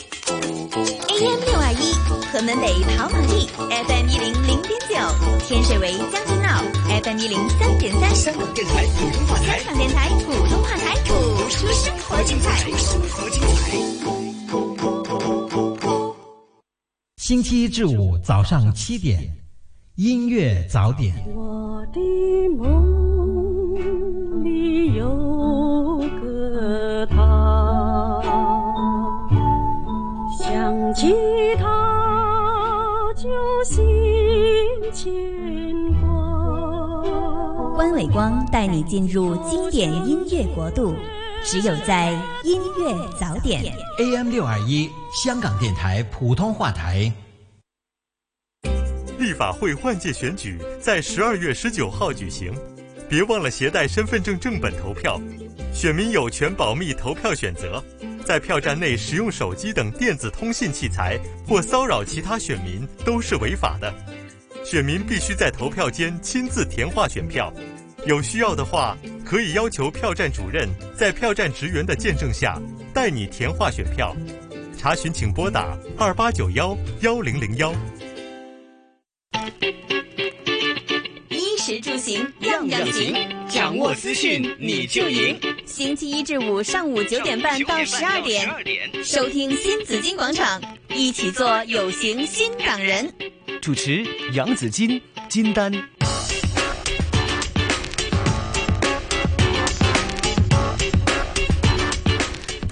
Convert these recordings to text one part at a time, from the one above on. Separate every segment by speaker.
Speaker 1: AM 六二一，河门北跑马地；FM 一零零点九，天水围将军澳；FM 一零三点三。
Speaker 2: 香港电台普通话台
Speaker 1: 香，港电台普通话台，谱出生活精彩。
Speaker 2: 生活精彩。
Speaker 3: 星期一至五早上七点，音乐早点。
Speaker 4: 我的梦里有个他，想起他就心牵挂。
Speaker 1: 关伟光带你进入经典音乐国度，只有在音乐早点。
Speaker 3: AM 六二一，香港电台普通话台。
Speaker 5: 立法会换届选举在十二月十九号举行，别忘了携带身份证正本投票。选民有权保密投票选择，在票站内使用手机等电子通信器材或骚扰其他选民都是违法的。选民必须在投票间亲自填话选票，有需要的话可以要求票站主任在票站职员的见证下带你填话选票。查询请拨打二八九幺幺零零幺。
Speaker 1: 衣食住行样样行，
Speaker 6: 掌握资讯你就赢。
Speaker 1: 星期一至五上午九点半到十二点，收听新紫金广场，一起做有型新港人。
Speaker 6: 主持杨紫金、金丹。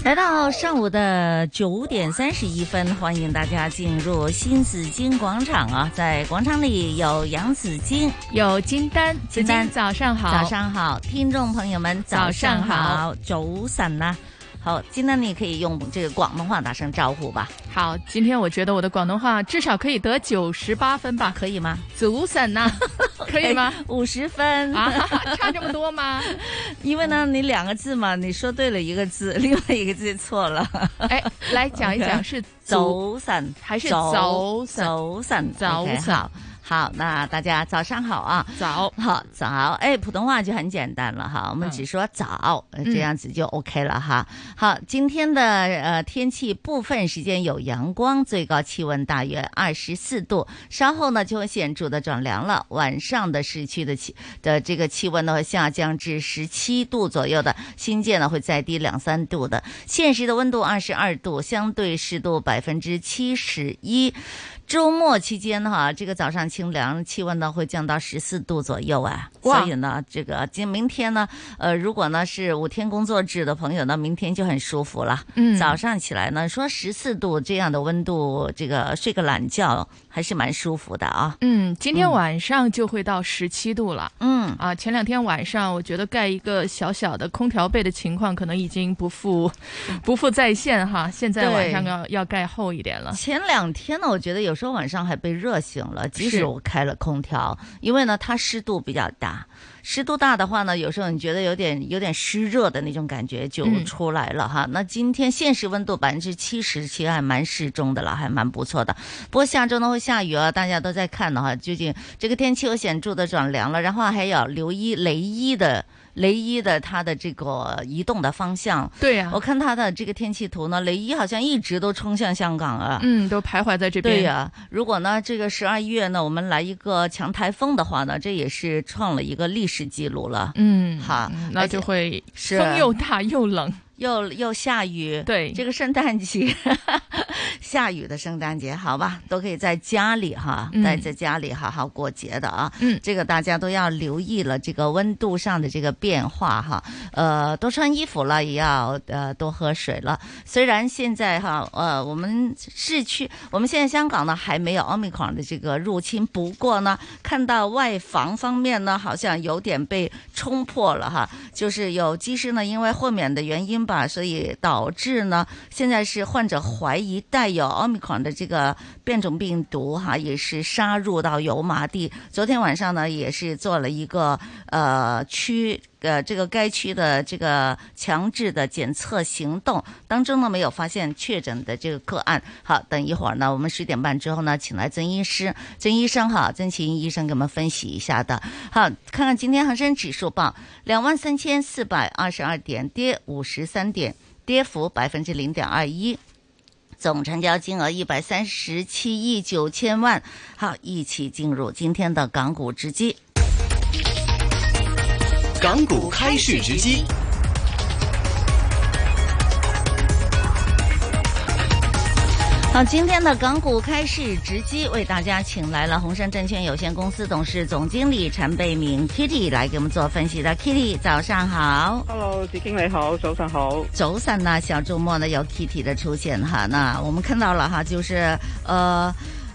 Speaker 7: 来到上午的九点三十一分，欢迎大家进入新紫金广场啊！在广场里有杨紫金，
Speaker 8: 有金丹，紫
Speaker 7: 金丹
Speaker 8: 金早上好，
Speaker 7: 早上好，听众朋友们早
Speaker 8: 早
Speaker 7: 上
Speaker 8: 上
Speaker 7: 好
Speaker 8: 好，
Speaker 7: 早晨呐、好，今天你可以用这个广东话打声招呼吧，
Speaker 8: 好。今天我觉得我的广东话至少可以得九十八分吧，
Speaker 7: 可以吗？
Speaker 8: 祖神呐，可以吗？？
Speaker 7: 哎五十分
Speaker 8: 啊， 差这么多吗？
Speaker 7: 因为呢，你两个字嘛，你说对了一个字， 另外一个字错了。
Speaker 8: 哎，来讲一讲 是祖
Speaker 7: 早晨
Speaker 8: 还是
Speaker 7: 早
Speaker 8: 早晨
Speaker 7: 早晨
Speaker 8: 早
Speaker 7: OK，
Speaker 8: 晨
Speaker 7: 好好，那大家早上好啊。
Speaker 8: 早，
Speaker 7: 好早，哎，普通话就很简单了哈，我们
Speaker 8: 嗯
Speaker 7: 只说早，呃这样子就 OK 了哈。好，今天的呃天气部分时间有阳光，最高气温大约二十四度，稍后呢就会显著的转凉了。晚上的市区的气的这个气温呢会下降至十七度左右的，新界呢会再低两三度的。现实的温度二十二度，相对湿度百分之七十一。周末期间哈，这个早上清凉，气温呢会降到十四度左右啊。
Speaker 8: 哇
Speaker 7: 所以呢，这个今明天呢，呃，如果呢是五天工作制的朋友呢，明天就很舒服了。
Speaker 8: 嗯
Speaker 7: 早上起来呢，说十四度这样的温度，这个睡个懒觉还是蛮舒服的啊。
Speaker 8: 嗯，今天晚上就会到十七度了。
Speaker 7: 嗯，
Speaker 8: 啊，前两天晚上我觉得盖一个小小的空调被的情况，可能已经不复不复在线哈。现在晚上
Speaker 7: 对
Speaker 8: 要要盖厚一点了。
Speaker 7: 前两天呢，我觉得有时候晚上还被热醒了，即使
Speaker 8: 是
Speaker 7: 我开了空调，因为呢它湿度比较大，湿度大的话呢，有时候你觉得有点有点湿热的那种感觉就
Speaker 8: 嗯
Speaker 7: 出来了哈。那今天现实温度百分之七十，其实还蛮适中的了，还蛮不错的。不过下周呢会下雨啊，大家都在看的哈，究竟这个天气有显著的转凉了，然后还要留意雷伊的雷伊的它的这个移动的方向。
Speaker 8: 对呀、
Speaker 7: 我看它的这个天气图呢，雷伊好像一直都冲向香港啊。
Speaker 8: 嗯，都徘徊在这边。
Speaker 7: 对呀、如果呢这个十二月呢，我们来一个强台风的话呢，这也是创了一个历史记录了。
Speaker 8: 嗯，
Speaker 7: 好
Speaker 8: 嗯
Speaker 7: 而
Speaker 8: 那
Speaker 7: 且
Speaker 8: 就会
Speaker 7: 是
Speaker 8: 风又大又冷，
Speaker 7: 又又下雨，
Speaker 8: 对
Speaker 7: 这个圣诞节， 下雨的圣诞节，好吧，都可以在家里哈，
Speaker 8: 嗯
Speaker 7: 待在家里好好过节的啊。
Speaker 8: 嗯
Speaker 7: 这个大家都要留意了，这个温度上的这个变化哈，呃，多穿衣服了，也要呃多喝水了。虽然现在哈，呃，我们市区，我们现在香港呢还没有奥密克戎的这个入侵，不过呢，看到外防方面呢，好像有点被冲破了哈。就是有技师呢，因为豁免的原因吧，所以导致呢，现在是患者怀疑带有奥密克戎的这个变种病毒哈，也是杀入到油麻地。昨天晚上呢，也是做了一个呃区。呃，这个该区的这个强制的检测行动当中呢，没有发现确诊的这个个呃案。好，等一会儿呢，我们十点半之后呢，呃请来曾医师、曾医生哈，曾奇医生给我们分析一下的。好，看看今天恒生指数报两万三千四百二十二点，跌五十三点。跌幅百分之零点二一。总成交金额一百三十七亿九千万，好，一起进入今天的港股直击。
Speaker 6: 港股开市直击。
Speaker 7: 好，今天的港股开市直击为大家请来了红杉证券有限公司董事总经理陈贝敏 Kitty 来给我们做分析的。Kitty，早上好。
Speaker 9: Hello，子经理好，早上好。
Speaker 7: 早晨呢，小周末呢有 Kitty 的出现哈，那我们看到了哈，就是呃。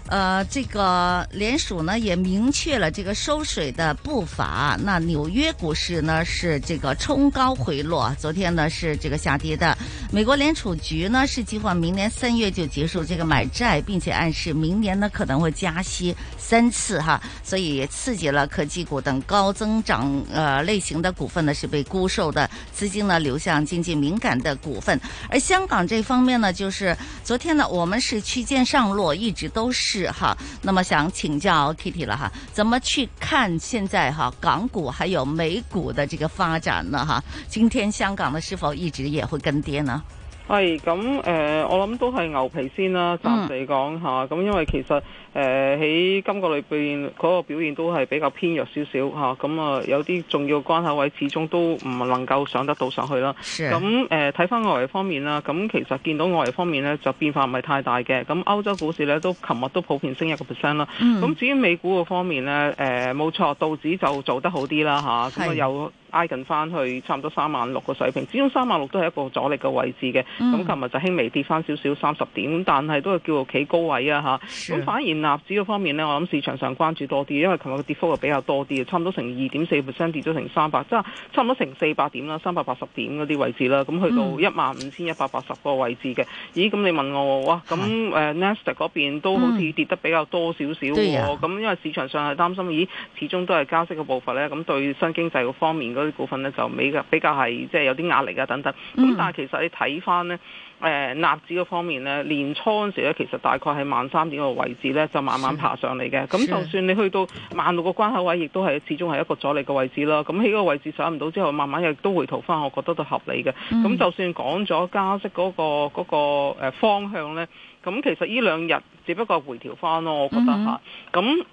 Speaker 7: 呃，这个联署呢也明确了这个收水的步伐。那纽约股市呢是这个冲高回落，啊昨天呢是这个下跌的。美国联储局呢是计划明年三月就结束这个买债，并且暗示明年呢可能会加息三次哈，所以也刺激了科技股等高增长呃类型的股份呢是被沽售的，资金呢流向经济敏感的股份。而香港这方面呢，就是昨天呢我们是区间上落，一直都是。是哈，那么想请教 Kitty 了哈，怎么去看现在哈港股还有美股的这个发展呢哈？今天香港的是否一直也会跟跌呢？
Speaker 9: 係咁誒，呃我諗都係牛皮先啦，暫
Speaker 7: 嗯
Speaker 9: 時嚟講嚇。咁、因為其實誒喺、呃今個裏邊嗰個表現都係比較偏弱少少嚇。咁啊，有啲重要關口位始終都唔能夠上得到上去啦。
Speaker 7: 是
Speaker 9: 咁誒睇翻外圍方面啦，咁其實見到外圍方面呢，就變化唔係太大嘅。咁歐洲股市呢，都琴日都普遍升一個 percent 啦。
Speaker 7: 嗯
Speaker 9: 咁、至於美股個方面呢，誒、冇錯，道指就做得好啲啦吓，咁
Speaker 7: 係
Speaker 9: 啊有挨近翻去差唔多三萬六個水平，始終三萬六都係一個阻力嘅位置嘅。咁琴
Speaker 7: 嗯
Speaker 9: 日就輕微跌翻少少三十點，但係都係叫做企高位啊吓。咁反而納指嗰方面呢，我諗市場上關注多啲，因為琴日嘅跌幅就比較多啲，差唔多成二點四 percent 跌咗成三百，即係差唔多成四百點啦，三百八十點嗰啲位置啦，咁去
Speaker 7: 嗯
Speaker 9: 到一萬五千一百八十個位置嘅。咦，咁你問我哇，咁誒 n a s d a 嗰邊都好似跌得比較多少少
Speaker 7: 嗯對
Speaker 9: 喎，
Speaker 7: 呀
Speaker 9: 哦咁因為市場上係擔心，咦，始終都係加息嘅步伐呢，咁對新經濟嗰方面嗰啲股份呢，就比較比較係即係有啲壓力啊等等。咁但係其實你睇翻呢。誒、納指嗰方面咧，年初嗰陣時咧，其實大概係萬三點個位置咧，就慢慢爬上嚟嘅。咁
Speaker 7: 是
Speaker 9: 就算你去到萬六個關口位，亦都係始終係一個阻力嘅位置啦。咁喺個位置上唔到之後，慢慢亦都回吐翻，我覺得都合理嘅。咁、就算講咗加息嗰、個嗰、個呃方向咧，咁其實呢兩日只不過回調翻咯，我覺得嚇。咁、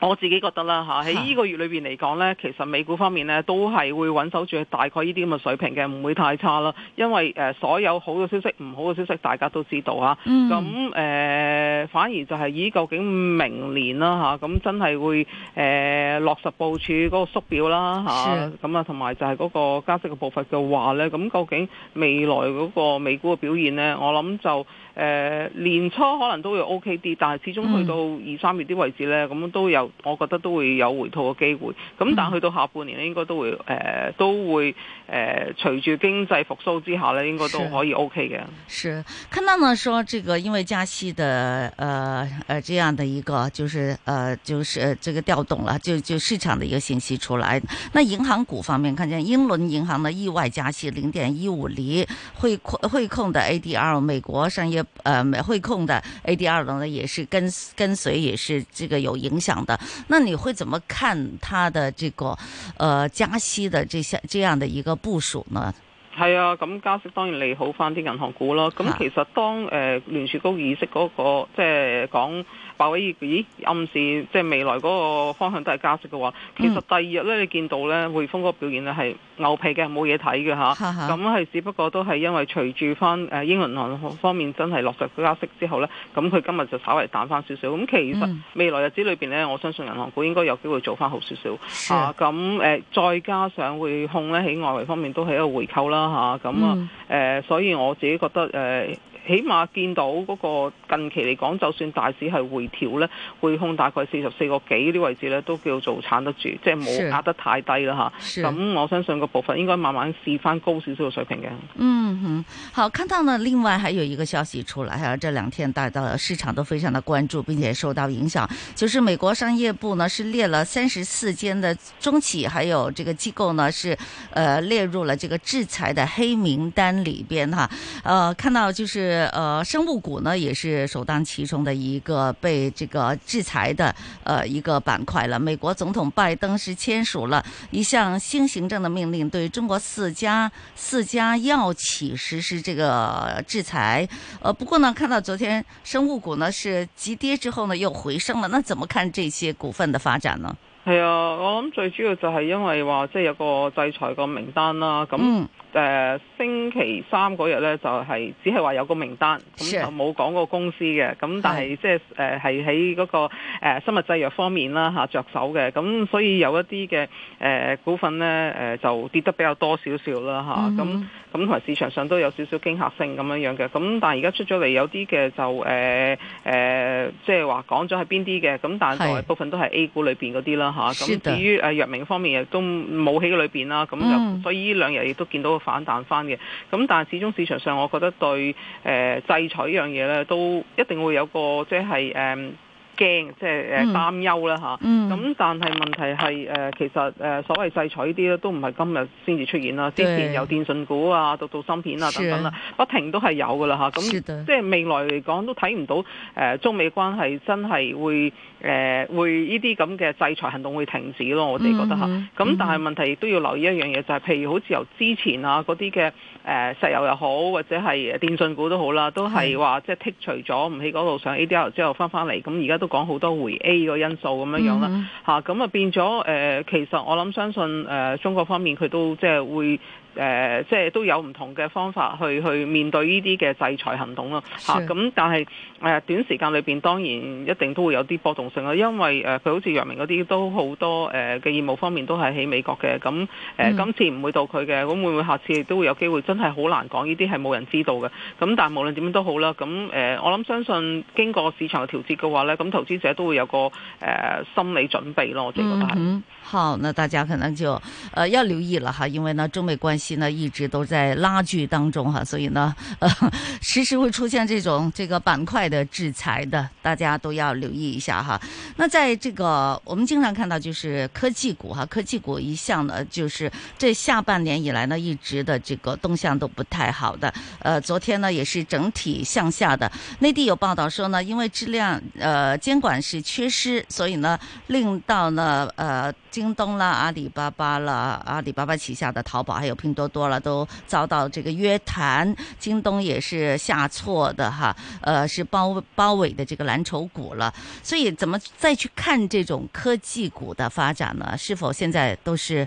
Speaker 9: 我自己覺得啦嚇，喺呢個月裏邊嚟講呢，其實美股方面呢都係會穩守住大概呢啲咁嘅水平嘅，唔會太差啦。因為誒、呃所有好嘅消息、唔好嘅消息，大家都知道嚇。咁誒、呃反而就係咦，究竟明年啦嚇，咁、真係會誒、呃落實部署嗰個縮表啦
Speaker 7: 是
Speaker 9: 嚇，咁啊同埋就係嗰個加息嘅步伐嘅話呢，咁究竟未來嗰個美股嘅表現呢，我諗就誒、呃年初可能都會 O K 啲，但係始終去到二三月啲位置呢，咁都有，我覺得都會有回吐嘅機會。咁但係去到下半年呢，應該都會誒、呃都會誒、呃、隨住經濟復甦之下呢，應該都
Speaker 7: 是
Speaker 9: 可以 O K 嘅。
Speaker 7: 是看到呢说这个因为加息的呃呃这样的一个就是呃就是呃这个调动了，就就市场的一个信息出来。那银行股方面，看见英伦银行呢意外加息零点一五厘，汇控汇控的 ADR 美国商业呃汇控的 ADR 呢也是跟跟随也是这个有影响的。那你会怎么看它的这个呃加息的这些这样的一个部署呢？
Speaker 9: 係啊，咁加息當然利好翻啲銀行股啦。咁
Speaker 7: 嚇
Speaker 9: 其實當誒、呃、聯儲局議息嗰、個即係講鮑威爾咦暗示即係未來嗰個方向都係加息嘅話，其實
Speaker 7: 嗯
Speaker 9: 第二日咧你見到咧匯豐嗰個表現咧係牛皮嘅，冇嘢睇嘅嚇。
Speaker 7: 哈哈
Speaker 9: 咁係只不過都係因為隨住翻誒英倫銀行方面真係落實加息之後咧，咁佢今日就稍微淡翻少少。咁其實
Speaker 7: 嗯
Speaker 9: 未來日子裏邊咧，我相信銀行股應該有機會做翻好少少。
Speaker 7: 是
Speaker 9: 啊，咁誒、再加上匯控咧喺外圍方面都係一個回購啦嚇，咁啊誒、
Speaker 7: 嗯
Speaker 9: 所以我自己覺得誒、起碼見到嗰個近期嚟講，就算大市係回調咧，匯控大概四十四個幾啲位置咧，都叫做撐得住，即係
Speaker 7: 是
Speaker 9: 冇壓得太低啦
Speaker 7: 是
Speaker 9: 嚇。咁我相信個部分應該慢慢試翻高少少嘅水平嘅。
Speaker 7: 嗯哼，好，看到呢，另外还有一个消息出来啊，这两天大家市场都非常的关注，并且受到影响，就是美国商业部呢是列了三十四间的中企还有这个机构呢是呃列入了这个制裁的黑名单里边哈，呃，看到就是呃生物股呢也是首当其冲的一个被这个制裁的呃一个板块了。美国总统拜登是签署了一项新行政的命令，对中国四家四家药企实施这个制裁。呃，不过呢，看到昨天生物股呢是急跌之后呢又回升了，那怎么看这些股份的发展呢？
Speaker 9: 係啊，我諗最主要就係因為話即係有個制裁個名單啦，咁。
Speaker 7: 嗯，
Speaker 9: 誒、星期三嗰日咧，就係、只係話有個名單，咁
Speaker 7: 是
Speaker 9: 就冇講個公司嘅。咁但係即係誒係喺嗰個誒、生物製藥方面啦嚇着手嘅。咁所以有一啲嘅誒股份咧誒、就跌得比較多少少啦
Speaker 7: 嗯
Speaker 9: 嚇。咁
Speaker 7: 哼
Speaker 9: 咁同埋市場上都有少少驚嚇性咁樣樣嘅。咁但係而家出咗嚟有啲嘅就誒誒、即係話講咗係邊啲嘅。咁但係
Speaker 7: 係
Speaker 9: 大部分都係 A 股裏邊嗰啲啦嚇。
Speaker 7: 是
Speaker 9: 咁
Speaker 7: 的
Speaker 9: 至於呃誒藥明方面亦都冇喺裏邊啦。咁
Speaker 7: 嗯
Speaker 9: 就所以呢兩日亦都見到個反彈翻嘅。咁但係始終市場上，我覺得對誒、呃制裁呢樣嘢咧，都一定會有個即係誒呃嗯驚，即係誒
Speaker 7: 嗯
Speaker 9: 擔憂啦嚇。
Speaker 7: 嗯
Speaker 9: 咁、但係問題係誒、呃其實誒、呃所謂制裁呢啲咧，都唔係今日啊先至出現啦，之
Speaker 7: 對
Speaker 9: 前由電信股啊，到到芯片啊等等啦，不停都係有噶啦嚇。咁
Speaker 7: 是的
Speaker 9: 即係未來嚟講都睇唔到誒、呃中美關係真係會誒、呃、會呢啲咁嘅制裁行動會停止咯，我哋覺得嚇。
Speaker 7: 嗯哼
Speaker 9: 咁但係問題亦都要留意一樣嘢，就係、譬如好似由之前啊嗰啲嘅誒石油又好，或者係電信股都好啦，都係話即係剔除咗唔喺嗰度上 ADR 之後翻翻嚟，咁而家都講好多回 A 個因素咁樣樣啦
Speaker 7: 嗯
Speaker 9: 嚇，咁啊變咗誒、呃其實我諗相信誒、呃中國方面佢都即係會。誒、呃即係都有唔同嘅方法去去面對呢啲嘅制裁行動咯嚇。
Speaker 7: 是
Speaker 9: 咁、但係誒、呃短時間裏邊當然一定都會有啲波動性啦，因為誒佢、好似藥明嗰啲都好多誒嘅、業務方面都係喺美國嘅，咁誒、呃
Speaker 7: 嗯
Speaker 9: 今次唔會到佢嘅，咁會唔會下次亦都會有機會？真係好難講，呢啲係冇人知道嘅。咁但係無論點都好啦，咁誒、呃我諗相信經過市場嘅調節嘅話咧，咁投資者都會有個誒、呃心理準備咯，我自己覺得
Speaker 7: 嗯
Speaker 9: 係。
Speaker 7: 哼，好，那大家可能就呃要留意了哈，因为呢中美关系呢一直都在拉锯当中哈，所以呢呃 时时会出现这种这个板块的制裁的，大家都要留意一下哈。那在这个我们经常看到就是科技股哈，科技股一向呢就是这下半年以来呢一直的这个动向都不太好的，呃，昨天呢也是整体向下的。内地有报道说呢，因为质量呃监管是缺失，所以呢令到呢呃京东啦、阿里巴巴啦、阿里巴巴旗下的淘宝还有拼多多啦都遭到这个约谈，京东也是下挫的哈，呃是包包围的这个蓝筹股了。所以怎么再去看这种科技股的发展呢？是否现在都是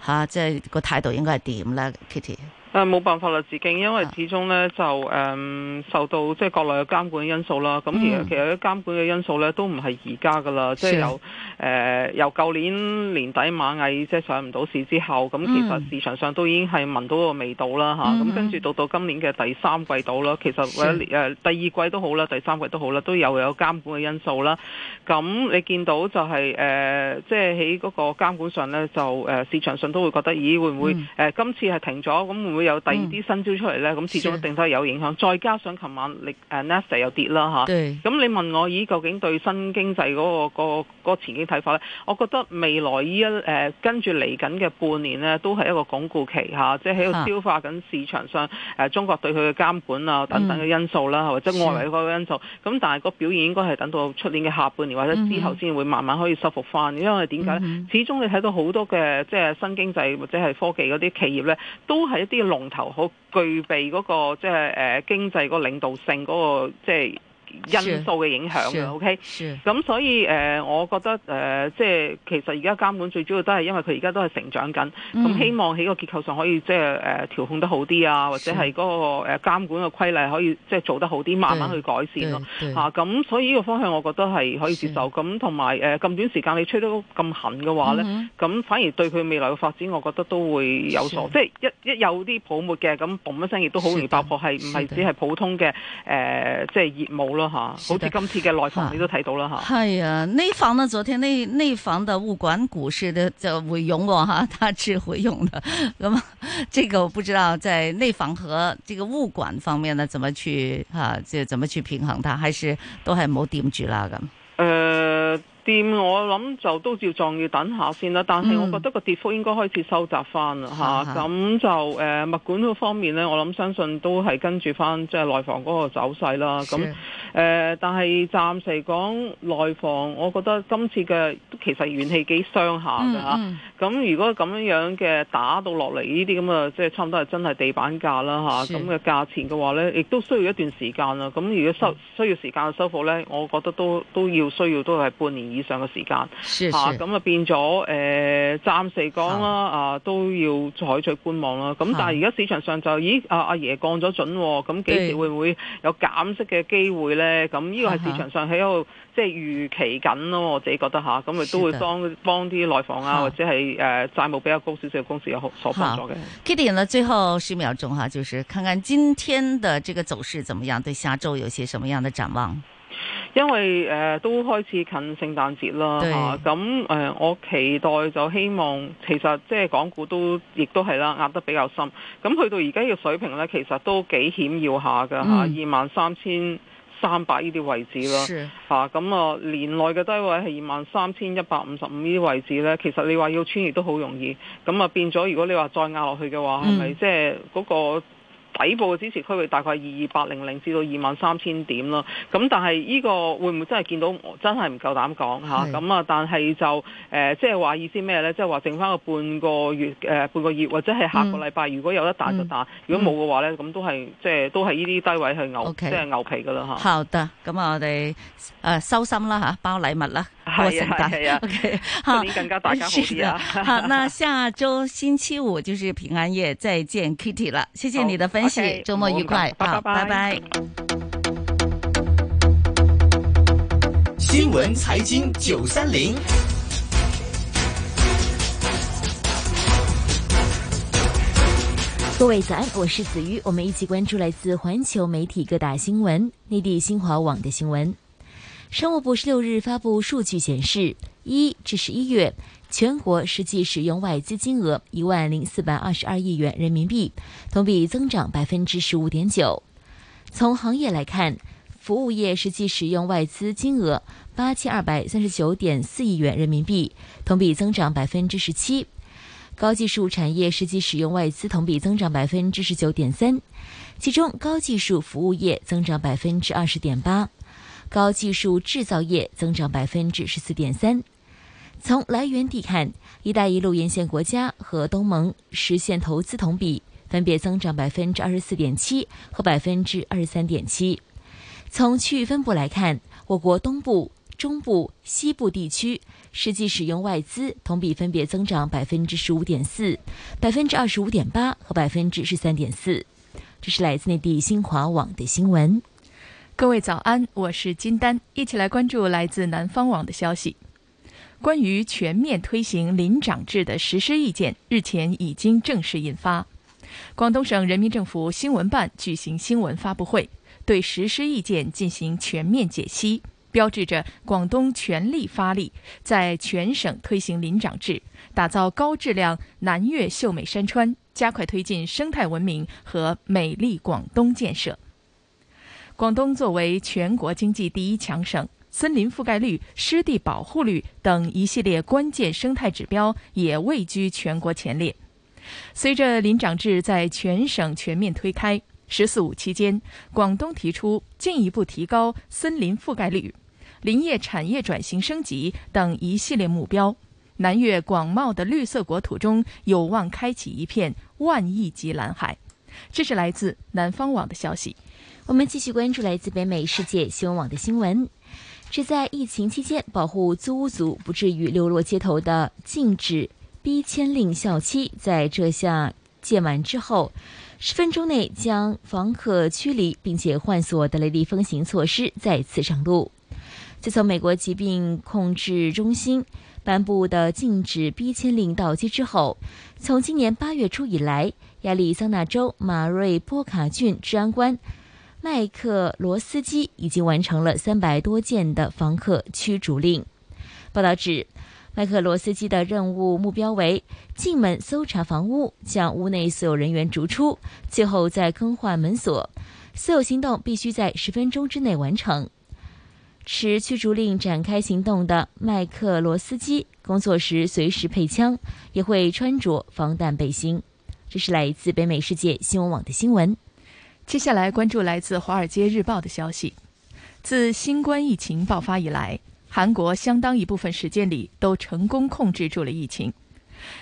Speaker 7: 吓即系个态度应该系点咧，Kitty？
Speaker 9: 誒呃冇辦法啦，自敬，因為
Speaker 7: 啊
Speaker 9: 始終咧就誒、受到即係國內嘅監管因素啦。咁其實
Speaker 7: 嗯
Speaker 9: 其實啲監管嘅因素咧都唔係而家噶啦，即
Speaker 7: 是
Speaker 9: 係由誒由舊年年底螞蟻即係上唔到市之後，咁其
Speaker 7: 嗯
Speaker 9: 實市場上都已經係聞到個味道啦嚇。
Speaker 7: 嗯
Speaker 9: 咁跟住到到今年嘅第三季度啦，其實
Speaker 7: 是
Speaker 9: 或者誒、第二季都好啦，第三季都好啦，都有有監管嘅因素啦。咁你見到就係、誒、即係喺嗰個監管上咧，就誒、市場上都會覺得，咦會唔會誒、
Speaker 7: 嗯
Speaker 9: 呃今次係停咗，咁會唔會有第二
Speaker 7: 嗯
Speaker 9: 啲新招出嚟咧？咁始終
Speaker 7: 是
Speaker 9: 一定都係有影響。再加上琴晚你誒 Nasdaq 又跌啦嚇。
Speaker 7: 对，
Speaker 9: 咁你問我，咦，究竟對新經濟嗰、個、個、個前景睇法呢？我覺得未來呢一誒、呃跟住嚟緊嘅半年呢，都係一個鞏固期嚇、即係喺
Speaker 7: 啊
Speaker 9: 度消化緊市場上誒、呃中國對佢嘅監管啊等等嘅因素啦，或者
Speaker 7: 嗯是
Speaker 9: 外圍嗰個因素。咁但係個表現應該係等到出年嘅下半年或者之後
Speaker 7: 嗯哼
Speaker 9: 先會慢慢可以收復翻，因為點解呢？
Speaker 7: 嗯
Speaker 9: 始終你睇到好多嘅即係新經濟或者係科技嗰啲企業咧，都係一啲龍頭，好具備嗰、個即係誒經濟嗰個領導性嗰、個即係因素嘅影響
Speaker 7: 是
Speaker 9: 嘅。OK，
Speaker 7: 是，
Speaker 9: 咁所以誒、呃我覺得誒、呃即係其實而家監管最主要都係因為佢而家都係成長緊，咁、
Speaker 7: 嗯
Speaker 9: 希望喺個結構上可以即係誒調控得好啲啊，或者係嗰個誒監管嘅規例可以即係做得好啲，慢慢去改善
Speaker 7: 对
Speaker 9: 咯。
Speaker 7: 对
Speaker 9: 嚇咁、所以呢個方向我覺得係可以接受。咁同埋誒咁短時間你吹得咁痕嘅話咧。
Speaker 7: 嗯哼
Speaker 9: 咁反而對佢未來嘅發展，我覺得都會有所，即係一一有啲泡沫嘅，咁嘣一聲亦都好容易爆破，係唔係
Speaker 7: 是的
Speaker 9: 只係普通嘅誒、呃即係業務咯吓，
Speaker 7: 是
Speaker 9: 好
Speaker 7: 的
Speaker 9: 似今次嘅內
Speaker 7: 啊
Speaker 9: 房你都睇到啦吓。
Speaker 7: 系啊，内房呢，昨天内内房的物管股市的就回勇喎哦哈， 大致回勇的。 那么这个我不知道在内房和这个物管方面呢，怎么去哈，这、怎么去平衡它，还是都系冇掂住啦咁。
Speaker 9: 誒、店我諗就都照仲要等下先啦，但係我
Speaker 7: 嗯
Speaker 9: 覺得個跌幅應該開始收窄翻啦
Speaker 7: 哈
Speaker 9: 嚇，
Speaker 7: 哈
Speaker 9: 咁就誒物管嗰方面呢，我諗相信都係跟住翻即係內房嗰個走勢啦。咁誒
Speaker 7: 是，
Speaker 9: 但係暫時嚟講內房，我覺得今次嘅都其實元氣幾傷下㗎嚇。
Speaker 7: 嗯
Speaker 9: 咁如果咁樣樣嘅打到落嚟呢啲咁嘅，即係差唔多係真係地板價啦
Speaker 7: 是嗯
Speaker 9: 嚇，咁嘅價錢嘅話呢，亦都需要一段時間啦。咁如果收需要時間去修復呢，我覺得都都要需要都係半年以上嘅時間
Speaker 7: 嗯，是
Speaker 9: 嚇。
Speaker 7: 是，
Speaker 9: 咁啊變咗誒，暫時嚟講啦，啊都要採取觀望啦。咁
Speaker 7: 好
Speaker 9: 但係而家市場上就咦阿阿爺降咗準喎，咁幾
Speaker 7: 對
Speaker 9: 時會唔會有減息嘅機會呢？咁呢個係
Speaker 7: 哈哈
Speaker 9: 市場上喺度即係預期緊咯，我自己覺得嚇。咁咪都
Speaker 7: 是
Speaker 9: 會
Speaker 7: 的
Speaker 9: 幫幫啲內房啊，
Speaker 7: 好
Speaker 9: 或者係誒債務比較高少少嘅公司有所幫助嘅。
Speaker 7: Kitty 呢，最后十秒钟哈，就是看看今天的这个走势怎么样，对下周有些什么样的展望？
Speaker 9: 因為誒、呃都開始近聖誕節啦
Speaker 7: 對
Speaker 9: 嚇，咁、呃我期待就希望其實即係港股都亦都係啦，壓得比較深。咁去到而家嘅水平呢，其實都幾險要下㗎
Speaker 7: 嗯
Speaker 9: 嚇，二萬三千三百呢啲位置啦
Speaker 7: 是，
Speaker 9: 嚇，咁啊年內嘅低位係二萬三千一百五十五呢啲位置呢，其實你話要穿越都好容易。咁啊變咗，如果你話再壓落去嘅話，係咪
Speaker 7: 嗯
Speaker 9: 即係嗰個？底部嘅支持區域大概係二二八零零至到二萬三千點啦，咁但係呢個會唔會真係見到？我真係唔夠膽講
Speaker 7: 係
Speaker 9: 嚇，咁啊，但係就誒、呃即係話意思咩呢？即係話剩翻個半個月誒、呃半個月或者係下
Speaker 7: 嗯
Speaker 9: 個禮拜，如果有得彈就彈，如果冇嘅話呢，咁都係即係都係呢啲低位去牛
Speaker 7: OK
Speaker 9: 即係牛皮㗎啦嚇。
Speaker 7: 好的，咁啊我哋诶收心啦吓，包礼物啦，过
Speaker 9: 係
Speaker 7: 圣
Speaker 9: 啊
Speaker 7: 诞
Speaker 9: 係啊
Speaker 7: ，OK，
Speaker 9: 今
Speaker 7: 好。
Speaker 9: 年 更加大家好
Speaker 7: 是
Speaker 9: 啲
Speaker 7: 的，
Speaker 9: 啊！
Speaker 7: 好，那下周星期五就是平安夜，再见 Kitty 了，谢谢你的分
Speaker 9: 好
Speaker 7: 析
Speaker 9: ，OK，
Speaker 7: 周末愉快，
Speaker 9: 冇咁講
Speaker 7: 好，
Speaker 9: 拜
Speaker 7: 拜
Speaker 9: 拜
Speaker 7: 拜。
Speaker 6: 新闻财经九三零，
Speaker 10: 各位早安，我是子瑜，我们一起关注来自环球媒体各大新闻、内地新华网的新闻。商务部十六日发布数据显示，一至十一月，全国实际使用外资金额一万零四百二十二亿元人民币，同比增长百分之十五点九。从行业来看，服务业实际使用外资金额八千二百三十九点四亿元人民币，同比增长百分之十七。高技术产业实际使用外资同比增长百分之十九点三，其中高技术服务业增长百分之二十点八，高技术制造业增长百分之十四点三。从来源地看，“一带一路”沿线国家和东盟实现投资同比分别增长百分之二十四点七和百分之二十三点七。从区域分布来看，我国东部、中部、西部地区实际使用外资同比分别增长百分之十五点四、百分之二十五点八和百分之十三点四。这是来自内地新华网的新闻。
Speaker 8: 各位早安，我是金丹，一起来关注来自南方网的消息。关于全面推行林长制的实施意见，日前已经正式印发。广东省人民政府新闻办举行新闻发布会，对实施意见进行全面解析，标志着广东全力发力，在全省推行林长制，打造高质量南粤秀美山川，加快推进生态文明和美丽广东建设。广东作为全国经济第一强省，森林覆盖率、湿地保护率等一系列关键生态指标也位居全国前列。随着林长制在全省全面推开，“十四五”期间，广东提出进一步提高森林覆盖率、林业产业转型升级等一系列目标。南粤广袤的绿色国土中有望开启一片万亿级蓝海。这是来自南方网的消息。
Speaker 10: 我们继续关注来自北美世界新闻网的新闻。旨在疫情期间保护租屋族不至于流落街头的禁止逼迁令效期，在这项届满之后，十分钟内将房客驱离并且换所的雷厉风行措施再次上路。自从美国疾病控制中心颁布的禁止逼迁令到期之后，从今年八月初以来，亚利桑那州马瑞波卡郡治安官麦克罗斯基已经完成了三百多件的房客驱逐令。报道指，麦克罗斯基的任务目标为进门搜查房屋，将屋内所有人员逐出，最后再更换门锁。所有行动必须在十分钟之内完成。持驱逐令展开行动的麦克罗斯基，工作时随时配枪，也会穿着防弹背心。这是来自北美世界新闻网的新闻。
Speaker 8: 接下来关注来自《华尔街日报》的消息：自新冠疫情爆发以来，韩国相当一部分时间里都成功控制住了疫情。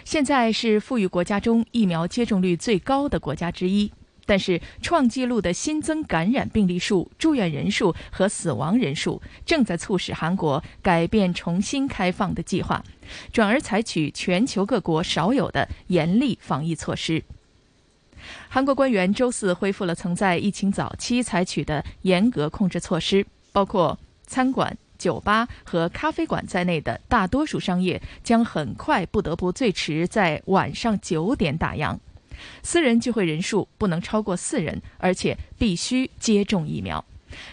Speaker 8: 现在是富裕国家中疫苗接种率最高的国家之一，但是创纪录的新增感染病例数、住院人数和死亡人数正在促使韩国改变重新开放的计划，转而采取全球各国少有的严厉防疫措施。韩国官员周四恢复了曾在疫情早期采取的严格控制措施，包括餐馆。酒吧和咖啡馆在内的大多数商业将很快不得不最迟在晚上九点打烊，私人聚会人数不能超过四人，而且必须接种疫苗。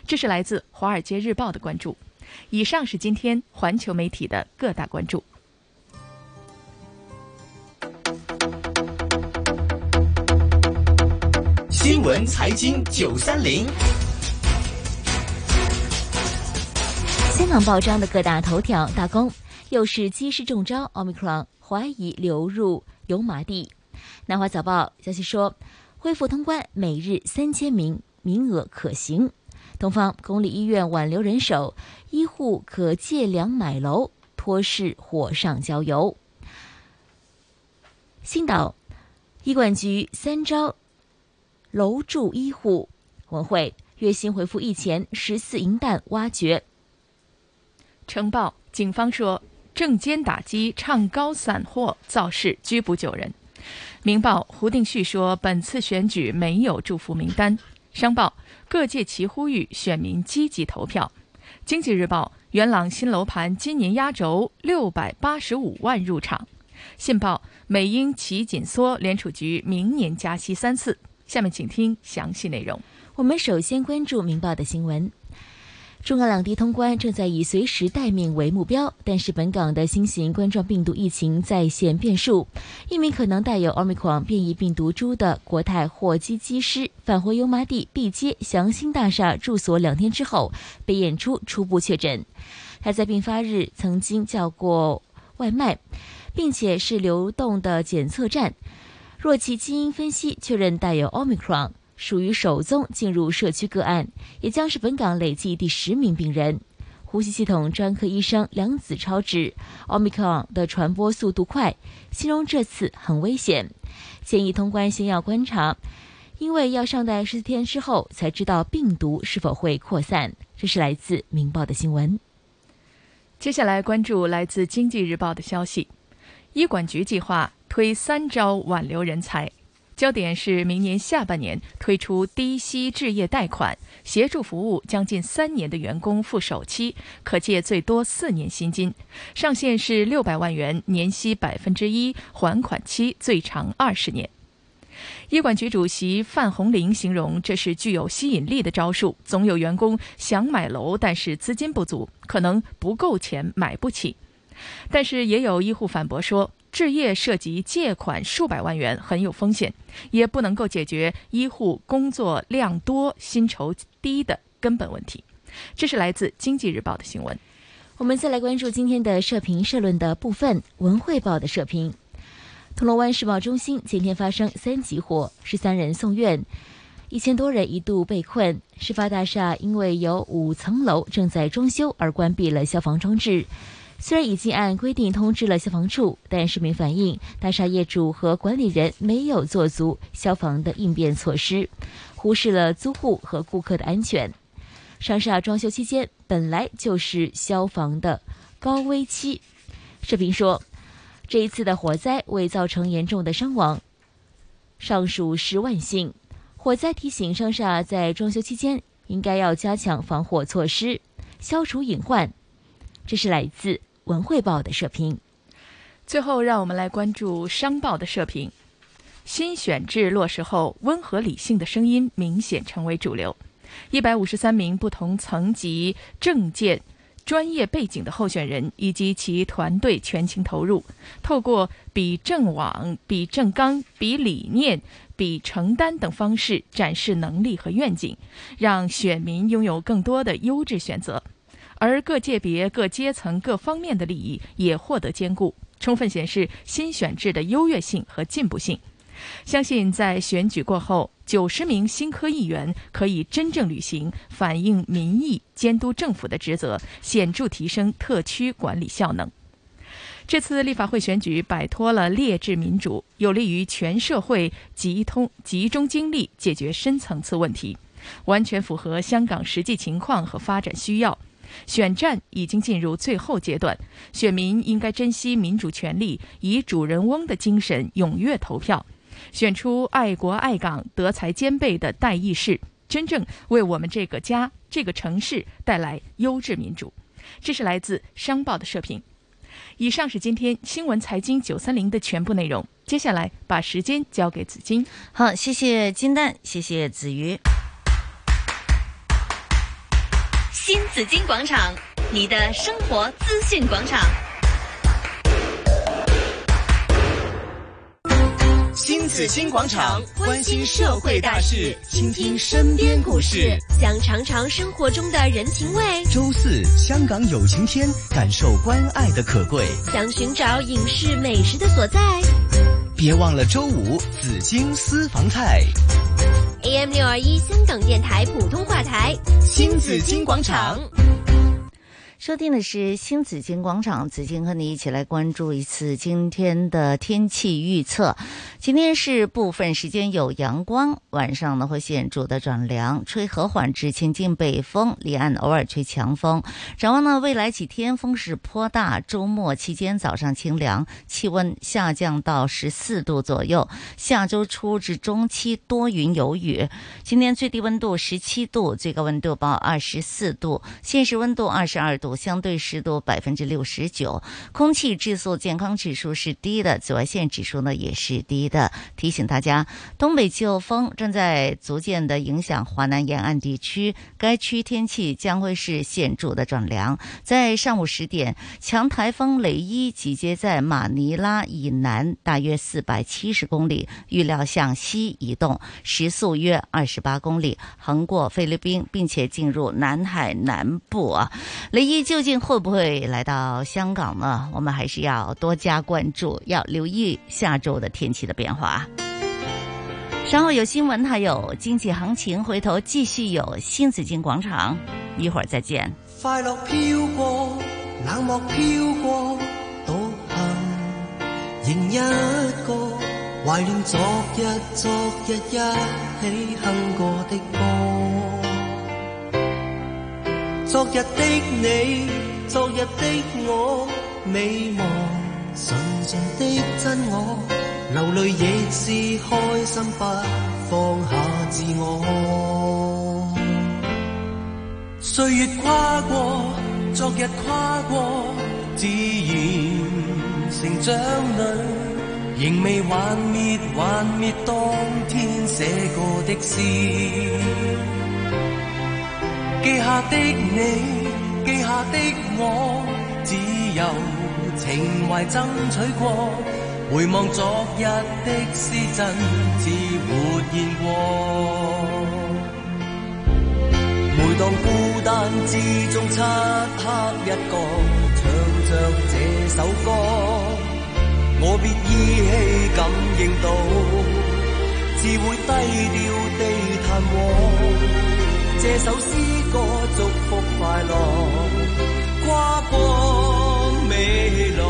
Speaker 8: 这是来自《华尔街日报》的关注。以上是今天环球媒体的各大关注。
Speaker 6: 新闻财经九三零。
Speaker 10: 香港报章的各大头条大攻，又是机师中招，Omicron 怀疑流入油麻地。南华早报消息说，恢复通关每日三千名名额可行。东方公立医院挽留人手，医护可借粮买楼，托市火上浇油。新岛医管局三招楼住医护，文汇月薪回复一前十四银弹挖掘。
Speaker 8: 呈报，警方说，证监打击唱高散货造势，拘捕九人。明报，胡定旭说，本次选举没有祝福名单。商报，各界齐呼吁选民积极投票。经济日报，元朗新楼盘今年压轴六百八十五万入场。信报，美英齐紧缩，联储局明年加息三次。下面请听详细内容。
Speaker 10: 我们首先关注明报的新闻。中港两地通关正在以随时待命为目标，但是本港的新型冠状病毒疫情再现变数。一名可能带有奥密克戎变异病毒株的国泰货机机师返回油麻地 B 街祥兴大厦住所两天之后，被验出初步确诊。他在病发日曾经叫过外卖，并且是流动的检测站。若其基因分析确认带有奥密克戎。属于首宗进入社区个案，也将是本港累计第十名病人。呼吸系统专科医生梁子超指，奥密克戎的传播速度快，形容这次很危险，建议通关先要观察，因为要尚待十四天之后才知道病毒是否会扩散。这是来自《明报》的新闻。
Speaker 8: 接下来关注来自《经济日报》的消息，医管局计划推三招挽留人才。焦点是明年下半年推出低息置业贷款，协助服务将近三年的员工付首期，可借最多四年薪金，上限是六百万元，年息百分之一，还款期最长二十年。医管局主席范红林形容这是具有吸引力的招数，总有员工想买楼，但是资金不足，可能不够钱买不起。但是也有医护反驳说。置业涉及借款数百万元，很有风险，也不能够解决医护工作量多、薪酬低的根本问题。这是来自《经济日报》的新闻。
Speaker 10: 我们再来关注今天的社评社论的部分，《文汇报》的社评：铜锣湾世贸中心前天发生三级火，十三人送院，一千多人一度被困。事发大厦因为有五层楼正在装修而关闭了消防装置。虽然已经按规定通知了消防处，但市民反映大厦业主和管理人没有做足消防的应变措施，忽视了租户和顾客的安全。商厦啊装修期间本来就是消防的高危期。社评说，这一次的火灾未造成严重的伤亡，尚属是万幸。火灾提醒商厦在装修期间应该要加强防火措施，消除隐患。这是来自。文汇报的社评。
Speaker 8: 最后，让我们来关注商报的社评。新选制落实后，温和理性的声音明显成为主流。一百五十三名不同层级、政见、专业背景的候选人以及其团队全情投入，透过比政网、比政纲、比理念、比承担等方式展示能力和愿景，让选民拥有更多的优质选择。而各界别、各阶层、各方面的利益也获得兼顾，充分显示新选制的优越性和进步性。相信在选举过后，九十名新科议员可以真正履行反映民意、监督政府的职责，显著提升特区管理效能。这次立法会选举摆脱了劣质民主，有利于全社会集通集中精力解决深层次问题，完全符合香港实际情况和发展需要。选战已经进入最后阶段，选民应该珍惜民主权利，以主人翁的精神踊跃投票，选出爱国爱港、德才兼备的代议士，真正为我们这个家、这个城市带来优质民主。这是来自商报的社评。以上是今天新闻财经九三零的全部内容。接下来把时间交给紫金。
Speaker 7: 好，谢谢金蛋，谢谢子瑜。
Speaker 1: 新紫金广场，你的生活资讯广场。
Speaker 6: 新紫金广场关心社会大事，倾听身边故事，
Speaker 11: 想尝尝生活中的人情味。
Speaker 6: 周四香港有晴天，感受关爱的可贵。
Speaker 11: 想寻找影视美食的所在，
Speaker 6: 别忘了周五紫金私房菜。
Speaker 11: AM 六二一香港电台普通话台，
Speaker 6: 新紫金广场。
Speaker 7: 收听的是新紫金广场，紫金和你一起来关注一次今天的天气预测。今天是部分时间有阳光，晚上呢会显著的转凉，吹和缓至清劲北风，离岸偶尔吹强风。展望呢未来几天风势颇大，周末期间早上清凉，气温下降到十四度左右。下周初至中期多云有雨。今天最低温度十七度，最高温度报二十四度，现实温度二十二度。相对湿度百分之六十九，空气质素健康指数是低的，紫外线指数呢也是低的。提醒大家，东北季候风正在逐渐的影响华南沿岸地区，该区天气将会是显著的转凉。在上午十点，强台风雷伊集结在马尼拉以南大约四百七十公里，预料向西移动，时速约二十八公里，横过菲律宾，并且进入南海南部啊。雷伊究竟会不会来到香港呢？我们还是要多加关注，要留意下周的天气的变化。啊稍后有新闻，还有经济行情，回头继续有新紫金广场，一会儿再见。
Speaker 12: 快樂飄過，冷漠飄過，獨行仍一個，懷念昨日，昨日一起哼過的歌。昨日的你，昨日的我，未忘純純的真我，流淚亦是開心，不放下自我。歲月跨過，昨日跨過，自然成長裏，仍未幻滅，幻滅當天寫過的詩。記下的你，記下的我，只有情懷爭取過。回望昨日的詩，真似活現過。每當孤單之中漆黑一角，唱着這首歌，我別依稀感應到，自會低調地彈和。這首詩歌祝福快樂，跨過未來。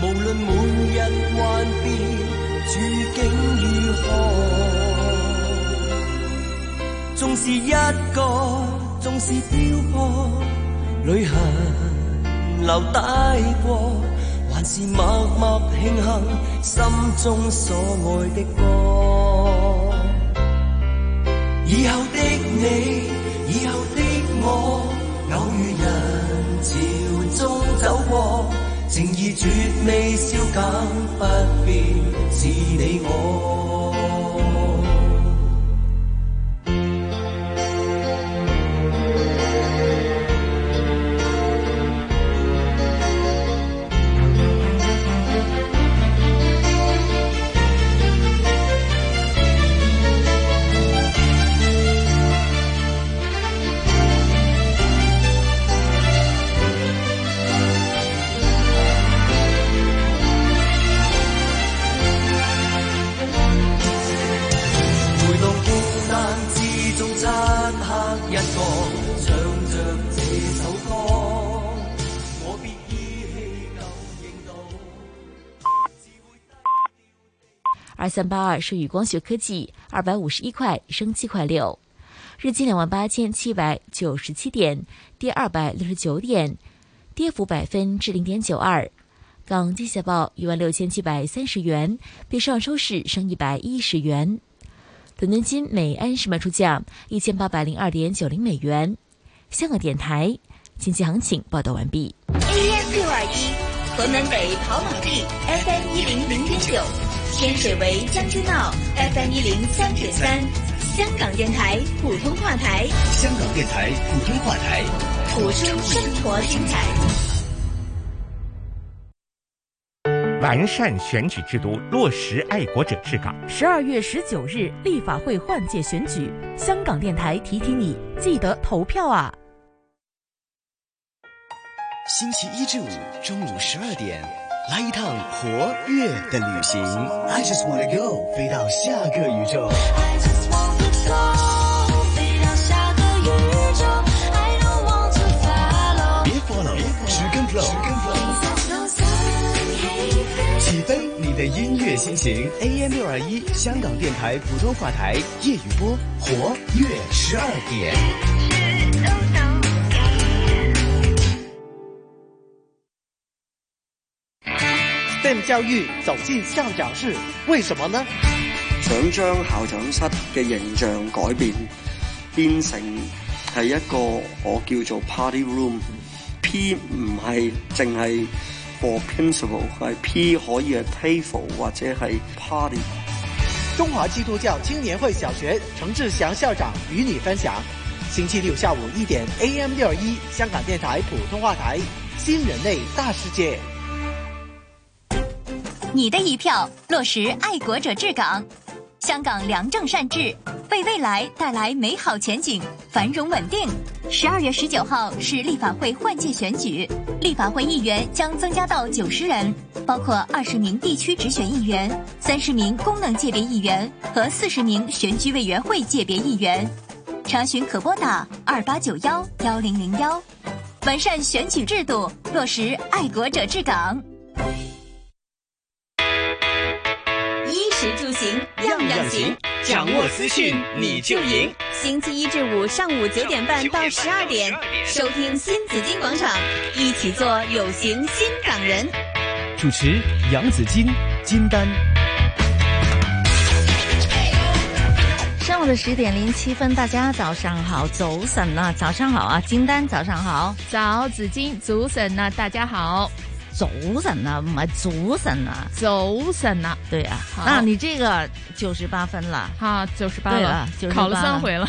Speaker 12: 無論每日幻變，處境如何，縱是一個，縱是漂泊，旅行留低過，還是默默慶幸心中所愛的歌。以後的你，以後的我，偶遇人潮中走過，情意絕未消減，不變是你我。
Speaker 10: 二三八二是宇光学科技，二百五十一块升七块六，日经两万八千七百九十七点，跌二百六十九点，跌幅百分之零点九二。港金小报一万六千七百三十元，比上收市升一百一十元。伦敦金每安士卖出价一千八百零二点九零美元。香港电台经济行情报道完毕。
Speaker 1: AM 六二一，河门北跑马地，FM 一零零点九，天水围将军澳，FM 一零三点三，香港电台普通话台，
Speaker 2: 香港电台普通话台，
Speaker 1: 谱出生活精彩。
Speaker 13: 完善选举制度，落实爱国者治港。
Speaker 14: 十二月十九日，立法会换届选举，香港电台提提你，记得投票啊！
Speaker 15: 星期一至五中午十二点，来一趟活跃的旅行。
Speaker 2: I just wanna go，飞到下个宇宙。
Speaker 16: I just wanna go，飞到下个宇宙。I don't want to follow，
Speaker 15: 别 follow，只跟 flow。起飞你的音乐心情，AM 六二一香港电台普通话台夜雨播，活跃十二点。
Speaker 17: STEM 教育走进校长室，为什么呢？
Speaker 18: 想將校長室嘅形象改變，變成係一個我叫做 party room，P 唔係淨係。for principle 係 P 可以係 table E 或者係 party。
Speaker 17: 中華基督教青年會小學程志祥校長與你分享，星期六下午一點 AM 六二一香港電台普通話台《新人類大世界》。
Speaker 19: 你的一票，落實愛國者治港。香港良政善治，為未來帶來美好前景、繁榮穩定。十二月十九號是立法會換屆選舉，立法會議員將增加到九十人，包括二十名地區直選議員、三十名功能界別議員和四十名選舉委員會界別議員。查詢可撥打二八九幺幺零零幺。完善選舉制度，落實愛國者治港。
Speaker 1: 衣食住行樣樣行，
Speaker 6: 掌握资讯你就赢。
Speaker 1: 星期一至五上午九点半到十二点，收听新紫金广场，一起做有型新港人。
Speaker 6: 主持杨紫金、金丹。
Speaker 7: 上午的十点零七分，大家早上好，早晨啊，早上好啊，金丹早上好，
Speaker 8: 早紫金早晨啊，大家好。
Speaker 7: 早晨啊，唔係早晨啊，
Speaker 8: 早晨啊，
Speaker 7: 對啊，那你這個九十八分了，
Speaker 8: 哈，啊九十八
Speaker 7: 了，
Speaker 8: 考了三回了，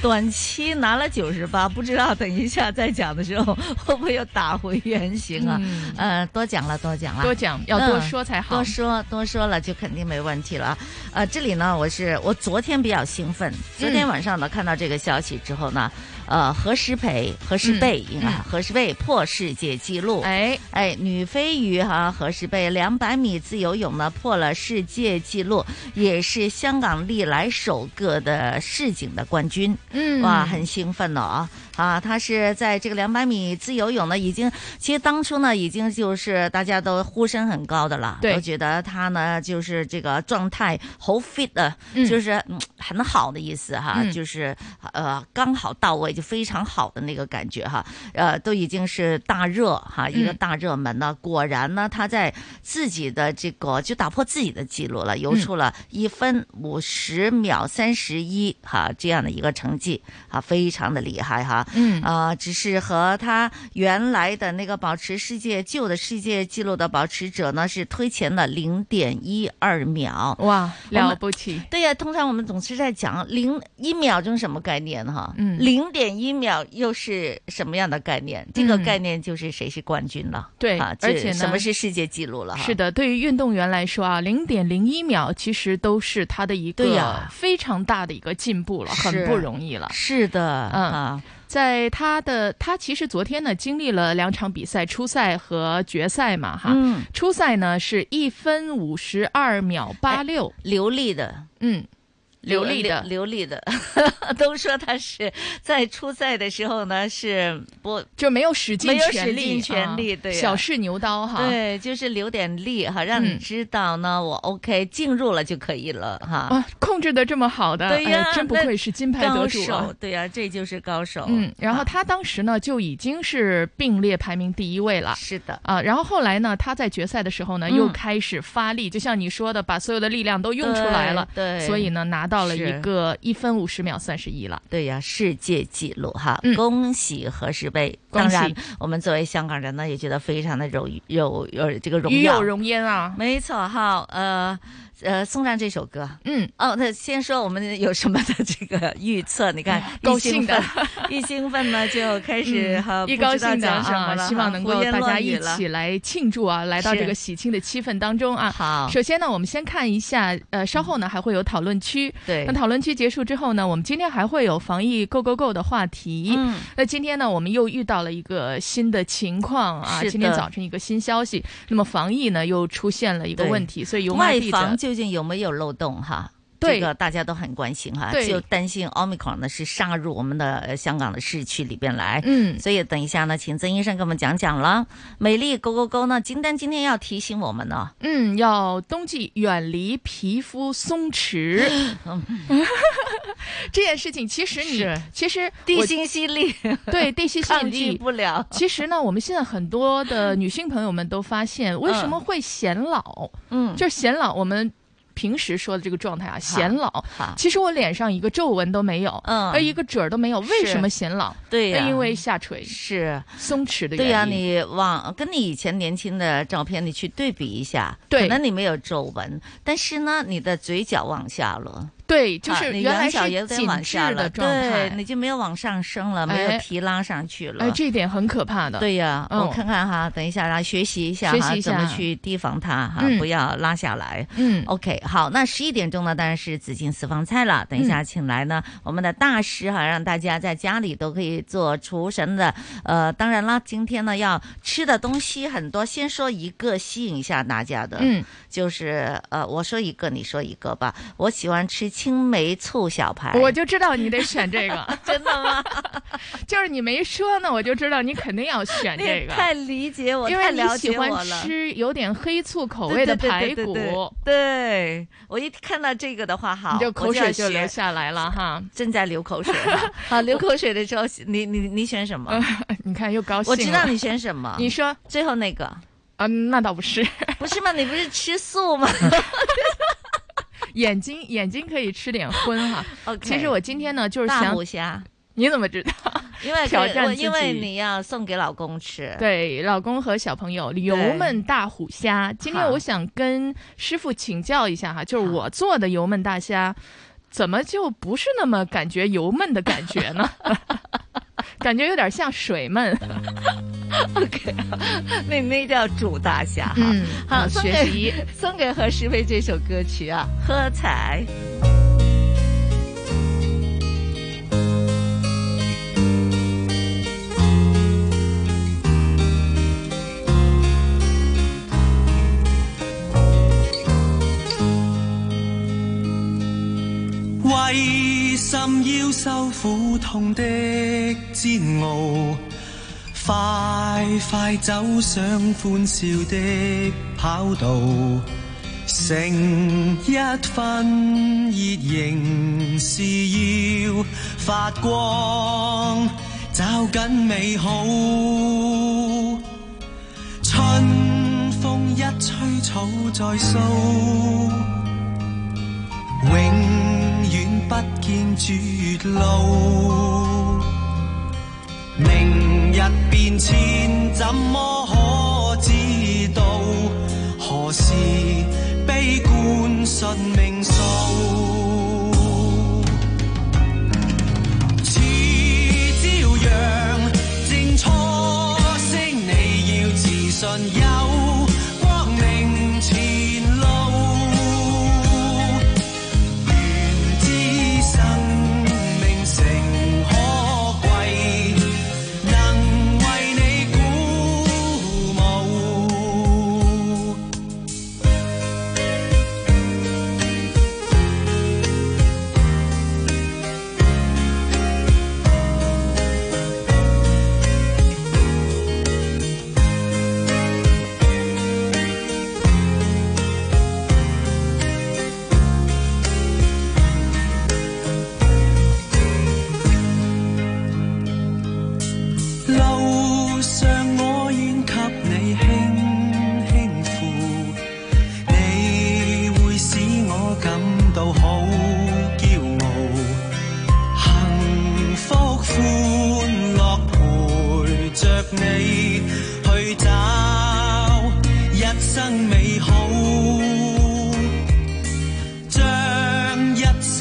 Speaker 7: 短期拿了九十八，不知道等一下再講的時候會不會又打回原形啊？嗯、呃，多講了，多講了，
Speaker 8: 多講要多說才好，
Speaker 7: 嗯、多說多說了就肯定沒問題了。呃，這裡呢，我是我昨天比較興奮，昨天晚上呢、嗯、看到這個消息之後呢。呃，何詩蓓、何
Speaker 8: 嗯
Speaker 7: 詩蓓應該，何詩蓓破世界紀錄。哎哎，女飛魚哈、啊，何詩蓓兩百米自由泳呢破了世界紀錄，也是香港歷來首個的世錦的冠軍。嗯，哇，很興奮了啊！啊，她是在這個兩百米自由泳呢，已經其實當初呢已經就是大家都呼聲很高的啦，都覺得她呢就是這個狀態好 fit 啊，嗯、就是很好的意思哈、啊，嗯、就是呃剛好到位。就非常好的那個感覺哈，呃，都已經是大熱哈，一個大熱門呢。嗯、果然呢，他在自己的這個就打破自己的記錄了，游出了一分五十秒三十一哈這樣的一個成績啊，非常的厲害哈。嗯啊、呃，只是和他原來的那個保持世界舊的世界紀錄的保持者呢，是推前了零點一二秒。
Speaker 8: 哇，了不起！
Speaker 7: 對呀、啊，通常我們總是在講零一秒鐘什麼概念哈？嗯，零點。點一秒又是什麼樣的概念？這個概念就是誰是冠軍了，啊
Speaker 8: 對，嗯而且
Speaker 7: 什麼是世界紀錄了？
Speaker 8: 是的，對於運動員來說啊，零點零一秒其實都是他的一個非常大的一個進步了，很不容易了。
Speaker 7: 是的，嗯，
Speaker 8: 在他的他其實昨天呢經歷了兩場比賽，初賽和決賽嘛，哈，
Speaker 7: 嗯
Speaker 8: 初賽呢是一分五十二秒八六，
Speaker 7: 哎流利的，
Speaker 8: 嗯。流利的
Speaker 7: 流利的， 都说他是在初赛的时候呢，是不
Speaker 8: 就没有使尽
Speaker 7: 没有
Speaker 8: 全
Speaker 7: 使
Speaker 8: 力
Speaker 7: 尽
Speaker 8: 啊
Speaker 7: 全力，对呀，
Speaker 8: 小试牛刀哈
Speaker 7: 对，就是留点力哈，让你
Speaker 8: 嗯
Speaker 7: 知道呢，我 OK 进入了就可以了哈
Speaker 8: 啊。，控制的这么好的，
Speaker 7: 对呀
Speaker 8: 哎，真不
Speaker 7: 那
Speaker 8: 愧是金牌得主
Speaker 7: 高
Speaker 8: 啊
Speaker 7: 手，。对呀，这就是高手。
Speaker 8: 嗯，然
Speaker 7: 啊
Speaker 8: 后他当时呢就已经是并列排名第一位了。
Speaker 7: 是的，
Speaker 8: 啊，然后后来呢，他在决赛的时候呢
Speaker 7: 嗯
Speaker 8: 又开始发力，就像你说的，把所有的力量都用出来了。
Speaker 7: 对对
Speaker 8: 所以呢拿到了
Speaker 7: 是
Speaker 8: 一个一分五十秒三十一了。
Speaker 7: 对呀、世界纪录哈，
Speaker 8: 嗯
Speaker 7: 恭喜何诗蓓！
Speaker 8: 恭
Speaker 7: 当
Speaker 8: 喜
Speaker 7: 然，我们作为香港人呢，也觉得非常的有有有这个荣
Speaker 8: 与
Speaker 7: 耀
Speaker 8: 有。荣焉啊！
Speaker 7: 没错哈，呃呃，送上这首歌，
Speaker 8: 嗯，
Speaker 7: 哦，那先说我们有什么的这个预测？你看，
Speaker 8: 高
Speaker 7: 一兴
Speaker 8: 兴的
Speaker 7: 奋，一兴奋呢就开始
Speaker 8: 嗯
Speaker 7: 哈，
Speaker 8: 一
Speaker 7: 不
Speaker 8: 高
Speaker 7: 知道
Speaker 8: 兴的
Speaker 7: 讲什么
Speaker 8: 啊，
Speaker 7: 了
Speaker 8: 希
Speaker 7: 哈
Speaker 8: 望能
Speaker 7: 胡
Speaker 8: 够
Speaker 7: 言
Speaker 8: 大
Speaker 7: 乱
Speaker 8: 家
Speaker 7: 语
Speaker 8: 一
Speaker 7: 了
Speaker 8: 起来庆祝啊，来到
Speaker 7: 是
Speaker 8: 这个喜庆的气氛当中啊。
Speaker 7: 好嗯
Speaker 8: 首先呢，我们先看一下，呃，稍后呢还会有讨论区。
Speaker 7: 对
Speaker 8: 那讨论区结束之后呢，我们今天还会有防疫 Go Go Go 的话题。
Speaker 7: 嗯，
Speaker 8: 那今天呢，我们又遇到了一个新的情况啊
Speaker 7: 是，的
Speaker 8: 今天早晨一个新消息，那么防疫呢又出现了一个
Speaker 7: 对
Speaker 8: 问题，所以由
Speaker 7: 外
Speaker 8: 地
Speaker 7: 防
Speaker 8: 的
Speaker 7: 究竟有没有漏洞哈？
Speaker 8: 对
Speaker 7: 这个大家都很关心哈，
Speaker 8: 对
Speaker 7: 就担心 Omicron 呢是杀入我们的呃香港的市区里边来。
Speaker 8: 嗯
Speaker 7: 所以等一下呢，请曾医生给我们讲讲了。美丽 Go Go Go 呢，金丹今天要提醒我们呢，
Speaker 8: 嗯，要冬季远离皮肤松弛。 这件事情其实你
Speaker 7: 是
Speaker 8: 其实
Speaker 7: 地
Speaker 8: 我
Speaker 7: 心吸力
Speaker 8: 对地心吸
Speaker 7: 抗
Speaker 8: 引
Speaker 7: 拒
Speaker 8: 力
Speaker 7: 不了
Speaker 8: 其实呢，我们现在很多的女性朋友们都发现，为什么会显老？
Speaker 7: 嗯
Speaker 8: 就是显老，我们。平时说的这个状态啊，显老。其实我脸上一个皱纹都没有，
Speaker 7: 嗯
Speaker 8: 而一个褶儿都没有，为
Speaker 7: 是
Speaker 8: 什么显老？
Speaker 7: 对呀
Speaker 8: 那因为下垂
Speaker 7: 是
Speaker 8: 松弛的原因。
Speaker 7: 对呀、你往跟你以前年轻的照片你去对比一下，
Speaker 8: 对
Speaker 7: 可能你没有皱纹，但是呢，你的嘴角往下了。
Speaker 8: 对，就
Speaker 7: 啊
Speaker 8: 是
Speaker 7: 你
Speaker 8: 原来
Speaker 7: 圆
Speaker 8: 是
Speaker 7: 角也有点
Speaker 8: 紧
Speaker 7: 往
Speaker 8: 致
Speaker 7: 下了
Speaker 8: 的状态，
Speaker 7: 对，你就没有往上升了，没
Speaker 8: 哎
Speaker 7: 有提拉上去了。
Speaker 8: 哎，这一点很可怕的。
Speaker 7: 对呀，
Speaker 8: 嗯
Speaker 7: 我看看哈，等一下来学习一下
Speaker 8: 学
Speaker 7: 哈，
Speaker 8: 习一
Speaker 7: 怎么
Speaker 8: 下
Speaker 7: 去提防它哈，
Speaker 8: 嗯
Speaker 7: 不要拉下来。
Speaker 8: 嗯
Speaker 7: ，OK，好，那十一点钟呢，当然是紫金私房菜了。等一下，
Speaker 8: 嗯
Speaker 7: 请来呢我们的大师哈，让大家在家里都可以做厨神的。呃，当然啦，今天呢要吃的东西很多，先说一个吸引一下大家的，
Speaker 8: 嗯，
Speaker 7: 就是呃，我说一个，你说一个吧。我喜欢吃青梅醋小排，
Speaker 8: 我就知道你得选这个，
Speaker 7: 真的吗？
Speaker 8: 就是你没说呢，我就知道你肯定要选
Speaker 7: 你
Speaker 8: 这
Speaker 7: 也
Speaker 8: 个，
Speaker 7: 太理解我，
Speaker 8: 因
Speaker 7: 太
Speaker 8: 为你
Speaker 7: 了
Speaker 8: 喜
Speaker 7: 解
Speaker 8: 欢
Speaker 7: 我了
Speaker 8: 吃有点黑醋口味的
Speaker 7: 对
Speaker 8: 排
Speaker 7: 对对对对
Speaker 8: 骨，
Speaker 7: 对我一看到这个的话，好，
Speaker 8: 你就
Speaker 7: 我
Speaker 8: 口水
Speaker 7: 要
Speaker 8: 就流
Speaker 7: 学
Speaker 8: 下来了哈。
Speaker 7: 正在流口水了。 好，流口水的时候，你你你选什么？
Speaker 8: 呃你看又高兴了，
Speaker 7: 我知道你选什么。
Speaker 8: 你说
Speaker 7: 最后那个，
Speaker 8: 嗯，那倒不是，
Speaker 7: 不是吗？你不是吃素吗？
Speaker 8: 眼睛眼睛可以吃点荤哈。
Speaker 7: OK
Speaker 8: 其实我今天呢就是
Speaker 7: 大
Speaker 8: 想
Speaker 7: 虎虾，
Speaker 8: 你怎么知道？
Speaker 7: 因为
Speaker 8: 挑
Speaker 7: 可以
Speaker 8: 战
Speaker 7: 我
Speaker 8: 自己
Speaker 7: 因为你要送给老公吃。，
Speaker 8: 对，老公和小朋友油焖大虎虾。今天
Speaker 7: 好
Speaker 8: 我想跟师傅请教一下哈，就是我做的油焖大虾，怎么就不是那么感觉油焖的感觉呢？ 感觉有点像水焖。
Speaker 7: 那那叫煮大虾哈。
Speaker 8: 嗯
Speaker 7: 好，
Speaker 8: 好
Speaker 7: 送
Speaker 8: 学
Speaker 7: 给
Speaker 8: 习
Speaker 7: 送给何诗蓓这首歌曲啊，《喝彩》。
Speaker 12: 为甚要受苦痛的煎熬？快快走上欢笑的跑道，成一份热仍是要发光，找紧美好。春风一吹，草再苏。永遠不見絕路。明日變遷，怎麼可知道？何時悲觀信命數？似朝陽正初升，你要自信有光明前路。知生命誠可貴，能為你鼓舞。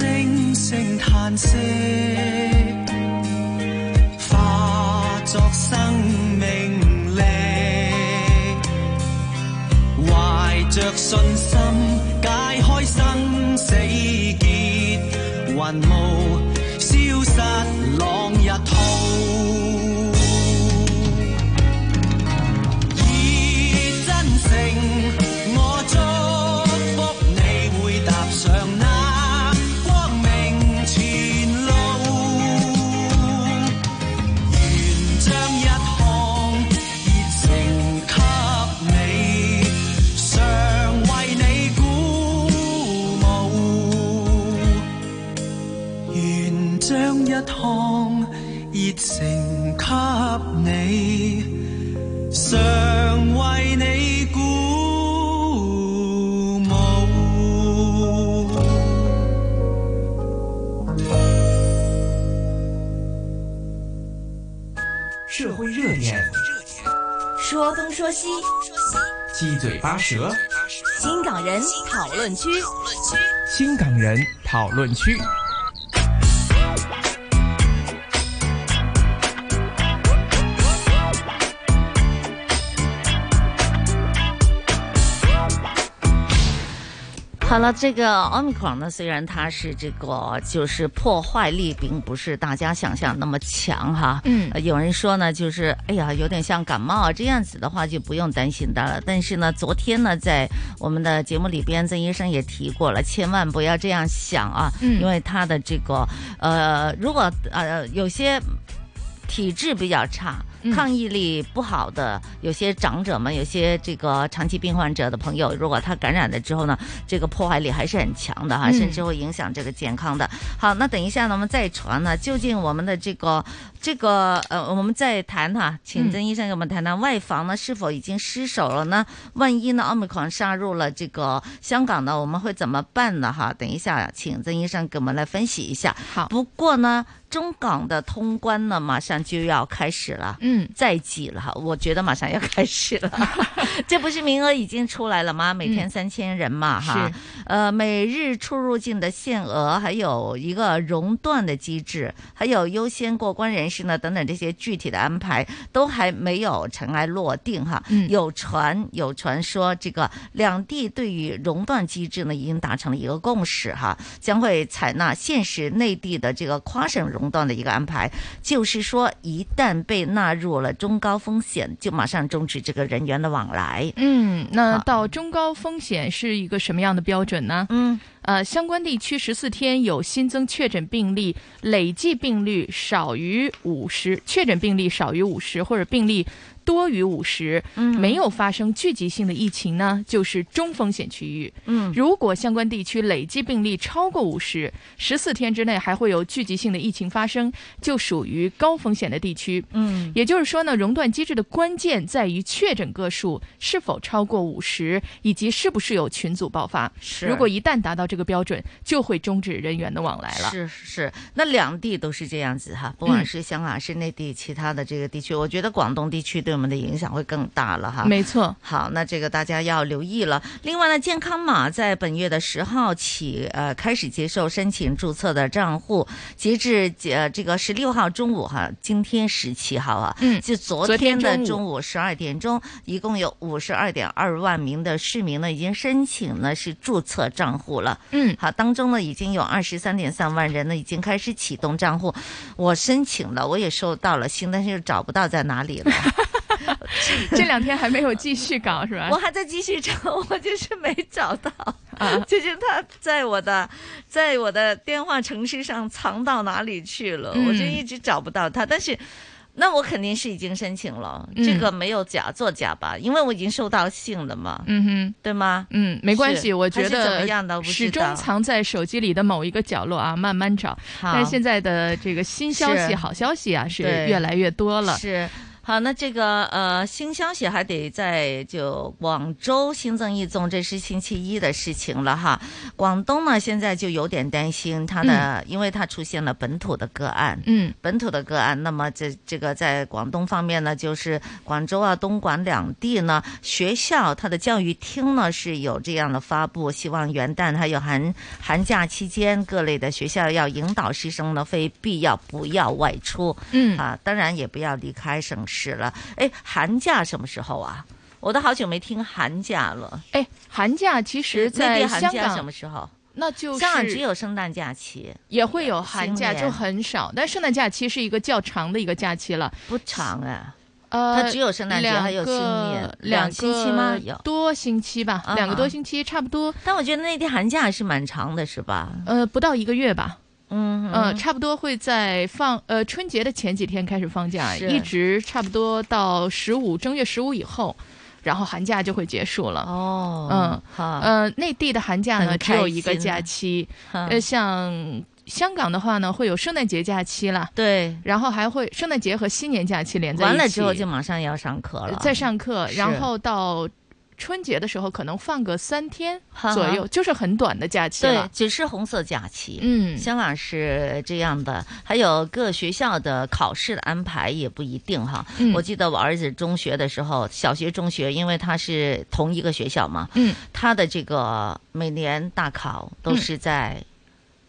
Speaker 12: 顏色，化作生命力，懷着信心解開生死結，雲霧消失朗日浩。以真誠，我祝福你會踏上那光明前路。願將一腔熱情給你，常為你鼓舞。願將一腔熱情給你。常為你鼓舞。
Speaker 20: 社会热点，
Speaker 1: 说东说西，
Speaker 20: 七嘴八舌，
Speaker 1: 新港人讨论区。
Speaker 20: 新港人讨论区。
Speaker 7: 好了，这个 omicron 呢，虽然它是这个就是破坏力并不是大家想象那么强哈，
Speaker 8: 嗯
Speaker 7: 呃有人说呢，就是哎呀，有点像感冒啊，这样子的话就不用担心它了。但是呢，昨天呢，在我们的节目里边，曾医生也提过了，千万不要这样想啊，
Speaker 8: 嗯
Speaker 7: 因为它的这个呃，如果呃有些体质比较差
Speaker 8: 嗯。
Speaker 7: 抗疫力不好的，有些长者们，有些这个长期病患者的朋友，如果他感染了之后呢，这个破坏力还是很强的哈，
Speaker 8: 嗯
Speaker 7: 甚至会影响这个健康的。好，那等一下呢，我们再传呢，究竟我们的这个这个呃，我们再谈哈，请
Speaker 8: 嗯
Speaker 7: 曾医生给我们谈谈外防呢是否已经失守了呢？万一呢奥密克戎杀入了这个香港呢，我们会怎么办呢？哈，等一下，请曾医生给我们来分析一下。
Speaker 8: 好，
Speaker 7: 不过呢，中港的通关呢，马上就要开始了。
Speaker 8: 嗯，
Speaker 7: 再挤了哈，我觉得马上要开始 了。这不是名额已经出来了吗？每
Speaker 8: 嗯
Speaker 7: 天三千人嘛，哈
Speaker 8: 是，
Speaker 7: 呃，每日出入境的限额，还有一个熔断的机制，还有优先过关人士呢，等等这些具体的安排都还没有尘埃落定哈。
Speaker 8: 嗯
Speaker 7: 有传有传说，这个两地对于熔断机制呢，已经达成了一个共识哈，将会采纳现实内地的这个跨省熔断的一个安排，就是说一旦被纳入了中高风险，就马上终止这个人员的往来。
Speaker 8: 嗯，那到中高风险是一个什么样的标准呢？
Speaker 7: 嗯，
Speaker 8: 呃，相关地区十四天有新增确诊病例，累计病例少于五十，确诊病例少于五十或者病例多于五十，
Speaker 7: 嗯
Speaker 8: 没有发生聚集性的疫情呢，就是中风险区域。
Speaker 7: 嗯
Speaker 8: 如果相关地区累计病例超过五十，十四天之内还会有聚集性的疫情发生，就属于高风险的地区。
Speaker 7: 嗯
Speaker 8: 也就是说呢，熔断机制的关键在于确诊个数是否超过五十，以及是不是有群组爆发。
Speaker 7: 是
Speaker 8: 如果一旦达到这个标准，就会终止人员的往来了。
Speaker 7: 是是，那两地都是这样子哈，不管
Speaker 8: 嗯
Speaker 7: 是香港、是内地其他的这个地区，我觉得广东地区对我们的影响会更大了哈。
Speaker 8: 没错。
Speaker 7: 好，那这个大家要留意了。另外呢，健康码在本月的十号起，呃，开始接受申请注册的账户，截至呃这个十六号中午哈，今天十七号啊，
Speaker 8: 嗯
Speaker 7: 就昨
Speaker 8: 昨
Speaker 7: 天
Speaker 8: 天中
Speaker 7: 的
Speaker 8: 午
Speaker 7: 中午十二点钟，一共有五十二点二万名的市民呢已经申请呢是注册账户了。
Speaker 8: 嗯，
Speaker 7: 好，当中呢已经有二十三点三万人呢已经开始启动账户，我申请了，我也收到了信，但是找不到在哪里了。
Speaker 8: 这两天还 没有继续搞是吧？
Speaker 7: 我还在继续找，我就是没找到，
Speaker 8: 啊
Speaker 7: 就是他在我的在我的电话程式上藏到哪里去了，
Speaker 8: 嗯
Speaker 7: 我就一直找不到他。但是，那我肯定是已经申请了，
Speaker 8: 嗯
Speaker 7: 这个没有假作假吧？因为我已经收到信了嘛，
Speaker 8: 嗯哼。
Speaker 7: 对吗？
Speaker 8: 嗯，没关系，
Speaker 7: 是
Speaker 8: 我觉
Speaker 7: 还是怎么样的
Speaker 8: 得
Speaker 7: 我不知
Speaker 8: 始终
Speaker 7: 道
Speaker 8: 藏在手机里的某一个角落啊，慢慢找。
Speaker 7: 好
Speaker 8: 但是现在的这个新消息、
Speaker 7: 是
Speaker 8: 好消息啊，是
Speaker 7: 对
Speaker 8: 越来越多了。
Speaker 7: 是。好，那这个呃新消息还得在就广州新增一宗，这是星期一的事情了哈。广东呢现在就有点担心它的，因为它出现了本土的个案，
Speaker 8: 嗯，
Speaker 7: 本土的个案，那么这这个在广东方面呢，就是广州啊、东莞两地呢，学校它的教育厅呢是有这样的发布，希望元旦还有寒寒假期间，各类的学校要引导师生呢，非必要不要外出，
Speaker 8: 嗯
Speaker 7: 啊，当然也不要离开省市了。哎，寒假什么时候啊？我都好久没听寒假了。
Speaker 8: 哎，寒假其实
Speaker 7: 呃内
Speaker 8: 在
Speaker 7: 地寒
Speaker 8: 香
Speaker 7: 假
Speaker 8: 港
Speaker 7: 什么时候？
Speaker 8: 那就是
Speaker 7: 香港只有圣诞假期。
Speaker 8: 也会有寒假，
Speaker 7: 呃新年
Speaker 8: 就很少。但圣诞假期是一个较长的一个假期了，
Speaker 7: 不长啊。
Speaker 8: 呃，
Speaker 7: 它只有圣诞节
Speaker 8: 两
Speaker 7: 还有新年
Speaker 8: 个
Speaker 7: 两
Speaker 8: 两个
Speaker 7: 星期吗有
Speaker 8: 多星期吧，
Speaker 7: 啊
Speaker 8: 两个多星期差不多。
Speaker 7: 但我觉得内地寒假还是蛮长的，是吧？
Speaker 8: 呃，不到一个月吧。
Speaker 7: 嗯
Speaker 8: 呃，差不多会在放呃春节的前几天开始放假，
Speaker 7: 是
Speaker 8: 一直差不多到十五正月十五以后，然后寒假就会结束了。
Speaker 7: 哦
Speaker 8: 嗯，
Speaker 7: 好
Speaker 8: 呃，内地的寒假呢
Speaker 7: 很
Speaker 8: 只
Speaker 7: 开
Speaker 8: 有一个
Speaker 7: 心
Speaker 8: 假
Speaker 7: 啊
Speaker 8: 期，
Speaker 7: 哈
Speaker 8: 呃，像香港的话呢会有圣诞节假期啦，
Speaker 7: 对，
Speaker 8: 然后还会圣诞节和新年假期连在一起，
Speaker 7: 完了之后就马上要上课了，
Speaker 8: 在上课，
Speaker 7: 是
Speaker 8: 然后到春节的时候可能放个三天
Speaker 7: 哈哈
Speaker 8: 左右，就是很短的假期
Speaker 7: 对
Speaker 8: 了，。
Speaker 7: 只是红色假期。
Speaker 8: 嗯
Speaker 7: 香港是这样的，还有各学校的考试的安排也不一定哈。
Speaker 8: 嗯
Speaker 7: 我记得我儿子中学的时候，小学、中学，因为他是同一个学校嘛，
Speaker 8: 嗯，
Speaker 7: 他的这个每年大考都是在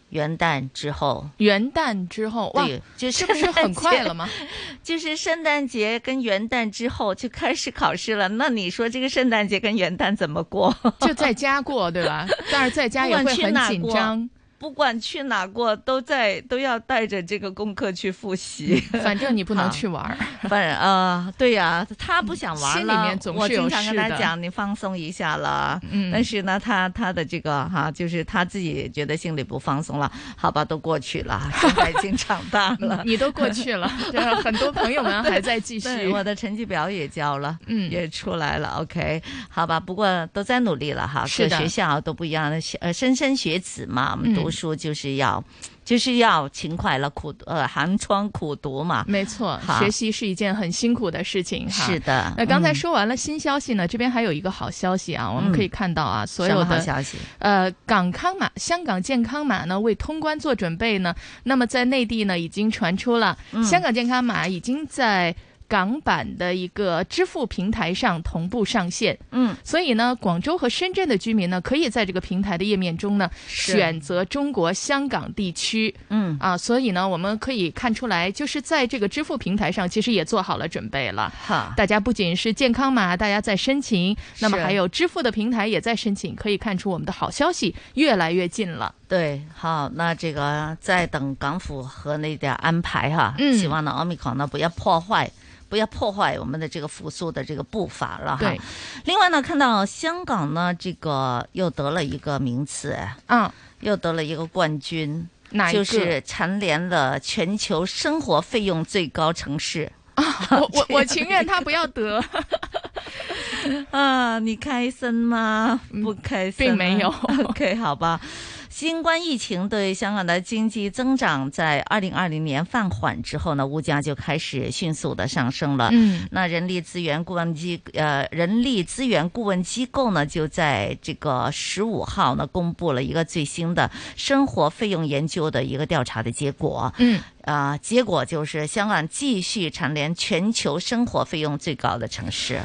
Speaker 7: 元旦之后。
Speaker 8: 元旦之后，哇
Speaker 7: 对，，就是
Speaker 8: 是不是很快了吗？
Speaker 7: 就是圣诞节跟元旦之后就开始考试了。那你说这个圣诞节跟元旦怎么过？
Speaker 8: 就在家过，对 吧？但是在家
Speaker 7: 不
Speaker 8: 也
Speaker 7: 管
Speaker 8: 会
Speaker 7: 去
Speaker 8: 很
Speaker 7: 哪
Speaker 8: 紧
Speaker 7: 过
Speaker 8: 张。
Speaker 7: 不管去哪过，都在都要带着这个功课去复习。
Speaker 8: 反正你不能去
Speaker 7: 好。
Speaker 8: 玩儿，
Speaker 7: 反正啊、对呀、他不想玩了。
Speaker 8: 心里面总
Speaker 7: 我
Speaker 8: 是有
Speaker 7: 经常跟
Speaker 8: 事
Speaker 7: 他
Speaker 8: 的
Speaker 7: 讲，你放松一下了。
Speaker 8: 嗯，
Speaker 7: 但是呢，他他的这个哈、就是他自己觉得心里不放松了，好吧，都过去了，现在已经长大 了
Speaker 8: 你都过去 了就是很多朋友们还在继续
Speaker 7: 对对我的成绩表也交了，
Speaker 8: 嗯
Speaker 7: 也出来了，OK，好吧，不过都在努力了哈，
Speaker 8: 是
Speaker 7: 各
Speaker 8: 的
Speaker 7: 学校都不一样的，呃，莘莘学子嘛，我
Speaker 8: 嗯
Speaker 7: 们读书就是要。就是要勤快了，苦呃寒窗苦读嘛，
Speaker 8: 没错
Speaker 7: 好，
Speaker 8: 学习是一件很辛苦的事情哈。
Speaker 7: 是的
Speaker 8: 那刚才
Speaker 7: 嗯
Speaker 8: 说完了新消息呢，这边还有一个好消息啊，我们
Speaker 7: 嗯
Speaker 8: 可以看到啊，所
Speaker 7: 什
Speaker 8: 有
Speaker 7: 么好
Speaker 8: 的
Speaker 7: 消息
Speaker 8: 呃，港康码、香港健康码呢，为通关做准备呢。那么在内地呢，已经传出了、
Speaker 7: 嗯
Speaker 8: 香港健康码已经在港版的一个支付平台上同步上线。
Speaker 7: 嗯，
Speaker 8: 所以呢，广州和深圳的居民呢，可以在这个平台的页面中呢，
Speaker 7: 是
Speaker 8: 选择中国香港地区。
Speaker 7: 嗯
Speaker 8: 啊，所以呢，我们可以看出来，就是在这个支付平台上，其实也做好了准备了。
Speaker 7: 哈，
Speaker 8: 大家不仅是健康码，大家在申请，那么
Speaker 7: 是
Speaker 8: 还有支付的平台也在申请，可以看出我们的好消息越来越近了。
Speaker 7: 对，好，那这个再等港府和那点安排哈，
Speaker 8: 嗯
Speaker 7: 希望呢奥密克戎呢不要破坏。不要破坏我们的这个复苏的这个步伐了哈
Speaker 8: 对。
Speaker 7: 另外呢，看到香港呢，这个又得了一个名次，哎
Speaker 8: 嗯，
Speaker 7: 又得了一个冠军，
Speaker 8: 哪一个
Speaker 7: 就是蝉联了全球生活费用最高城市。
Speaker 8: 我我我情愿他不要得，
Speaker 7: 啊，你开心吗？不开
Speaker 8: 嗯
Speaker 7: 心、啊
Speaker 8: 并没有
Speaker 7: OK，好吧。新冠疫情对香港的经济增长在二零二零年放缓之后呢，物价就开始迅速的上升了。
Speaker 8: 嗯
Speaker 7: 那人力资源顾问机呃人力资源顾问机构呢，就在这个十五号呢，公布了一个最新的生活费用研究的一个调查的结果。
Speaker 8: 嗯。
Speaker 7: 啊、结果就是香港继续蝉联全球生活费用最高的城市。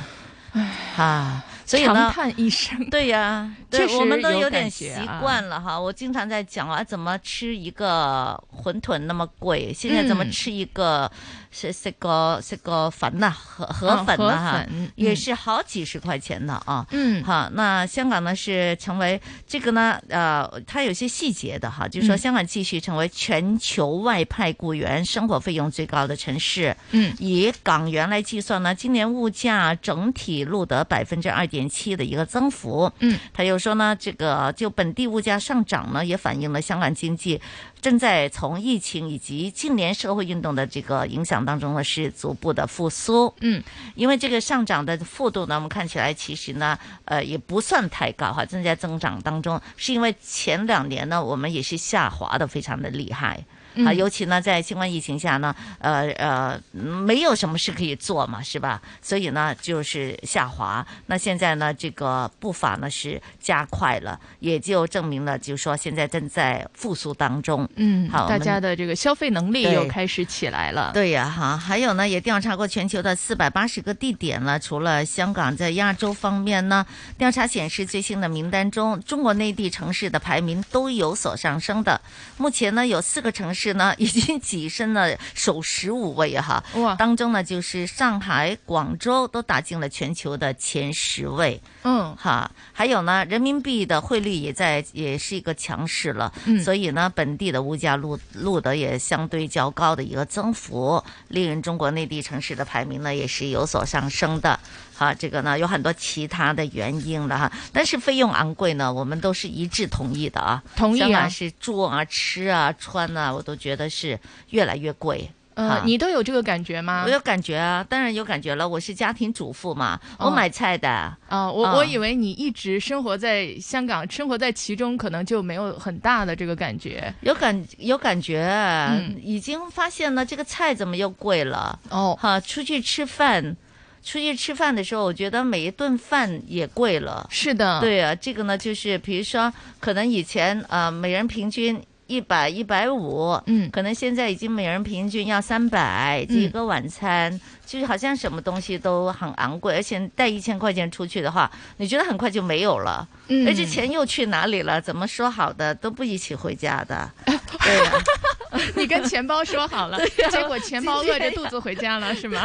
Speaker 7: 啊，所以呢，
Speaker 8: 长叹一声。
Speaker 7: 对呀、对
Speaker 8: 确，实
Speaker 7: 我们都
Speaker 8: 有
Speaker 7: 点
Speaker 8: 感
Speaker 7: 习
Speaker 8: 觉啊
Speaker 7: 惯了哈。我经常在讲啊，怎么吃一个馄饨那么贵，现在怎么
Speaker 8: 嗯
Speaker 7: 吃一个是这个这个粉呐、河河
Speaker 8: 啊
Speaker 7: 粉呐、
Speaker 8: 河
Speaker 7: 哈
Speaker 8: 粉嗯
Speaker 7: 也是好几十块钱的啊。
Speaker 8: 嗯
Speaker 7: 好，那香港呢是成为这个呢，呃，它有些细节的哈，就说
Speaker 8: 嗯
Speaker 7: 香港继续成为全球外派雇员生活费用最高的城市。
Speaker 8: 嗯
Speaker 7: 以港元来计算呢，今年物价整体录得百分之二点七的一个增幅。
Speaker 8: 嗯，
Speaker 7: 他又说呢，这个就本地物价上涨呢，也反映了香港经济正在从疫情以及近年社会运动的这个影响当中呢，是逐步的复苏。
Speaker 8: 嗯，
Speaker 7: 因为这个上涨的幅度呢，我们看起来其实呢，呃，也不算太高哈，正在增长当中，是因为前两年呢，我们也是下滑的非常的厉害。
Speaker 8: 嗯
Speaker 7: 啊、尤其呢，在新冠疫情下呢，呃呃，没有什么事可以做嘛，是吧？所以呢，就是下滑。那现在呢，这个步伐呢是加快了，也就证明了，就是说现在正在复苏当中。
Speaker 8: 嗯，
Speaker 7: 好，我
Speaker 8: 大
Speaker 7: 们
Speaker 8: 家的这个消费能力
Speaker 7: 对
Speaker 8: 又开始起来了。
Speaker 7: 对呀、哈，还有呢，也调查过全球的四百八十个地点了。除了香港，在亚洲方面呢，调查显示最新的名单中，中国内地城市的排名都有所上升的。目前呢，有四个城市呢已经跻身了首十五位哈。
Speaker 8: 哇！
Speaker 7: 当中呢，就是上海、广州都打进了全球的前十位。
Speaker 8: 嗯，
Speaker 7: 哈，还有呢，人民币的汇率也在也是一个强势了，
Speaker 8: 嗯
Speaker 7: 所以呢，本地的物价录录得也相对较高的一个增幅，令中国内地城市的排名呢也是有所上升的。哈，这个呢有很多其他的原因了哈，但是费用昂贵呢，我们都是一致同意的啊，
Speaker 8: 同意啊
Speaker 7: 香港是住啊、吃啊、穿啊，我都觉得是越来越贵。
Speaker 8: 呃
Speaker 7: 哈，
Speaker 8: 你都有这个感觉吗？
Speaker 7: 我有感觉啊，当然有感觉了，我是家庭主妇嘛，
Speaker 8: 哦
Speaker 7: 我买菜的。
Speaker 8: 啊，我
Speaker 7: 啊
Speaker 8: 我以为你一直生活在香港，生活在其中，可能就没有很大的这个感 觉。
Speaker 7: 有感有感觉，已经发现了这个菜怎么又贵了
Speaker 8: 嗯哦。
Speaker 7: 哈，出去吃饭，出去吃饭的时候，我觉得每一顿饭也贵了。
Speaker 8: 是的
Speaker 7: 对啊，这个呢，就是比如说，可能以前呃每人平均。一百一百五，
Speaker 8: 嗯，
Speaker 7: 可能现在已经每人平均要三百，
Speaker 8: 嗯
Speaker 7: 一个晚餐，就是好像什么东西都很昂贵，而且带一千块钱出去的话，你觉得很快就没有了，
Speaker 8: 嗯
Speaker 7: 而且钱又去哪里了？怎么说好的都不一起回家 的，对呀、
Speaker 8: 你跟钱包说好了，
Speaker 7: 对呀
Speaker 8: 结果钱包饿着
Speaker 7: 今天呀
Speaker 8: 肚子回家了，是 吗？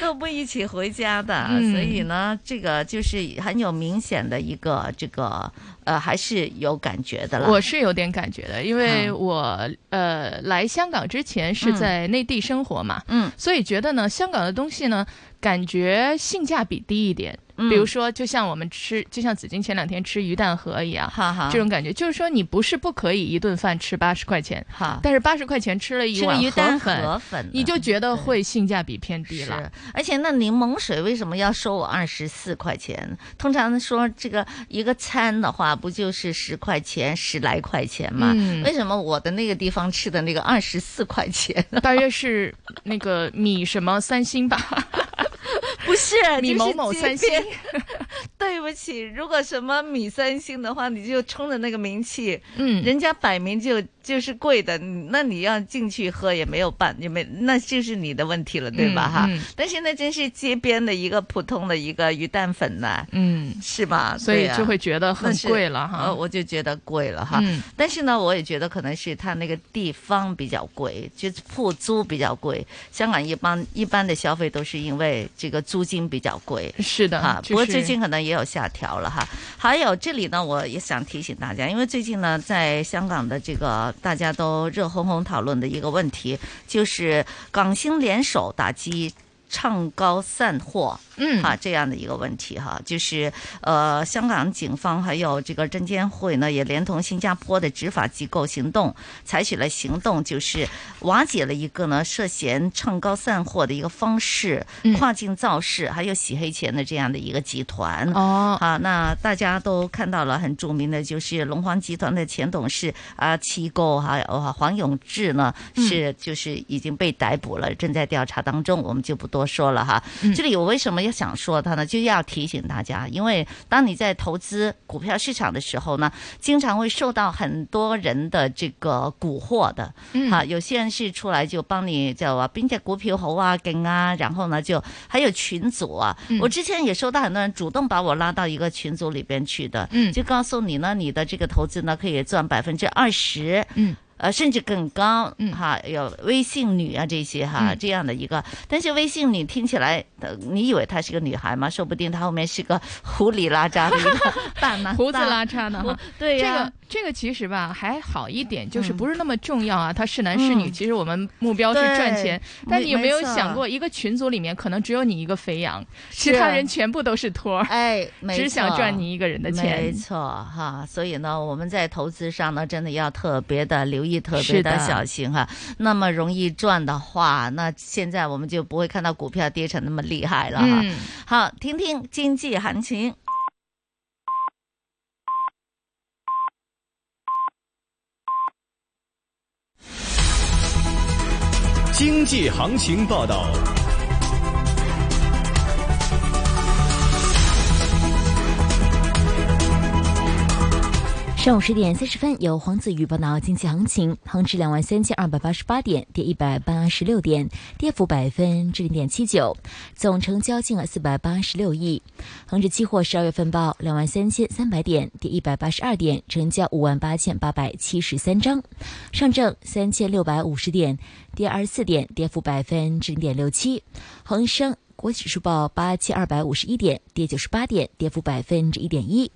Speaker 7: 都不一起回家的，
Speaker 8: 嗯
Speaker 7: 所以呢，这个就是很有明显的一个这个呃，还是有感觉的啦。
Speaker 8: 我是有点感觉的，因为
Speaker 7: 嗯
Speaker 8: 我、呃来香港之前是
Speaker 7: 嗯
Speaker 8: 在内地生活嘛，
Speaker 7: 嗯
Speaker 8: 所以觉得呢，香港的东西呢，感觉性价比低一点。
Speaker 7: 嗯
Speaker 8: 比如说，就像我们吃，就像紫金前两天吃鱼蛋河一样，
Speaker 7: 哈哈
Speaker 8: 这种感觉就是说，你不是不可以一顿饭吃八十块钱，
Speaker 7: 哈
Speaker 8: 但是八十块钱吃了一
Speaker 7: 吃个
Speaker 8: 碗
Speaker 7: 鱼蛋
Speaker 8: 粉，
Speaker 7: 河粉
Speaker 8: 你就觉得会性价比偏低
Speaker 7: 是
Speaker 8: 了。，
Speaker 7: 而且那柠檬水为什么要收我二十四块钱？通常说这个一个餐的话，不就是十块钱、十来块钱嘛？
Speaker 8: 嗯
Speaker 7: 为什么我的那个地方吃的 那个二十四块钱？
Speaker 8: 大约是那个米什么三星吧，
Speaker 7: 不是
Speaker 8: 米
Speaker 7: 就是
Speaker 8: 某某
Speaker 7: 街
Speaker 8: 三星
Speaker 7: 边 对不起，如果什么米三星的话，你就冲着那个名气，
Speaker 8: 嗯
Speaker 7: 人家摆明就就是贵的，你那你要进去喝也没有办，也没，那就是你的问题了，对吧？
Speaker 8: 嗯
Speaker 7: 哈、
Speaker 8: 嗯
Speaker 7: 但是那真是街边的一个普通的一个鱼蛋粉呢、
Speaker 8: 嗯，
Speaker 7: 是吧？
Speaker 8: 所以
Speaker 7: 对啊
Speaker 8: 就会觉得很
Speaker 7: 那是
Speaker 8: 贵了哈
Speaker 7: 呃我就觉得贵了哈。
Speaker 8: 嗯
Speaker 7: 但是呢，我也觉得可能是它那个地方比较贵，就是铺租比较贵。香港一般一般的消费都是因为这个租金比较贵。
Speaker 8: 是的
Speaker 7: 哈。
Speaker 8: 就是
Speaker 7: 不过最近可能也有下调了哈。还有这里呢，我也想提醒大家，因为最近呢，在香港的这个大家都热烘烘讨论的一个问题，就是港星联手打击唱高散货。
Speaker 8: 嗯
Speaker 7: 啊，这样的一个问题哈，就是呃，香港警方还有这个证监会呢，也连同新加坡的执法机构行动，采取了行动，就是瓦解了一个呢涉嫌唱高散货的一个方式、
Speaker 8: 嗯
Speaker 7: 跨境造势，还有洗黑钱的这样的一个集团。
Speaker 8: 哦
Speaker 7: 啊，那大家都看到了，很著名的就是龙皇集团的前董事啊七哥，还有啊黄永志呢，
Speaker 8: 嗯
Speaker 7: 是就是已经被逮捕了，正在调查当中，我们就不多说了哈。
Speaker 8: 嗯
Speaker 7: 这里我为什么要想说它呢？就要提醒大家，因为当你在投资股票市场的时候呢，经常会受到很多人的这个蛊惑的，
Speaker 8: 嗯
Speaker 7: 哈、有些人是出来就帮你就话边只股票好啊，劲啊，然后呢就还有群组啊，
Speaker 8: 嗯
Speaker 7: 我之前也收到很多人主动把我拉到一个群组里边去的，
Speaker 8: 嗯
Speaker 7: 就告诉你呢，你的这个投资呢可以赚百分之二十，
Speaker 8: 嗯。
Speaker 7: 呃，甚至更高，嗯哈，有微信女啊这些哈，
Speaker 8: 嗯
Speaker 7: 这样的一个，但是微信女听起来，呃你以为她是个女孩吗？说不定她后面是个胡里拉扎的一个 大男，
Speaker 8: 胡子
Speaker 7: 大
Speaker 8: 拉碴的
Speaker 7: 胡
Speaker 8: 哈，
Speaker 7: 对
Speaker 8: 这
Speaker 7: 呀、
Speaker 8: 个这个其实吧还好一点，就是不是那么重要啊。他是男是女，
Speaker 7: 嗯
Speaker 8: 其实我们目标是
Speaker 7: 对
Speaker 8: 赚钱。但
Speaker 7: 没
Speaker 8: 你有没有
Speaker 7: 没错
Speaker 8: 想过，一个群组里面可能只有你一个肥羊，
Speaker 7: 是
Speaker 8: 其他人全部都是托儿，
Speaker 7: 哎，没
Speaker 8: 只想
Speaker 7: 错
Speaker 8: 赚你一个人的
Speaker 7: 没
Speaker 8: 钱。
Speaker 7: 错哈。所以呢，我们在投资上呢，真的要特别的留意，特别
Speaker 8: 是
Speaker 7: 的
Speaker 8: 的
Speaker 7: 小心哈。那么容易赚的话，那现在我们就不会看到股票跌成那么厉害了哈。
Speaker 8: 嗯
Speaker 7: 好，听听经济行情。
Speaker 21: 经济行情报道。
Speaker 10: 上午十点三十分，由黄子瑜报道经济行情。恒指两万三千二百八十八点，跌一百八十六点，跌幅百分之零点七九，总成交金额四百八十六亿。恒指期货十二月份报两万三千三百点，跌一百八十二点，成交五万八千八百七十三张。上证三千六百五十点，跌二十四点，跌幅百分之零点六七。恒生国企指数报八千二百五十一点，跌九十八点，跌幅百分之一点一。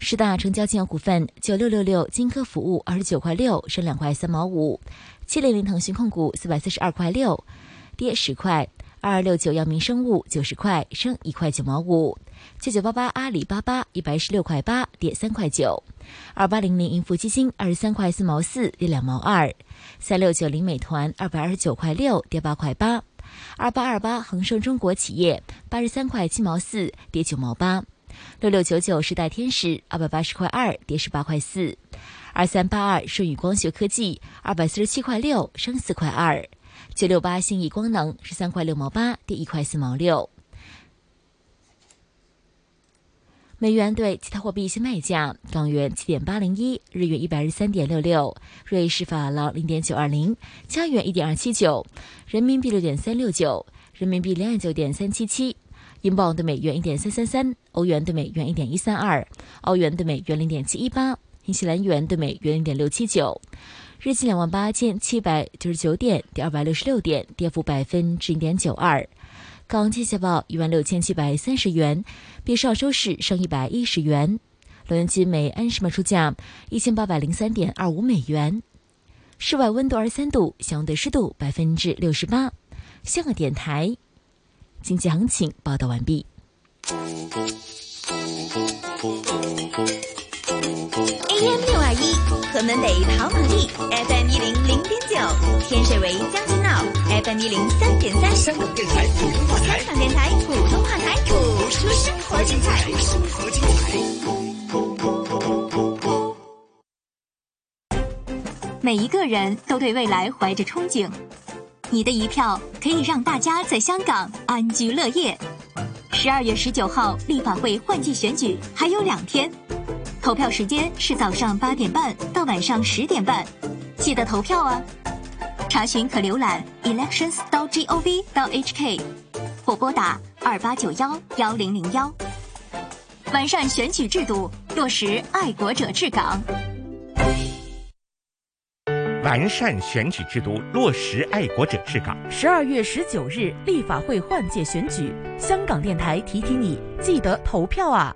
Speaker 10: 十大成交金额股份：九六六六金科服务二十九块六，升两块三毛五；七零零腾讯控股四百四十二块六，跌十块；二二六九药明生物九十块，升一块九毛五；九九八八阿里巴巴一百一十六块八，跌三块九；二八零零盈富基金二十三块四毛四，跌两毛二；三六九零美团二百二十九块六，跌八块八；二八二八恒生中国企业八十三块七毛四，跌九毛八。六六九九时代天使二百八十块二，跌十八块四；二三八二舜宇光学科技二百四十七块六，升四块二；九六八信义光能十三块六毛八，跌一块四毛六。美元对其他货币现卖价：港元七点八零一，日元一百二十三点六六，瑞士法郎零点九二零，加元一点二七九，人民币六点三六九，人民币两点九点三七七。英镑对美元一点三三三，欧元对美元一点一三二，澳元对美元零点七一八，新西兰元对美元零点六七九，日经两万八千七百九十九点，跌二百六十六点，跌幅百分之零点九二。港金现报一万六千七百三十元，比上收市升一百一十元。伦元金每安士卖出价一千八百零三点二五美元。室外温度二十三度，相对湿度百分之六十八。香港电台。经济行情报道完毕。
Speaker 1: AM 六二一，河门北跑马地；FM 一零零点九，天水围将军澳；FM 一零三点三，香港电台普通话台。香港电台普通话台，播出生活精彩。生活精彩。
Speaker 19: 每一个人都对未来怀着憧憬。你的一票可以让大家在香港安居乐业。十二月十九号，立法会换届选举还有两天，投票时间是早上八点半到晚上十点半，记得投票啊！查询可浏览 elections 到 gov 到 hk，或拨打二八九幺幺零零幺。完善选举制度，落实爱国者治港。
Speaker 13: 完善选举制度，落实爱国者治港。
Speaker 14: 十二月十九日，立法会换届选举，香港电台提提你，记得投票啊！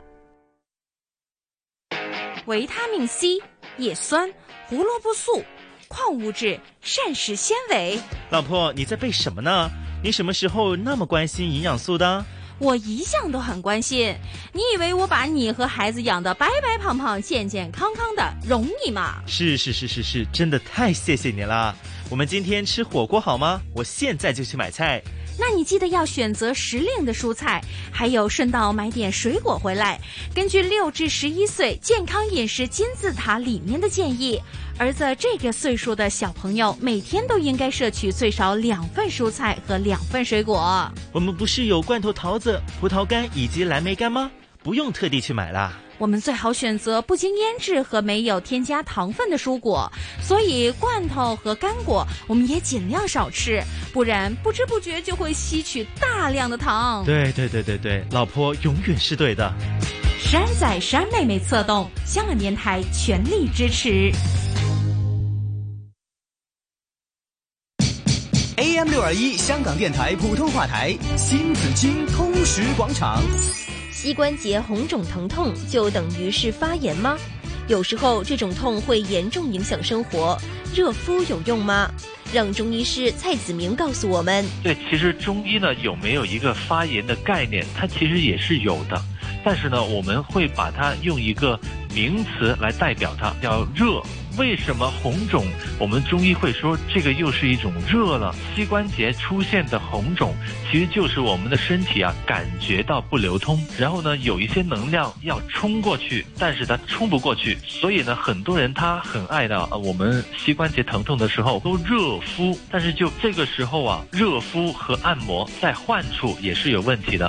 Speaker 22: 维他命 C、叶酸、胡萝卜素、矿物质、膳食纤维。
Speaker 23: 老婆，你在背什么呢？你什么时候那么关心营养素的？
Speaker 22: 我一向都很关心。你以为我把你和孩子养得白白胖胖、健健康康的，容易吗？
Speaker 23: 是是是是是，真的太谢谢你了。我们今天吃火锅好吗？我现在就去买菜。
Speaker 22: 那你记得要选择时令的蔬菜，还有顺道买点水果回来。根据六至十一岁健康饮食金字塔里面的建议，儿子这个岁数的小朋友每天都应该摄取最少两份蔬菜和两份水果。
Speaker 23: 我们不是有罐头桃子、葡萄干以及蓝莓干吗？不用特地去买啦。
Speaker 22: 我们最好选择不经腌制和没有添加糖分的蔬果，所以罐头和干果我们也尽量少吃，不然不知不觉就会吸取大量的
Speaker 4: 嗯
Speaker 22: 糖。
Speaker 23: 对对对对对，老婆永远是对的。
Speaker 22: 十安仔、十安妹妹策动，香港电台全力支持。
Speaker 15: AM 六二一香港电台普通话台新紫金通识广场。
Speaker 11: 膝关节红肿疼痛就等于是发炎吗？有时候这种痛会严重影响生活，热敷有用吗？让中医师蔡子明告诉我们。
Speaker 24: 对，其实中医呢有没有一个发炎的概念？它其实也是有的。
Speaker 3: 但是呢，我们会把它用一个名词来代表它，叫热。为什么红肿？我们中医会说这个又是一种热了。膝关节出现的红肿，其实就是我们的身体啊感觉到不流通，然后呢有一些能量要冲过去，但是它冲不过去，所以呢很多人他很爱的，呃我们膝关节疼痛的时候都热敷，但是就这个时候啊，热敷和按摩在患处也是有问题的。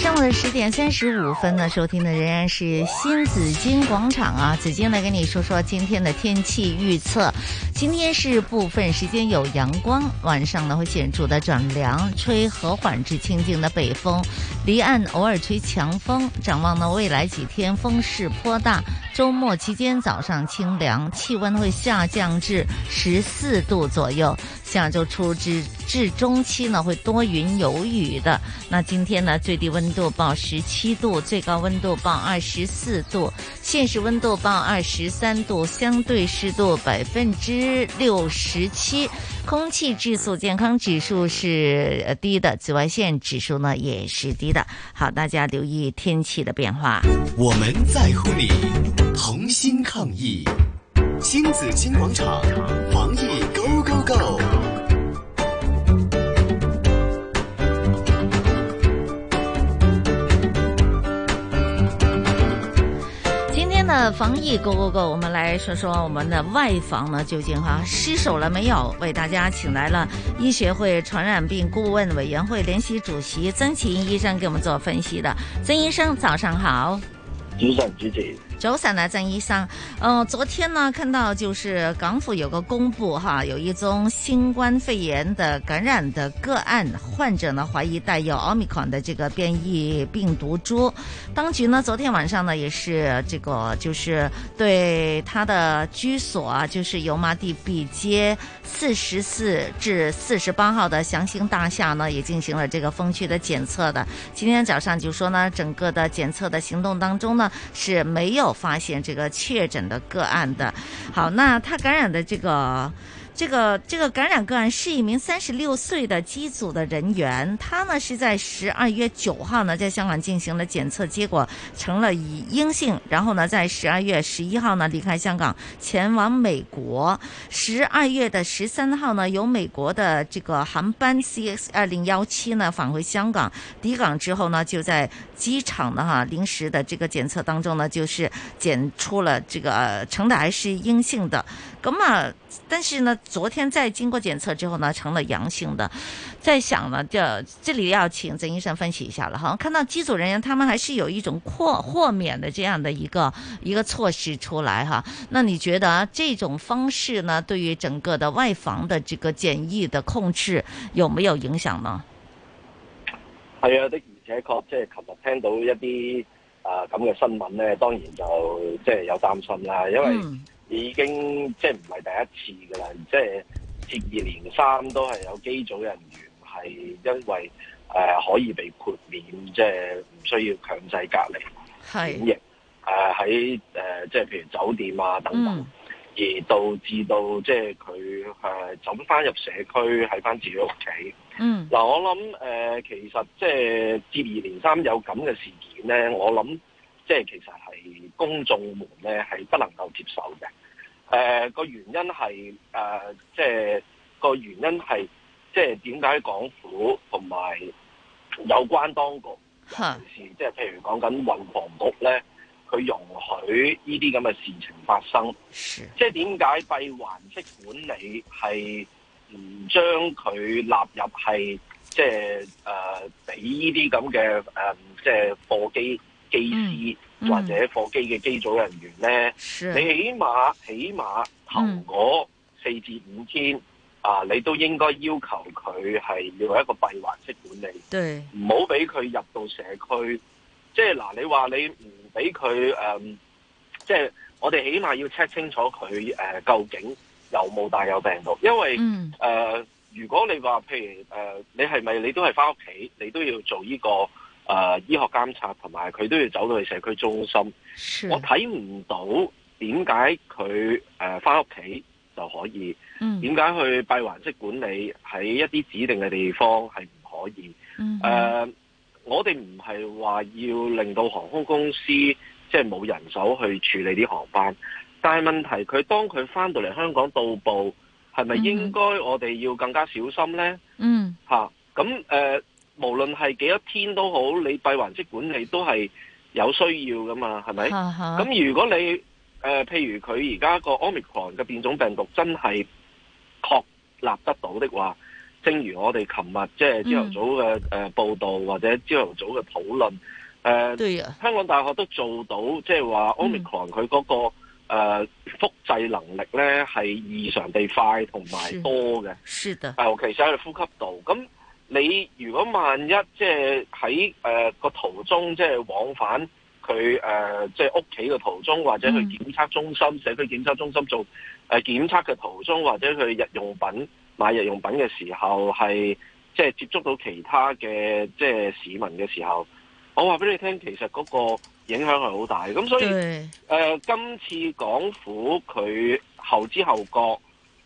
Speaker 7: 上午的十点三十五分呢，收听的仍然是新紫金广场啊。紫金来跟你说说今天的天气预测。今天是部分时间有阳光，晚上呢会显著的转凉，吹和缓至清劲的北风，离岸偶尔吹强风。展望呢未来几天风势颇大，周末期间早上清凉，气温会下降至十四度左右。下周初至至中期呢会多云有雨的。那今天呢最低温度报十七度，最高温度报二十四度，现实温度报二十三度，相对湿度百分之六十七，空气质素健康指数是呃低的，紫外线指数呢也是低的。好，大家留意天气的变化。
Speaker 2: 我们在乎你，同心抗疫。新紫金广场，防疫 Go Go Go！
Speaker 7: 今天的防疫 Go Go Go，我们来说说我们的外防呢究竟哈、失守了没有？为大家请来了医学会传染病顾问委员会联席主席曾奇英医生给我们做分析的。曾医生，早上好。
Speaker 4: 主神主持，
Speaker 7: 早晨啊，曾医生。呃，昨天呢，看到就是港府有个公布哈，有一宗新冠肺炎的感染的个案，患者呢怀疑带有 omicron 的这个变异病毒株。当局呢，昨天晚上呢也是这个就是对他的居所啊，就是油麻地 B 街四十四至四十八号的祥兴大厦呢，也进行了这个封区的检测的。今天早上就说呢，整个的检测的行动当中呢，是没有发现这个确诊的个案的。好，那他感染的这个。这个这个感染个案是一名三十六岁的机组的人员，他呢是在十二月九号呢在香港进行了检测，结果成了以阴性，然后呢在十二月十一号呢离开香港前往美国，十二月的十三号呢由美国的这个航班 CX 二零幺七呢返回香港，抵港之后呢就在机场呢哈临时的这个检测当中呢就是检出了这个、呃、呈还是阴性的，咁啊。但是呢，昨天在经过检测之后呢，成了阳性的。在想呢，这这里要请曾医生分析一下了哈。看到机组人员他们还是有一种豁豁免的这样的一个一个措施出来哈。那你觉得、啊、这种方式呢，对于整个的外防的这个检疫的控制有没有影响呢？
Speaker 4: 係啊，的而且確，即係琴日聽到一啲啊咁嘅新聞咧，當然就即係有擔心啦，因為。
Speaker 7: 嗯
Speaker 4: 已經即係唔係第一次㗎啦，即係接二連三都係有機組人員係因為誒、呃可以被豁免，即係唔需要強制隔離
Speaker 7: 係
Speaker 4: 檢疫，誒喺誒即係譬如酒店啊等等，
Speaker 7: 嗯
Speaker 4: 而導致到即係佢誒走翻入社區喺翻自己屋企。
Speaker 7: 嗯
Speaker 4: 嗱、我諗誒、呃其實即係接二連三有咁嘅事件咧，我諗即係其實係公眾們咧係不能夠接受嘅。誒、呃個原因係誒、呃即係個原因係即係點解港府同埋有關當局，
Speaker 7: 哈
Speaker 4: 尤其是即係譬如講緊運房局咧，佢容許呢啲咁嘅事情發生。即係點解閉環式管理係唔將佢納入係即係誒俾呢啲咁嘅誒即係貨機機師、
Speaker 3: 嗯嗯
Speaker 4: 或者貨機嘅機組人員咧？
Speaker 3: 是
Speaker 4: 你起碼起碼頭嗰四至五天。誒、啊，你都應該要求佢係要有一個閉環式管理，
Speaker 7: 对，
Speaker 4: 唔好俾佢入到社區。即係嗱，你話你唔俾佢誒，即係我哋起碼要 check 清楚佢誒、呃究竟有冇帶有病毒，因為誒、
Speaker 5: 嗯
Speaker 4: 呃如果你話譬如誒、呃你係咪你都係翻屋企，你都要做呢、個誒、呃、醫學監察，同埋佢都要走到去社區中心。我睇唔到點解佢誒翻屋企就可以，
Speaker 9: 嗯
Speaker 4: 點解去閉環式管理喺一啲指定嘅地方係唔可以？
Speaker 9: 嗯
Speaker 4: 誒、我哋唔係話要令到航空公司即係冇人手去處理啲航班，但係問題佢當佢翻到嚟香港到步，係
Speaker 9: 嗯
Speaker 4: 咪應該我哋要更加小心呢？
Speaker 7: 嗯
Speaker 4: 吓咁誒，無論係幾多天都好，你閉環式管理都係有需要噶嘛，係咪？
Speaker 7: 哈哈
Speaker 4: 咁如果你誒、呃譬如佢而家個 omicron 嘅變種病毒真係確立得到的話，正如我哋琴日即係朝頭早嘅誒、
Speaker 7: 嗯
Speaker 4: 呃、報導或者朝頭早嘅討論，誒、呃
Speaker 7: 對啊嗯
Speaker 4: 香港大學都做到，即係話 omicron 佢嗰、個。誒、複製能力咧係異常地快同埋多嘅，啊
Speaker 7: 是的，
Speaker 4: 尤其是喺呼吸道。咁你如果萬一即係喺誒個途中，即係往返佢誒、呃即係屋企嘅途中，或者
Speaker 16: 嗯
Speaker 4: 去檢測中心、社區檢測中心做誒、呃、檢測嘅途中，或者去日用品買日用品嘅時候，係即係接觸到其他嘅即係市民嘅時候，我話俾你聽，其實嗰個影響係好大。咁所以
Speaker 7: 對
Speaker 4: 誒、呃今次港府佢後知後覺。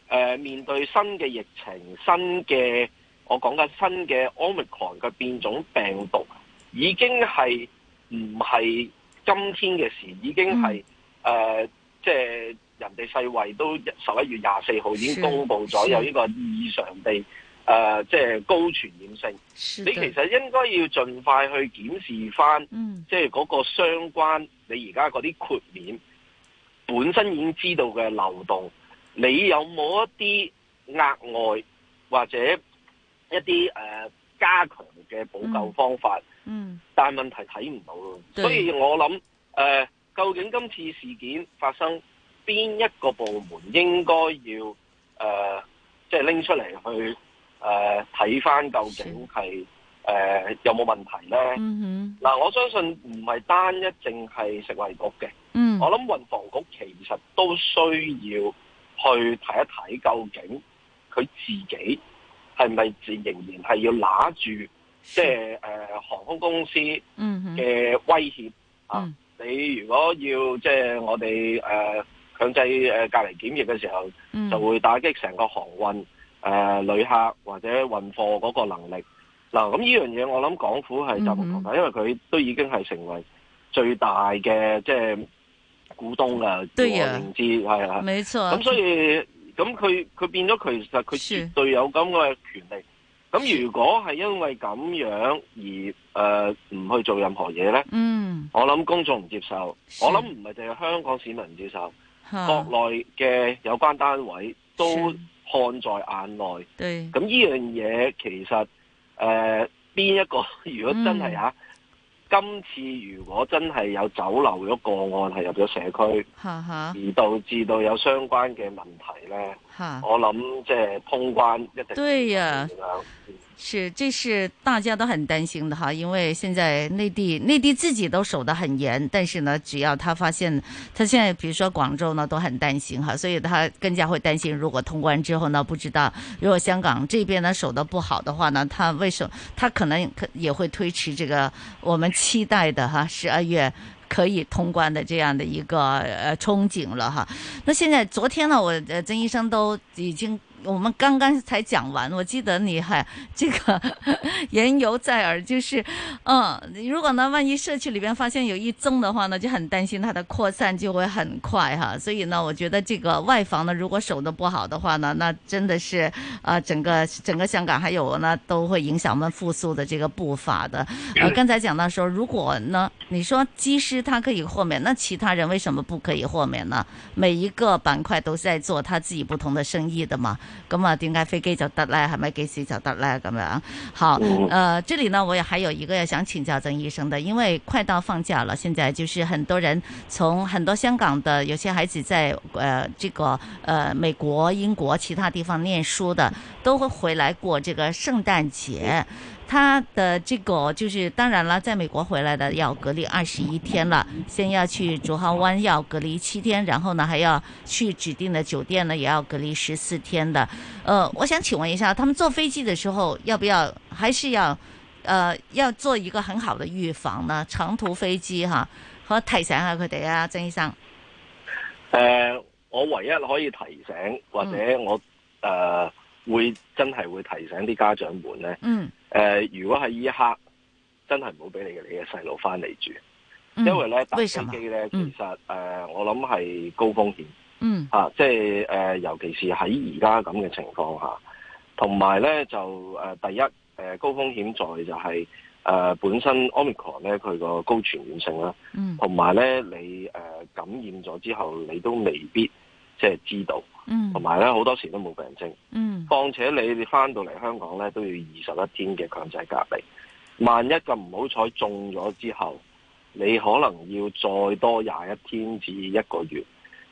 Speaker 4: 誒、面對新嘅疫情、新嘅我講緊新嘅 Omicron 嘅變種病毒，已經係唔係今天嘅事，已經係誒、
Speaker 16: 嗯
Speaker 4: 呃即係人哋世衛都十一月廿四號已經公布咗
Speaker 16: 是
Speaker 4: 有呢個異常地誒、呃即係高傳染性。
Speaker 16: 的
Speaker 4: 你其實應該要盡快去檢視翻，
Speaker 16: 嗯
Speaker 4: 即係嗰個相關你而家嗰啲豁免。本身已經知道嘅漏洞，你有冇一啲額外或者一啲誒、呃加強嘅補救方法？
Speaker 7: 嗯
Speaker 4: 但係問題睇唔到咯，
Speaker 7: 對
Speaker 4: 所以我諗誒、呃究竟今次事件發生邊一個部門應該要呃誒，即係拎出嚟去誒睇翻究竟係誒、呃有冇問題咧？嗱、
Speaker 7: 嗯
Speaker 4: 我相信唔係單一淨係食衞局嘅，
Speaker 7: 嗯
Speaker 4: 我諗運房局其實都需要去睇一睇究竟佢自己係咪自仍然係要拿住即係誒航空公司
Speaker 7: 嗯哼
Speaker 4: 嘅威脅啊！你如果要即係我哋誒、呃、強制誒、呃隔離檢疫嘅時候，
Speaker 7: 嗯
Speaker 4: 就會打擊成個航運誒、呃、旅客或者運貨嗰個能力。嗱，咁呢樣嘢我諗港府係責無
Speaker 7: 嗯
Speaker 4: 旁貸，因為佢都已經係成為最大嘅即係呃股東啦。
Speaker 7: 對
Speaker 4: 我
Speaker 7: 呀
Speaker 4: 認知係啊，
Speaker 7: 沒錯
Speaker 4: 咁所以咁佢佢變咗其實佢絕對有咁嘅權利。咁如果係因為咁樣而誒呃唔、去做任何嘢呢，
Speaker 7: 嗯，
Speaker 4: 我諗公眾唔接受，我諗唔係淨係香港市民唔接受，
Speaker 7: 哈
Speaker 4: 國內嘅有關單位都
Speaker 7: 是
Speaker 4: 看在眼內。
Speaker 7: 對，
Speaker 4: 咁呢樣嘢其實誒邊、一個 如果真
Speaker 7: 嗯
Speaker 4: 係嚇、今次如果真係有走漏咗個案係入咗社區，
Speaker 7: 哈哈，
Speaker 4: 而導致到有相關嘅問題咧，
Speaker 7: 哈
Speaker 4: 我諗即係通關一定
Speaker 7: 對呀
Speaker 4: 咁樣
Speaker 7: 是，这是大家都很担心的哈，因为现在内地内地自己都守得很严，但是呢，只要他发现，他现在比如说广州呢都很担心哈，所以他更加会担心，如果通关之后呢，不知道如果香港这边呢守得不好的话呢，他为什么他可能可也会推迟这个我们期待的哈十二月。可以通关的这样的一个呃憧憬了哈。那现在昨天呢，我呃曾医生都已经我们刚刚才讲完，我记得你还这个 言犹在耳，就是嗯，如果呢万一社区里边发现有一宗的话呢，就很担心它的扩散就会很快哈。所以呢，我觉得这个外防呢，如果守得不好的话呢，那真的是呃整个整个香港还有呢都会影响我们复苏的这个步伐的。呃，刚才讲到说，如果呢，你说技师他可以豁免，那其他人为什么不可以豁免呢？每一个板块都在做他自己不同的生意的嘛。咁啊，點解飛機就得咧？係咪幾時就得咧？咁樣好，呃，這裡呢，我也還有一個想請教曾醫生的，因為快到放假了，現在就是很多人從很多香港的有些孩子在呃這個呃美國、英國其他地方念書的，都會回來過這個聖誕節。他的這個就是，當然了，在美國回來的要隔離二十一天了，先要去竹篙灣要隔離七天，然後呢還要去指定的酒店呢也要隔離十四天的。呃，我想請問一下，他們坐飛機的時候要不要還是要，呃，要做一個很好的預防呢？長途飛機哈，可提醒下佢哋啊，曾醫生。
Speaker 4: 誒、呃，我唯一可以提醒或者
Speaker 7: 嗯
Speaker 4: 我誒、呃、會真係會提醒啲家長們咧。
Speaker 7: 嗯。
Speaker 4: 誒、呃，如果喺呢一刻真係唔好俾你你嘅細路翻嚟住，
Speaker 7: 嗯
Speaker 4: 因為咧搭
Speaker 7: 為
Speaker 4: 飛
Speaker 7: 什麼
Speaker 4: 機咧其
Speaker 7: 嗯
Speaker 4: 實誒、呃我諗係高風險
Speaker 7: 嗯
Speaker 4: 啊，即係誒、呃尤其是喺而家咁嘅情況下，同埋咧就誒、呃第一誒、呃高風險在就係、誒、本身 omicron 咧佢個高傳染性啦，
Speaker 7: 嗯
Speaker 4: 同埋咧你誒、呃感染咗之後你都未必即係知道，
Speaker 7: 嗯
Speaker 4: 同埋咧好多時都冇病徵。
Speaker 7: 嗯
Speaker 4: 況且你你翻到嚟香港咧都要二十一天嘅強制隔離，萬一咁唔好彩中咗之後，你可能要再多廿一天至一個月。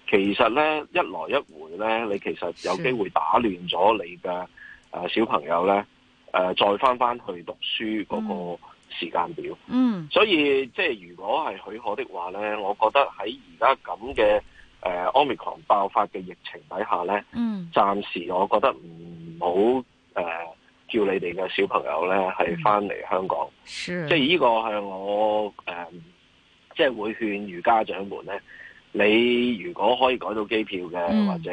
Speaker 4: 其實咧一來一回咧，你其實有機會打亂咗你嘅誒、呃小朋友咧誒、呃再翻翻去讀書嗰個時間表。
Speaker 7: 嗯
Speaker 4: 所以即係如果係許可的話咧，我覺得喺而家咁嘅誒 Omicron 爆發嘅疫情底下咧，
Speaker 7: 嗯
Speaker 4: 暫時我覺得唔好誒呃叫你哋嘅小朋友咧係翻嚟香港，
Speaker 7: 是
Speaker 4: 即係呢個係我誒、呃即係會勸喻家長們咧，你如果可以改到機票嘅，
Speaker 7: 嗯
Speaker 4: 或者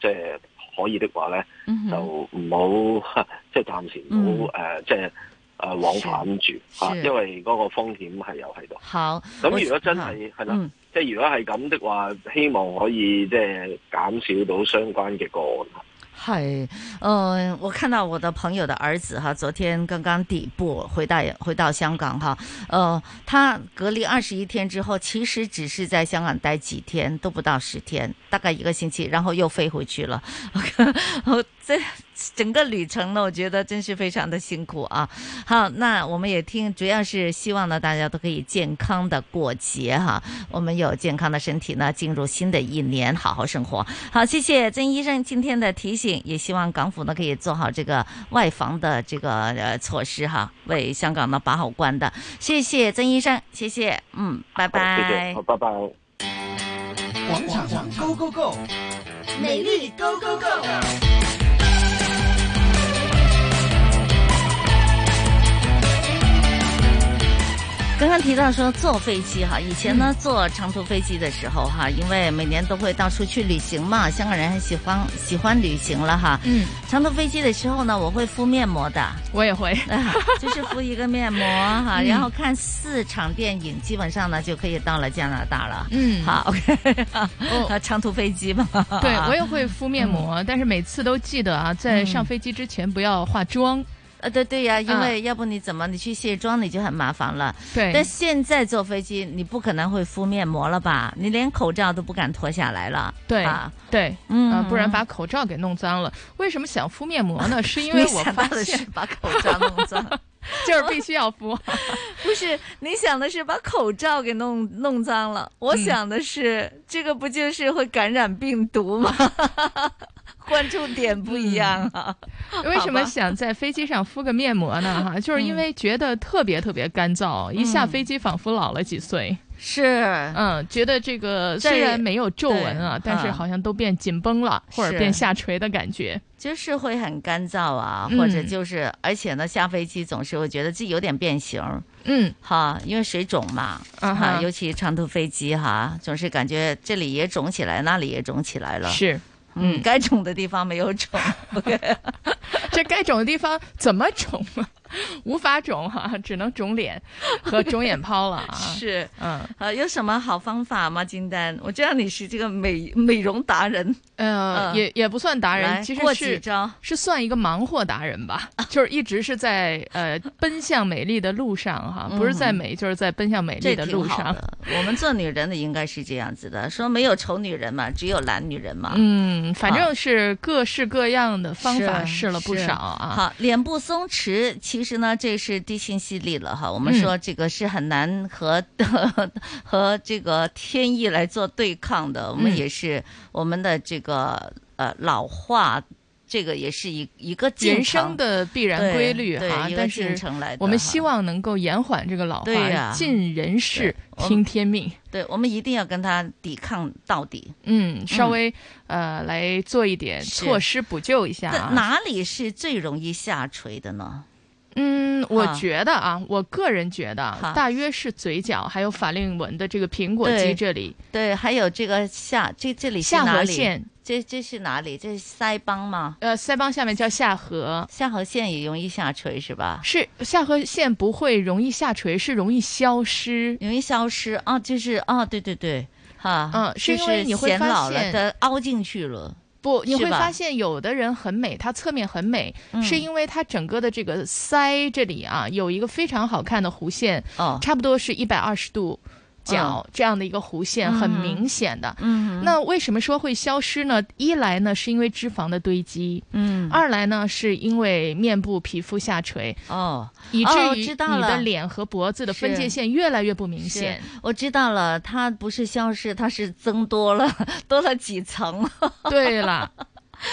Speaker 4: 即係可以的話咧，
Speaker 7: 嗯哼嗯
Speaker 4: 就唔好 即係暫時唔好誒即係。誒往返住
Speaker 7: 是
Speaker 4: 嚇，因為嗰個風險係有喺度。
Speaker 7: 好，嗯我
Speaker 4: 咁如果真係係啦，即係如果係咁的話，希望可以即係減少到相關嘅個案。
Speaker 7: 嗨，呃，我看到我的朋友的儿子哈，昨天刚刚抵埗回到回到香港哈，呃，他隔离二十一天之后，其实只是在香港待几天，都不到十天，大概一个星期，然后又飞回去了。 我哦这整个旅程呢，我觉得真是非常的辛苦啊。好，那我们也听，主要是希望呢，大家都可以健康的过节哈，我们有健康的身体呢，进入新的一年，好好生活。好，谢谢曾医生今天的提醒，也希望港府呢可以做好这个外防的这个呃措施哈，为香港呢把好关的。谢谢曾医生，谢谢，嗯，拜拜，
Speaker 4: 好謝謝好拜拜。
Speaker 6: 广场 Go Go Go，
Speaker 1: 美丽 Go Go Go。
Speaker 7: 刚刚提到说坐飞机哈，以前
Speaker 8: 嗯
Speaker 7: 呢坐长途飞机的时候哈，因为每年都会到处去旅行嘛，香港人很喜欢喜欢旅行了哈。
Speaker 1: 嗯，
Speaker 7: 长途飞机的时候呢，我会敷面膜的。啊
Speaker 8: 我也 会，
Speaker 7: 就是 敷一个面膜哈，
Speaker 8: 嗯
Speaker 7: 然后看四场电影，基本上呢就可以到了加拿大了。
Speaker 8: 嗯哦
Speaker 7: 好，OK，啊 长途飞机嘛。
Speaker 8: 对，
Speaker 7: 啊
Speaker 8: 我也会敷面
Speaker 7: 嗯
Speaker 8: 膜，但是每次都记得啊，在上飞机之前不要化妆。
Speaker 7: 呃，对对呀，因为要不你怎么你去卸妆你就很麻烦了。
Speaker 8: 嗯对
Speaker 7: 但现在坐飞机你不可能会敷面膜了吧？你连口罩都不敢脱下来了。
Speaker 8: 对、
Speaker 7: 啊，
Speaker 8: 对，
Speaker 7: 嗯
Speaker 8: 啊不然把口罩给弄脏了。为什么想敷面膜 呢？是因为
Speaker 7: 你
Speaker 8: 我
Speaker 7: 想
Speaker 8: 发
Speaker 7: 到的
Speaker 8: 现
Speaker 7: 是把口罩弄脏，
Speaker 8: 就是必须要敷。
Speaker 7: 不是，你想的是把口罩给弄弄脏了，我
Speaker 8: 嗯
Speaker 7: 想的是、这个不就是会感染病毒吗？ 关注点不一样啊。
Speaker 8: 嗯为什么
Speaker 7: 好吧
Speaker 8: 想在飞机上敷个面膜呢？哈，就是因为觉得特别特别干燥，一下
Speaker 7: 嗯
Speaker 8: 飞机仿佛老了几岁。
Speaker 7: 是，
Speaker 8: 嗯，觉得这个
Speaker 7: 在
Speaker 8: 虽然没有皱纹啊
Speaker 7: 对，
Speaker 8: 但是
Speaker 7: 嗯
Speaker 8: 好像都变紧绷了，或者
Speaker 7: 是
Speaker 8: 变下垂的感觉。
Speaker 7: 就是会很干燥啊，
Speaker 8: 嗯
Speaker 7: 或者就是，而且呢，下飞机总是会觉得自己有点变形儿，
Speaker 8: 嗯，
Speaker 7: 哈，因为水肿嘛，
Speaker 8: 啊哈
Speaker 7: 哈，尤其长途飞机哈，总是感觉这里也肿起来，那里也肿起来了，
Speaker 8: 是，
Speaker 7: 嗯，该肿的地方没有肿，
Speaker 8: 这该肿的地方怎么肿啊？ 无法肿哈、啊只能肿脸和肿眼泡了啊。
Speaker 7: 是，
Speaker 8: 嗯，
Speaker 7: 呃，有什么好方法吗？金丹，我知道你是这个美美容达人，
Speaker 8: 呃，
Speaker 7: 嗯
Speaker 8: 也也不算达
Speaker 7: 来
Speaker 8: 人，其实
Speaker 7: 过几
Speaker 8: 是
Speaker 7: 招啊
Speaker 8: 是算一个忙活达人吧，就是一直是在 呃奔向美丽的路上哈，不是在
Speaker 7: 嗯
Speaker 8: 美就是在奔向美丽
Speaker 7: 这
Speaker 8: 的
Speaker 7: 挺
Speaker 8: 路
Speaker 7: 好
Speaker 8: 上。
Speaker 7: 的我们做女人的应该是这样子的，说没有丑女人嘛，只有懒女人嘛。
Speaker 8: 嗯，反
Speaker 7: 啊
Speaker 8: 正是各式各样的方法
Speaker 7: 是
Speaker 8: 试了不
Speaker 7: 是
Speaker 8: 少啊。
Speaker 7: 好，脸部松弛，其实呢，这是地心吸力了哈。我们
Speaker 8: 嗯
Speaker 7: 说这个是很难和、 和这个天意来做对抗的。我们
Speaker 8: 嗯
Speaker 7: 也是、我们的这个呃老化，这个也是一一个进
Speaker 8: 人生
Speaker 7: 程
Speaker 8: 的必然
Speaker 7: 对
Speaker 8: 规律
Speaker 7: 对
Speaker 8: 哈
Speaker 7: 一，个
Speaker 8: 但
Speaker 7: 进
Speaker 8: 是
Speaker 7: 程来的
Speaker 8: 我们
Speaker 7: 哈
Speaker 8: 希望能够延缓这个老
Speaker 7: 对呀
Speaker 8: 化，尽人事，
Speaker 7: 对我
Speaker 8: 听
Speaker 7: 们
Speaker 8: 天命。
Speaker 7: 对，我们一定要跟他抵抗到底。
Speaker 8: 嗯，稍
Speaker 7: 嗯
Speaker 8: 微呃来做一点
Speaker 7: 是
Speaker 8: 措施补救一下
Speaker 7: 但
Speaker 8: 啊。
Speaker 7: 哪里是最容易下垂的呢？
Speaker 8: 嗯，我
Speaker 7: 啊
Speaker 8: 觉得啊，我个人觉得啊
Speaker 7: 哈，
Speaker 8: 大约是嘴角还有法令纹的这个苹果肌
Speaker 7: 对
Speaker 8: 这里，
Speaker 7: 对，呃还有这个下这这里是
Speaker 8: 下
Speaker 7: 哪
Speaker 8: 颌
Speaker 7: 里
Speaker 8: 线，
Speaker 7: 这这是哪里？这是腮帮吗？
Speaker 8: 呃，腮帮下面叫下颌，
Speaker 7: 下颌线也容易下垂是吧？
Speaker 8: 是下颌线不会容易下垂，是容易消失，
Speaker 7: 容易消失啊，就是啊，对对对，哈，
Speaker 8: 嗯是
Speaker 7: 就
Speaker 8: 因为你会
Speaker 7: 显
Speaker 8: 发
Speaker 7: 老了
Speaker 8: 现
Speaker 7: 的凹进去了，
Speaker 8: 不，你
Speaker 7: 是
Speaker 8: 会
Speaker 7: 吧嗯
Speaker 8: 发现有的人很美，她侧面很美，是因为她整个的这个腮这里啊有一个非常好看的弧线，
Speaker 7: 哦
Speaker 8: 差不多是一百二十度角、这样的一个弧线，很
Speaker 7: 嗯
Speaker 8: 明显的。
Speaker 7: 嗯哼
Speaker 8: 那为什么说会消失呢？一来呢是因为脂肪的堆积，
Speaker 7: 嗯
Speaker 8: 二来呢是因为面部皮肤下垂，
Speaker 7: 哦，
Speaker 8: 以至
Speaker 7: 哦
Speaker 8: 于
Speaker 7: 知道
Speaker 8: 你的
Speaker 7: 了
Speaker 8: 脸和脖子的分
Speaker 7: 是
Speaker 8: 界线越来越不明
Speaker 7: 是
Speaker 8: 显。，
Speaker 7: 我知道了，它不是消失，它是增多了， 多了几层。
Speaker 8: 对 了。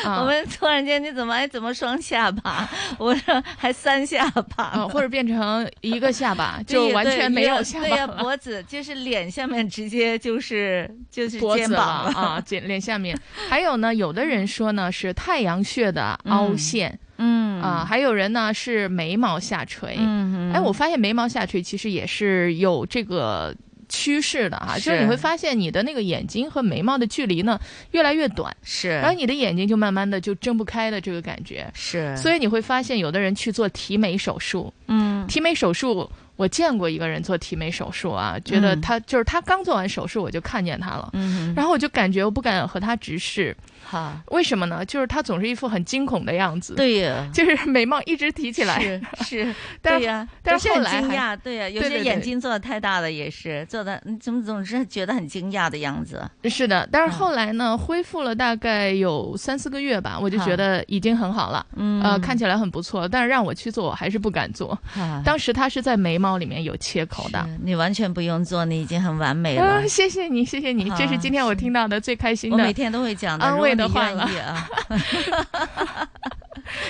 Speaker 8: 啊
Speaker 7: 我们突然间，你怎么哎怎么双下巴？ 我说还三下巴
Speaker 8: 啊、
Speaker 7: 呢、
Speaker 8: 或者变成一个下 巴，
Speaker 7: 对
Speaker 8: 就
Speaker 7: 呀
Speaker 8: 完
Speaker 7: 对
Speaker 8: 全没
Speaker 7: 呀
Speaker 8: 有下
Speaker 7: 对
Speaker 8: 巴
Speaker 7: 呀、
Speaker 8: 了
Speaker 7: 脖子就是脸下面直接就是就是
Speaker 8: 脖
Speaker 7: 肩
Speaker 8: 子了
Speaker 7: 膀
Speaker 8: 啊，脸脸下面。还有呢，有的人说呢是太阳穴的凹陷，
Speaker 7: 嗯
Speaker 8: 啊，还有人呢是眉毛下垂。
Speaker 7: 嗯
Speaker 8: 哎，我发现眉毛下垂其实也是有这个。趋势的啊，就是
Speaker 7: 是
Speaker 8: 你会发现你的那个眼睛和眉毛的距离呢越来越短，
Speaker 7: 是
Speaker 8: 然后你的眼睛就慢慢的就睁不开的这个感觉，
Speaker 7: 是
Speaker 8: 所以你会发现有的人去做提眉手术，
Speaker 7: 嗯
Speaker 8: 提眉手术，我见过一个人做提眉手术啊，觉得
Speaker 7: 嗯
Speaker 8: 他、就是他刚做完手术，我就看见他了，
Speaker 7: 嗯
Speaker 8: 然后我就感觉我不敢和他直视，
Speaker 7: 好，
Speaker 8: 为什么呢？就是他总是一副很惊恐的样子，
Speaker 7: 对呀
Speaker 8: 就是眉毛一直提起来，，
Speaker 7: 是是
Speaker 8: 但
Speaker 7: 对呀、
Speaker 8: 但
Speaker 7: 都
Speaker 8: 是
Speaker 7: 是
Speaker 8: 后
Speaker 7: 很
Speaker 8: 来
Speaker 7: 惊
Speaker 8: 还
Speaker 7: 讶，对呀、有
Speaker 8: 对
Speaker 7: 些
Speaker 8: 对
Speaker 7: 眼
Speaker 8: 对
Speaker 7: 睛做的太大了也是做的，你怎么总是觉得很惊讶的样子？
Speaker 8: 是的，
Speaker 7: 嗯
Speaker 8: 但是后来呢，恢复了大概有三四个月吧，我就觉得已经很好了，
Speaker 7: 嗯
Speaker 8: 呃，看起来很不错，但是让我去做，我还是不敢做。
Speaker 7: 啊
Speaker 8: 当时他是在眉毛里面有切口的。
Speaker 7: 你完全不用做，你已经很完美了。
Speaker 8: 啊，谢谢你，谢谢你，这是今天我听到的最开心
Speaker 7: 我
Speaker 8: 的。
Speaker 7: 每天都会讲的，
Speaker 8: 安
Speaker 7: 如果
Speaker 8: 慰
Speaker 7: 你
Speaker 8: 的话
Speaker 7: 愿
Speaker 8: 了
Speaker 7: 意啊。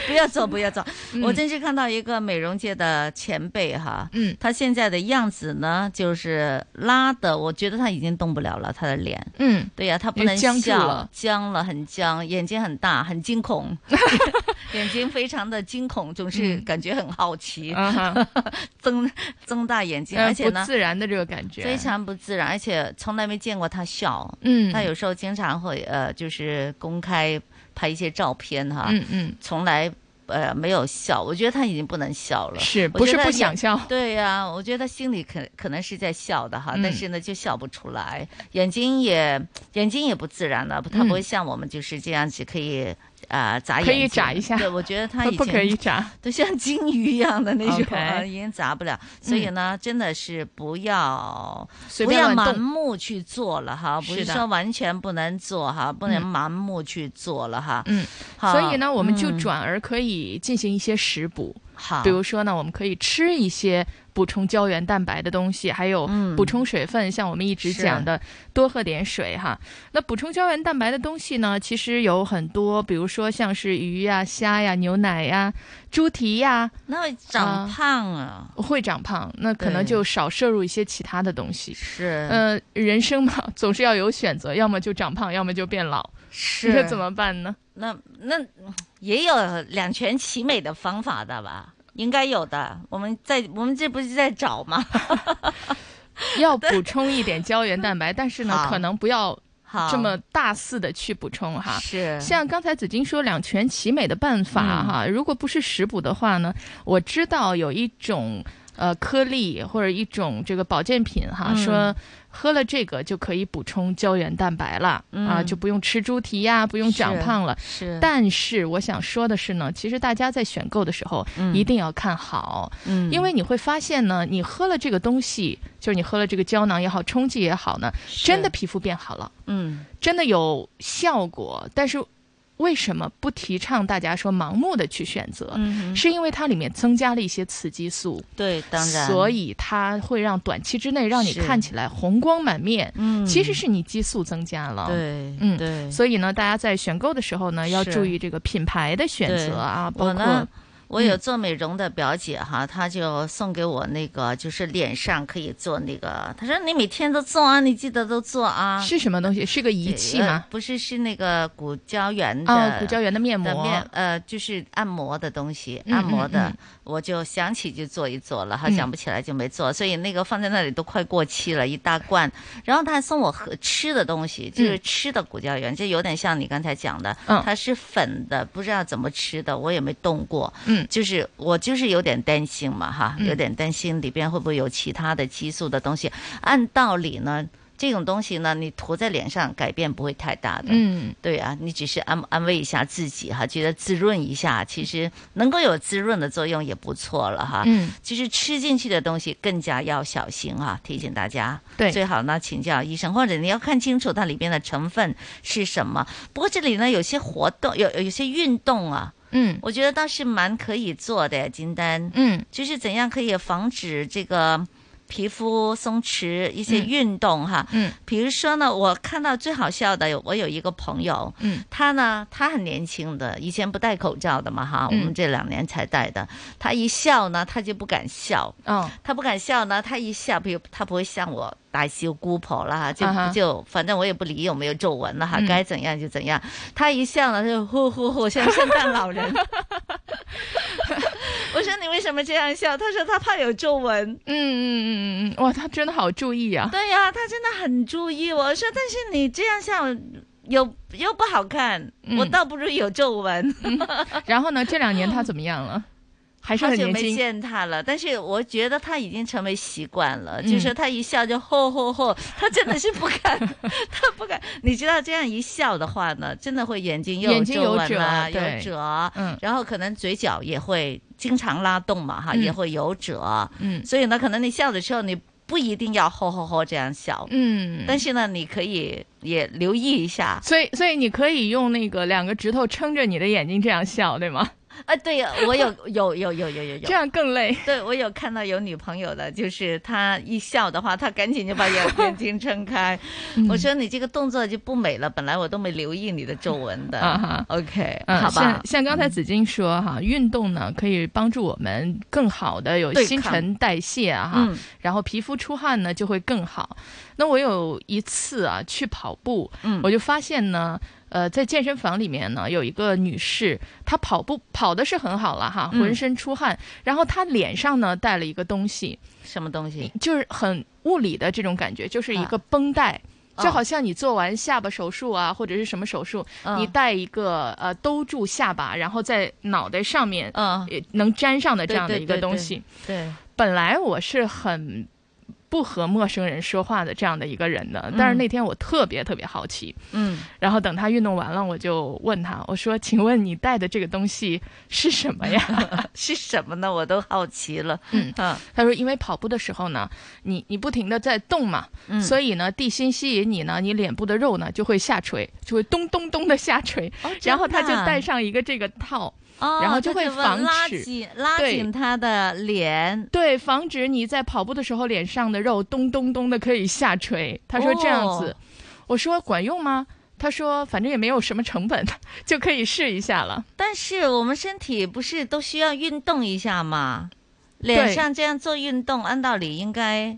Speaker 7: 不要走，不要走！我
Speaker 8: 嗯
Speaker 7: 真是看到一个美容界的前辈哈，
Speaker 8: 嗯，
Speaker 7: 他现在的样子呢，就是拉的，我觉得他已经动不了了，他的脸，
Speaker 8: 嗯
Speaker 7: 对呀、他不
Speaker 8: 也
Speaker 7: 能
Speaker 8: 僵住
Speaker 7: 笑，
Speaker 8: 了
Speaker 7: 僵了，很僵，眼睛很大，很惊 恐， 眼睛非常的惊恐，总是
Speaker 8: 嗯
Speaker 7: 感觉很好奇，
Speaker 8: 啊 哈
Speaker 7: 睁睁大眼睛，
Speaker 8: 呃
Speaker 7: 而且呢，
Speaker 8: 不自然的这个感觉，
Speaker 7: 非常不自然，而且从来没见过他笑。
Speaker 8: 嗯
Speaker 7: 他有时候经常会呃，就是公开拍一些照片哈，
Speaker 8: 嗯嗯
Speaker 7: 从来。呃，没有笑，我觉得他已经不能笑了，
Speaker 8: 是
Speaker 7: 我
Speaker 8: 不
Speaker 7: 觉
Speaker 8: 是
Speaker 7: 得
Speaker 8: 不
Speaker 7: 也
Speaker 8: 想笑
Speaker 7: 对呀、我觉得他心里可可能是在笑的哈，
Speaker 8: 嗯
Speaker 7: 但是呢就笑不出来，眼睛也眼睛也不自然了，他不会
Speaker 8: 嗯
Speaker 7: 像我们就是这样子可以啊、呃、眨眼
Speaker 8: 可以
Speaker 7: 睛
Speaker 8: 眨一下
Speaker 7: 对，我觉得他已经
Speaker 8: 不可以眨，
Speaker 7: 都像金鱼一样的那种
Speaker 8: OK 嗯
Speaker 7: 啊，已经砸不了。所以呢，真的是不要
Speaker 8: 随
Speaker 7: 不
Speaker 8: 便
Speaker 7: 要
Speaker 8: 乱
Speaker 7: 盲
Speaker 8: 动
Speaker 7: 目去做了哈，不
Speaker 8: 是
Speaker 7: 是
Speaker 8: 的
Speaker 7: 说完全不能做哈，不能
Speaker 8: 嗯
Speaker 7: 盲目去做了哈。
Speaker 8: 嗯，
Speaker 7: 好
Speaker 8: 所以呢，我们就
Speaker 7: 嗯
Speaker 8: 转而可以进行一些食补。
Speaker 7: 好
Speaker 8: 比如说呢，我们可以吃一些补充胶原蛋白的东西，还有
Speaker 7: 嗯
Speaker 8: 补充水分，像我们一直
Speaker 7: 是
Speaker 8: 讲的，多喝点水哈。那补充胶原蛋白的东西呢，其实有很多，比如说像是鱼呀、虾呀、牛奶呀、猪蹄呀，
Speaker 7: 那会长胖啊，
Speaker 8: 会长胖，那可能
Speaker 7: 对
Speaker 8: 就少摄入一些其他的东西。
Speaker 7: 是
Speaker 8: 呃，人生嘛， 总是要有选择，要么就长胖，要么就变老。
Speaker 7: 是
Speaker 8: 你说怎么办呢？
Speaker 7: 那那也有两全其美的方法的吧？应该有的。我们在我们这不是在找 吗？
Speaker 8: 要补充一点胶原蛋白，但是呢，
Speaker 7: 好
Speaker 8: 可能不要
Speaker 7: 好
Speaker 8: 这么大肆的去补充哈。
Speaker 7: 是
Speaker 8: 像刚才紫金说两全其美的办法
Speaker 5: 嗯
Speaker 8: 哈，如果不是食补的话呢，我知道有一种呃颗粒或者一种这个保健品哈，
Speaker 5: 嗯
Speaker 8: 说。喝了这个就可以补充胶原蛋白了、啊，
Speaker 5: 嗯
Speaker 8: 就不用吃猪蹄呀、不用长
Speaker 5: 是
Speaker 8: 胖了。
Speaker 5: 是
Speaker 8: 但是我想说的是呢，其实大家在选购的时候
Speaker 5: 嗯
Speaker 8: 一定要看好，
Speaker 5: 嗯
Speaker 8: 因为你会发现呢，你喝了这个东西，就是你喝了这个胶囊也好，冲剂也好呢，真的皮肤变好了，
Speaker 7: 嗯，
Speaker 8: 真的有效果，但是。为什么不提倡大家说盲目的去选择？
Speaker 7: 嗯哼
Speaker 8: 是因为它里面增加了一些雌激素，
Speaker 7: 对，当然，
Speaker 8: 所以它会让短期之内让你
Speaker 7: 是
Speaker 8: 看起来红光满面，
Speaker 7: 嗯
Speaker 8: 其实是你激素增加了，
Speaker 7: 对
Speaker 8: 嗯，
Speaker 7: 对
Speaker 8: 所以呢，大家在选购的时候呢，要
Speaker 7: 是
Speaker 8: 注意这个品牌的选
Speaker 7: 对
Speaker 8: 择啊，包
Speaker 7: 我呢
Speaker 8: 括。
Speaker 7: 我有做美容的表姐哈，她就送给我那个，就是脸上可以做那个。她说你每天都做啊，你记得都做啊。
Speaker 8: 是什么东西？是个仪器
Speaker 7: 呃
Speaker 8: 吗？
Speaker 7: 不是，是那个骨胶原的。
Speaker 8: 哦骨胶原的面膜
Speaker 7: 面呃，就是按摩的东西，
Speaker 8: 嗯
Speaker 7: 按摩的。
Speaker 8: 嗯嗯
Speaker 7: 我就想起就做一做了，哈，
Speaker 8: 嗯
Speaker 7: 想不起来就没做，所以那个放在那里都快过期了，一大罐。然后他还送我喝吃的东西，就是
Speaker 8: 嗯
Speaker 7: 吃的骨胶原，就有点像你刚才讲的，
Speaker 8: 嗯
Speaker 7: 它是粉的，不知道怎么吃的，我也没动过。
Speaker 8: 嗯
Speaker 7: 就是我就是有点担心嘛，哈，
Speaker 5: 嗯
Speaker 7: 有点担心里边会不会有其他的激素的东西。按道理呢。这种东西呢，你涂在脸上改变不会太大的，
Speaker 5: 嗯，
Speaker 7: 对啊，你只是安安慰一下自己哈，觉得滋润一下，其实能够有滋润的作用也不错了哈。
Speaker 5: 嗯
Speaker 7: 就是吃进去的东西更加要小心啊，提醒大家。
Speaker 5: 对
Speaker 7: 最好呢请教医生，或者你要看清楚它里边的成分是什么。不过这里呢有些活动，有有些运动啊。
Speaker 8: 嗯，
Speaker 7: 我觉得倒是蛮可以做的，金丹。
Speaker 8: 嗯，
Speaker 7: 就是怎样可以防止这个皮肤松弛，一些运动哈。
Speaker 8: 嗯，
Speaker 7: 比如说呢，我看到最好笑的，有我有一个朋友，
Speaker 8: 嗯，
Speaker 7: 他呢，他很年轻的，以前不戴口罩的嘛哈，
Speaker 5: 嗯
Speaker 7: 我们这两年才戴的。他一笑呢，他就不敢笑。
Speaker 8: 哦，
Speaker 7: 他不敢笑呢，他一笑，比如他不会像我大笑姑婆啦，就
Speaker 5: 啊哈
Speaker 7: 就反正我也不理有没有皱纹了哈，
Speaker 5: 嗯
Speaker 7: 该怎样就怎样。他一笑呢，就呼呼呼，像圣诞 老人。 我说你为什么这样笑？他说他怕有皱纹。
Speaker 8: 嗯嗯嗯嗯嗯，哇，他真的好注意啊。
Speaker 7: 对呀、他真的很注意我。我说，但是你这样笑有呃又不好看，我倒不如有皱纹。
Speaker 8: 嗯然后呢，这两年他怎么样 了？还是
Speaker 7: 好
Speaker 8: 很
Speaker 7: 久
Speaker 8: 年
Speaker 7: 没
Speaker 8: 轻。
Speaker 7: 见他了，但是我觉得他已经成为习惯了，
Speaker 8: 嗯
Speaker 7: 就是说他一笑就吼吼吼， 他真的是不敢， 他不敢。你知道这样一笑的话呢，真的会眼睛又
Speaker 8: 眼睛
Speaker 7: 皱
Speaker 8: 有
Speaker 7: 纹
Speaker 8: 褶
Speaker 7: 啦，有
Speaker 8: 对
Speaker 7: 褶，
Speaker 8: 嗯
Speaker 7: 然后可能嘴角也会经常拉动嘛，哈，
Speaker 8: 嗯
Speaker 7: 也会有褶，
Speaker 8: 嗯
Speaker 7: 所以呢，可能你笑的时候你不一定要吼吼吼这样笑，
Speaker 8: 嗯
Speaker 7: 但是呢，你可以也留意一下，
Speaker 8: 所以，所以你可以用那个两个指头撑着你的眼睛这样笑，对吗？
Speaker 7: 啊，对呀，我有有有有有有有，
Speaker 8: 这样更累。
Speaker 7: 对我有看到有女朋友的，就是她一笑的话，她赶紧就 把眼眼睛撑开。
Speaker 8: 嗯
Speaker 7: 我说你这个动作就不美了，本来我都没留意你的皱纹的。
Speaker 8: 啊哈
Speaker 7: OK，、
Speaker 8: 嗯
Speaker 7: 好吧嗯
Speaker 8: 像。像刚才紫金说哈，运动呢可以帮助我们更好的有
Speaker 7: 对
Speaker 8: 新
Speaker 7: 抗
Speaker 8: 陈代谢啊哈，
Speaker 7: 嗯
Speaker 8: 然后皮肤出汗呢就会更好。那我有一次啊去跑步，
Speaker 5: 嗯
Speaker 8: 我就发现呢。呃，在健身房里面呢，有一个女士，她跑步跑的是很好了哈，
Speaker 5: 嗯
Speaker 8: 浑身出汗，然后她脸上呢带了一个东西，
Speaker 7: 什么东西？啊
Speaker 8: 就是很物理的这种感觉，就是一个绷带。
Speaker 7: 哦
Speaker 8: 就好像你做完下巴手术啊，或者是什么手术，
Speaker 5: 嗯
Speaker 8: 你戴一个呃兜住下巴，然后在脑袋上面，呃
Speaker 7: 嗯，
Speaker 8: 能粘上的这
Speaker 5: 对
Speaker 8: 样的
Speaker 5: 对
Speaker 8: 一个
Speaker 5: 对
Speaker 8: 东
Speaker 5: 对
Speaker 8: 西。
Speaker 7: 对，
Speaker 8: 本来我是很不和陌生人说话的这样的一个人的，但是
Speaker 5: 嗯
Speaker 8: 那天我特别特别好奇，
Speaker 7: 嗯，
Speaker 8: 然后等他运动完了，我就问他，我说：“请问你戴的这个东西是什么呀？
Speaker 7: 是什么呢？我都好奇了。”
Speaker 8: 嗯
Speaker 7: 嗯，
Speaker 8: 他说：“因为跑步的时候呢，你你不停的在动嘛，
Speaker 7: 嗯
Speaker 8: 所以呢，地心吸引你呢，你脸部的肉呢就会下垂，就会咚咚咚的下垂。然后他就
Speaker 7: 真的啊
Speaker 8: 戴上一个这个套，
Speaker 7: 哦，
Speaker 8: 然后就
Speaker 7: 她
Speaker 8: 会防
Speaker 7: 拉
Speaker 8: 止
Speaker 7: 紧拉紧她的脸，
Speaker 8: 对，防止你在跑步的时候脸上的肉咚咚咚的可以下垂。他说这样子，
Speaker 5: 哦
Speaker 8: 我说管用吗？他说反正也没有什么成本， 就可以试一下了。
Speaker 7: 但是我们身体不是都需要运动一下吗？脸
Speaker 8: 对
Speaker 7: 上这样做运动，按道理应该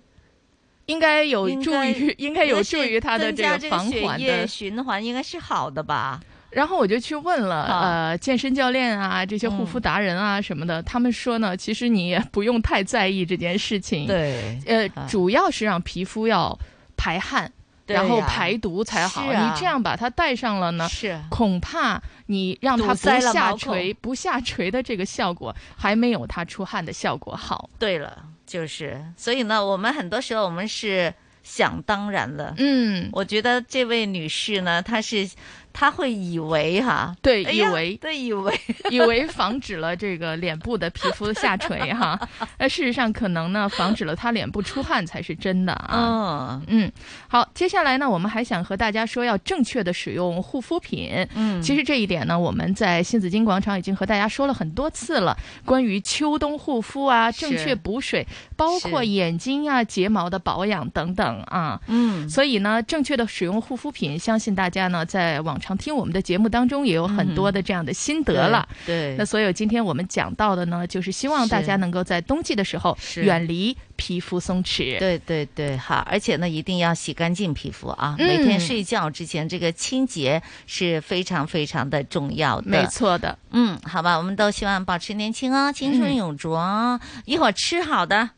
Speaker 8: 应该有
Speaker 7: 应
Speaker 8: 助
Speaker 7: 该
Speaker 8: 于，应该有
Speaker 7: 是
Speaker 8: 助于他的
Speaker 7: 增加
Speaker 8: 个防
Speaker 7: 血
Speaker 8: 缓
Speaker 7: 液
Speaker 8: 的。
Speaker 7: 循环，应该是好的吧？
Speaker 8: 然后我就去问了，
Speaker 7: 啊
Speaker 8: 呃，健身教练啊，这些护
Speaker 7: 嗯
Speaker 8: 肤达人啊什么的，他们说呢，其实你也不用太在意这件事情。
Speaker 7: 对
Speaker 8: 呃
Speaker 7: 啊，
Speaker 8: 主要是让皮肤要排汗。
Speaker 7: 对
Speaker 8: 然后
Speaker 7: 呀
Speaker 8: 排毒才好。
Speaker 7: 是啊
Speaker 8: 你这样把它戴上了呢，
Speaker 7: 是
Speaker 8: 恐怕你让它
Speaker 7: 堵
Speaker 8: 不
Speaker 7: 塞了
Speaker 8: 下
Speaker 7: 毛孔
Speaker 8: 垂、不下垂的这个效果，还没有它出汗的效果好。
Speaker 7: 对了，就是，所以呢，我们很多时候我们是想当然了。
Speaker 8: 嗯，
Speaker 7: 我觉得这位女士呢，她是她会以为哈，
Speaker 8: 对，
Speaker 7: 哎
Speaker 8: 以
Speaker 7: 呀
Speaker 8: 为
Speaker 7: 对以为
Speaker 8: 以为防止了这个脸部的皮肤下垂哈， 那事实上可能呢防止了她脸部出汗才是真的啊。嗯，好，接下来呢，我们还想和大家说要正确的使用护肤品。
Speaker 5: 嗯
Speaker 8: 其实这一点呢，我们在新紫金广场已经和大家说了很多次了，关于秋冬护肤啊，
Speaker 5: 是
Speaker 8: 正确补水，包括
Speaker 5: 是
Speaker 8: 眼睛啊、睫毛的保养等等啊。
Speaker 5: 嗯
Speaker 8: 所以呢，正确的使用护肤品，相信大家呢在往常听我们的节目当中也有
Speaker 5: 嗯
Speaker 8: 很多的这样的心得了。
Speaker 7: 对对
Speaker 8: 那所以今天我们讲到的呢，就是希望大
Speaker 7: 是
Speaker 8: 家能够在冬季的时候
Speaker 7: 是
Speaker 8: 远离皮肤松弛。
Speaker 7: 对对对，好，而且呢，一定要洗干净皮肤啊，
Speaker 8: 嗯
Speaker 7: 每天睡觉之前这个清洁是非常非常的重要的，
Speaker 8: 没错的。嗯
Speaker 7: 嗯，好吧，我们都希望保持年轻哦，青春永驻哦。一会儿吃好的，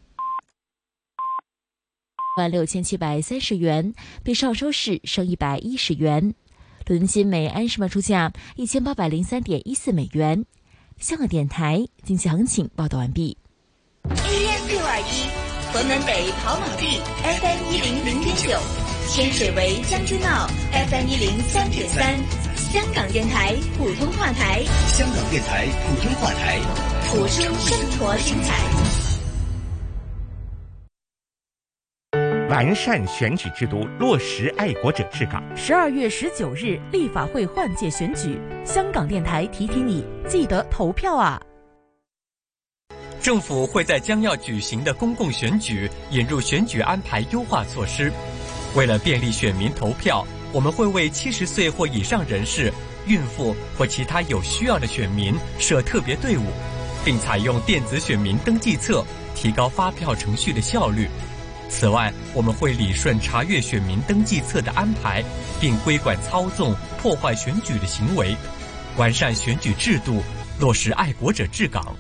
Speaker 10: 万六千七百三十元，比上收市升一百一十元。伦敦金每安士卖出价一千八百零三点一四美元。香港电台经济行情报道完毕。
Speaker 1: AM 六二一，E，河门北跑马地，FM 一零零点九，天水围将军澳，FM 一零三点三，香港电台普通话台，
Speaker 15: 香港电台普通话台，
Speaker 1: 谱出生活精彩。
Speaker 13: 完善选举制度，落实爱国者治港。
Speaker 14: 十二月十九日立法会换届选举，香港电台提提你，记得投票啊！
Speaker 9: 政府会在将要举行的公共选举引入选举安排优化措施。为了便利选民投票，我们会为七十岁或以上人士、孕妇或其他有需要的选民设特别队伍，并采用电子选民登记册，提高发票程序的效率。此外，我们会理顺查阅选民登记册的安排，并规管操纵、破坏选举的行为，完善选举制度，落实爱国者治港。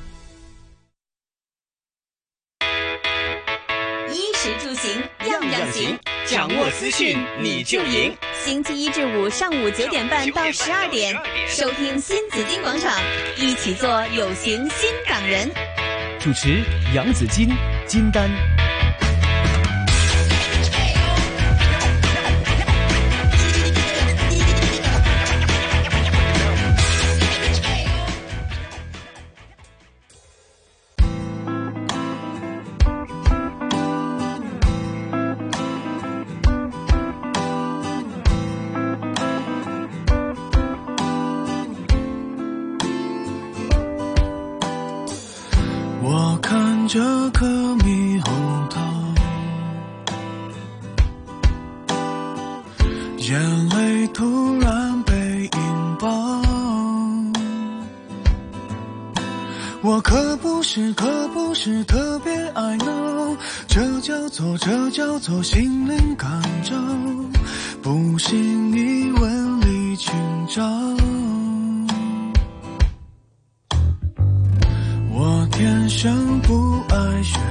Speaker 1: 衣食住行样
Speaker 9: 样行
Speaker 1: 样行，
Speaker 9: 掌握资讯你就赢。
Speaker 1: 星期一至五上午九点半到十二点，收听新紫金广场，一起做有型新港人。
Speaker 15: 主持杨紫金、金丹。
Speaker 16: 我看着颗猕猴桃，眼泪突然被引爆。我可不是可不是特别爱闹，这叫做这叫做心灵感召。不信你问李清照。我天生不爱炫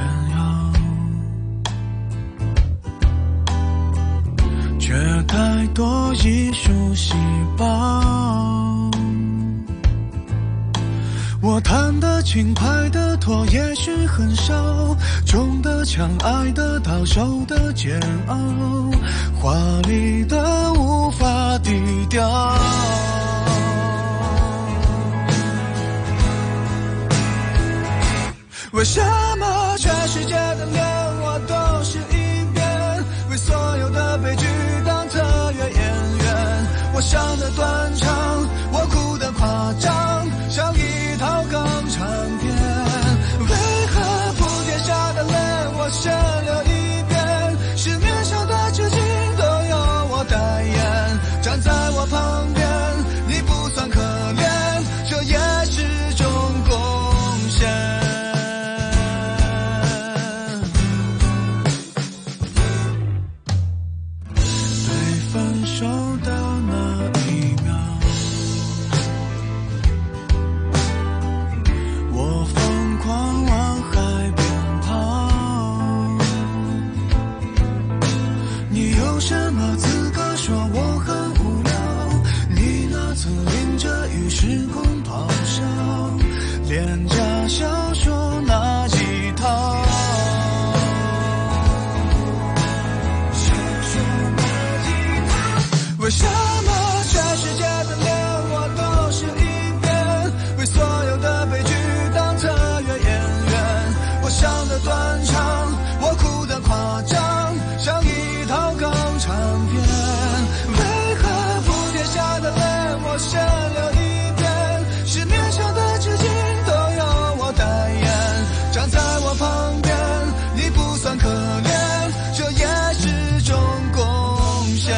Speaker 16: 耀，却太多艺术细胞。我弹的琴，拍的拖，也许很少，中的枪，爱的到，受的煎熬，华丽的无法低调。为什么全世界的脸我都是一遍？为所有的悲剧当特约演员，我笑得断肠，我哭得夸张，像一套港产片。为何不天下的泪我先流一遍？市面上的纸巾都由我代言，站在我旁边，你不算可怜，这也是种贡献。对分手的那一秒，我疯狂往海边跑。你有什么资时空咆哮，脸颊小说那几套。小说那几套为什么全世界的脸我都是一遍？为所有的悲剧当特约演员，我笑得断肠，我哭得夸张，像一套港产片。为何不跌下的泪我先流一遍？市面上的纸巾都由我代言，站在我旁边，你不算可怜，这也是种贡献。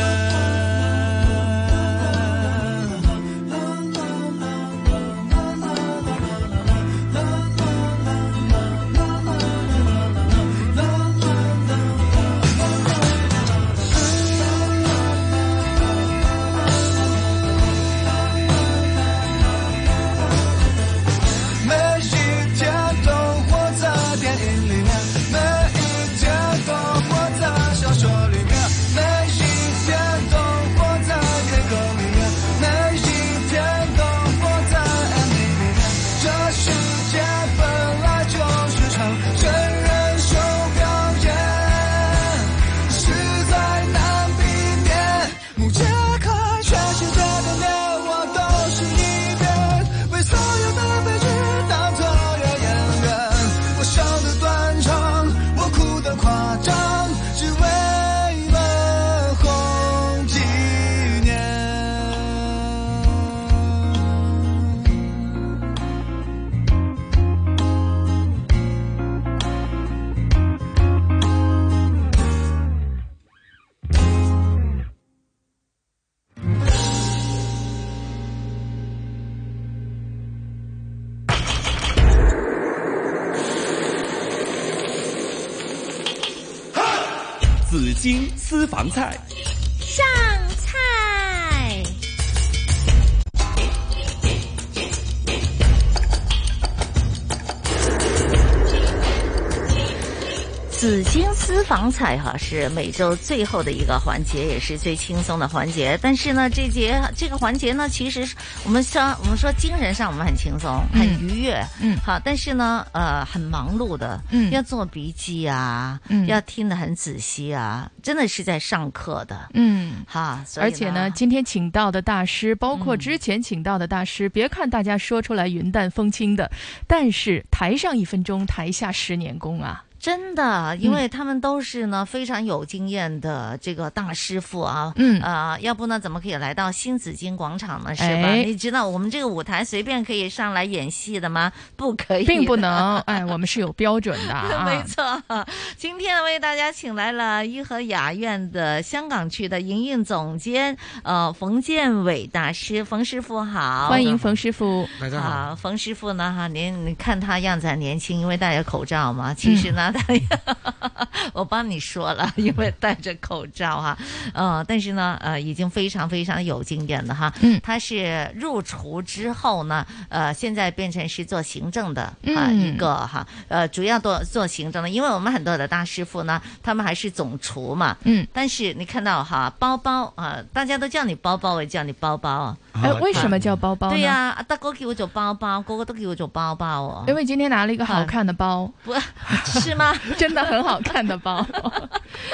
Speaker 16: 每一天都活在电影里面，每一天都活在小说里面，每一天都活在 K 歌里面，每一天都活在 MV 里面。这世界本来就是场真人秀表演，实在难避免。目前看全世界的脸，我都是一遍。为所有的悲剧当特约演员，我笑得断肠，我哭得夸张，只为了红几年。
Speaker 21: 紫金私房菜，
Speaker 5: 上菜。
Speaker 7: 紫金私房菜哈是每周最后的一个环节，也是最轻松的环节。但是呢，这节这个环节呢，其实是我们上我们说精神上我们很轻松，很愉悦，嗯，好。但是呢，呃，很忙碌的，嗯，要做笔记啊，
Speaker 8: 嗯
Speaker 7: 要听得很仔细啊，真的是在上课的，
Speaker 8: 嗯，
Speaker 7: 哈。所以
Speaker 8: 而且呢，，今天请到的大师，包括之前请到的大师，别看大家说出来云淡风轻的，但是台上一分钟，台下十年功啊。
Speaker 7: 真的，
Speaker 8: 嗯
Speaker 7: 因为他们都是呢、非常有经验的这个大师傅啊，
Speaker 8: 嗯
Speaker 7: 啊、要不呢怎么可以来到新紫金广场呢？是吧？
Speaker 8: 哎
Speaker 7: 你知道我们这个舞台随便可以上来演戏的吗？不可以，
Speaker 8: 并不能， 哎，我们是有标准的啊。
Speaker 7: 没错，今天为大家请来了颐和雅苑的香港区的营运总监，呃，冯建伟大师，冯师傅好，
Speaker 8: 欢迎冯师傅。
Speaker 17: 大
Speaker 7: 啊，冯师傅呢？哈，您你看他样子还年轻，因为戴着口罩
Speaker 8: 嗯
Speaker 7: 嘛。其实呢，他、 我帮你说了，因为戴着口罩哈。呃，但是呢，呃，已经非常非常有经验了哈。
Speaker 8: 嗯，
Speaker 7: 他是入厨之后呢，呃，现在变成是做行政的啊、
Speaker 8: 嗯
Speaker 7: 一个哈，呃，主要做做行政的，因为我们很多的大师傅呢，他们还是总厨嘛。
Speaker 8: 嗯，
Speaker 7: 但是你看到哈，包包啊、大家都叫你包包，我也叫你包包啊。
Speaker 8: 哎，为什么叫包包呢？
Speaker 7: 对呀、阿德哥叫我做包包，哥哥都叫我做包包哦。
Speaker 8: 因为今天拿了一个好看的包，
Speaker 7: 不是吗？
Speaker 8: 真的很好 看的包。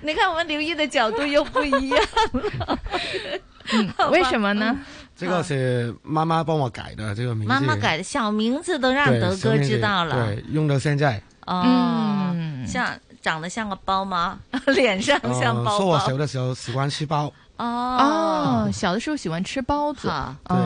Speaker 7: 你看我们刘毅的角度又不一样 了。好
Speaker 8: 嗯
Speaker 7: 吧
Speaker 8: 为什么呢？
Speaker 17: 这个是妈妈帮我改的，这个名字
Speaker 7: 啊哦妈妈改的小名字都让
Speaker 17: 对
Speaker 7: 德
Speaker 17: 所
Speaker 7: 哥
Speaker 17: 以
Speaker 7: 知道了。
Speaker 17: 对，用到现在。
Speaker 7: 哦，
Speaker 8: 嗯
Speaker 7: 像长得像个包吗？ 脸上
Speaker 17: 呃
Speaker 7: 像包
Speaker 17: 说我
Speaker 7: 包。
Speaker 17: 小的时候喜欢吃包，
Speaker 7: 哦
Speaker 8: 哦，小的时候喜欢吃包子，
Speaker 17: 对，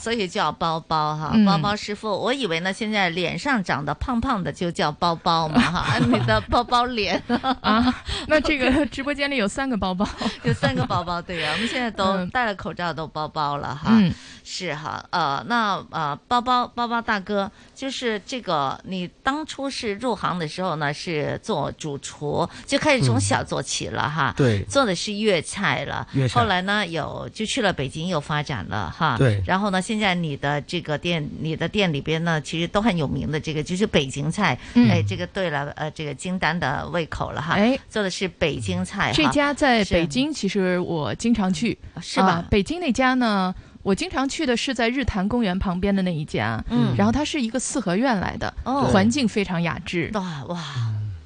Speaker 7: 所以叫包包哈
Speaker 8: 嗯，
Speaker 7: 包包师傅，我以为呢，现在脸上长得胖胖的就叫包包嘛哈，哎你的包包脸
Speaker 8: 啊，那这个直播间里有三个包嗯包，
Speaker 7: 有三个包包，对呀、我们现在都戴了口罩，都包包了哈。
Speaker 8: 嗯
Speaker 7: 是哈，呃，那呃，包包包包大哥，就是这个，你当初是入行的时候呢，是做主厨，就开始
Speaker 8: 嗯
Speaker 7: 从小做起了哈。
Speaker 17: 对
Speaker 7: 做的是粤菜了。
Speaker 17: 粤菜
Speaker 7: 后来呢，有就去了北京，有发展了哈。
Speaker 17: 对
Speaker 7: 然后呢，现在你的这个店，你的店里边呢，其实都很有名的，这个就是北京菜。
Speaker 8: 嗯
Speaker 7: 哎，这个对了，呃，这个金丹的胃口了哈。
Speaker 8: 哎，
Speaker 7: 做的是北京菜哈。
Speaker 8: 这家在
Speaker 7: 是哦
Speaker 8: 北京，其实我经常去，
Speaker 7: 是吧
Speaker 8: 啊北京那家呢，我经常去的是在日坛公园旁边的那一家，
Speaker 7: 嗯
Speaker 8: 然后它是一个四合院来的，
Speaker 7: 哦
Speaker 8: 环境非常雅致。
Speaker 7: 哇哇，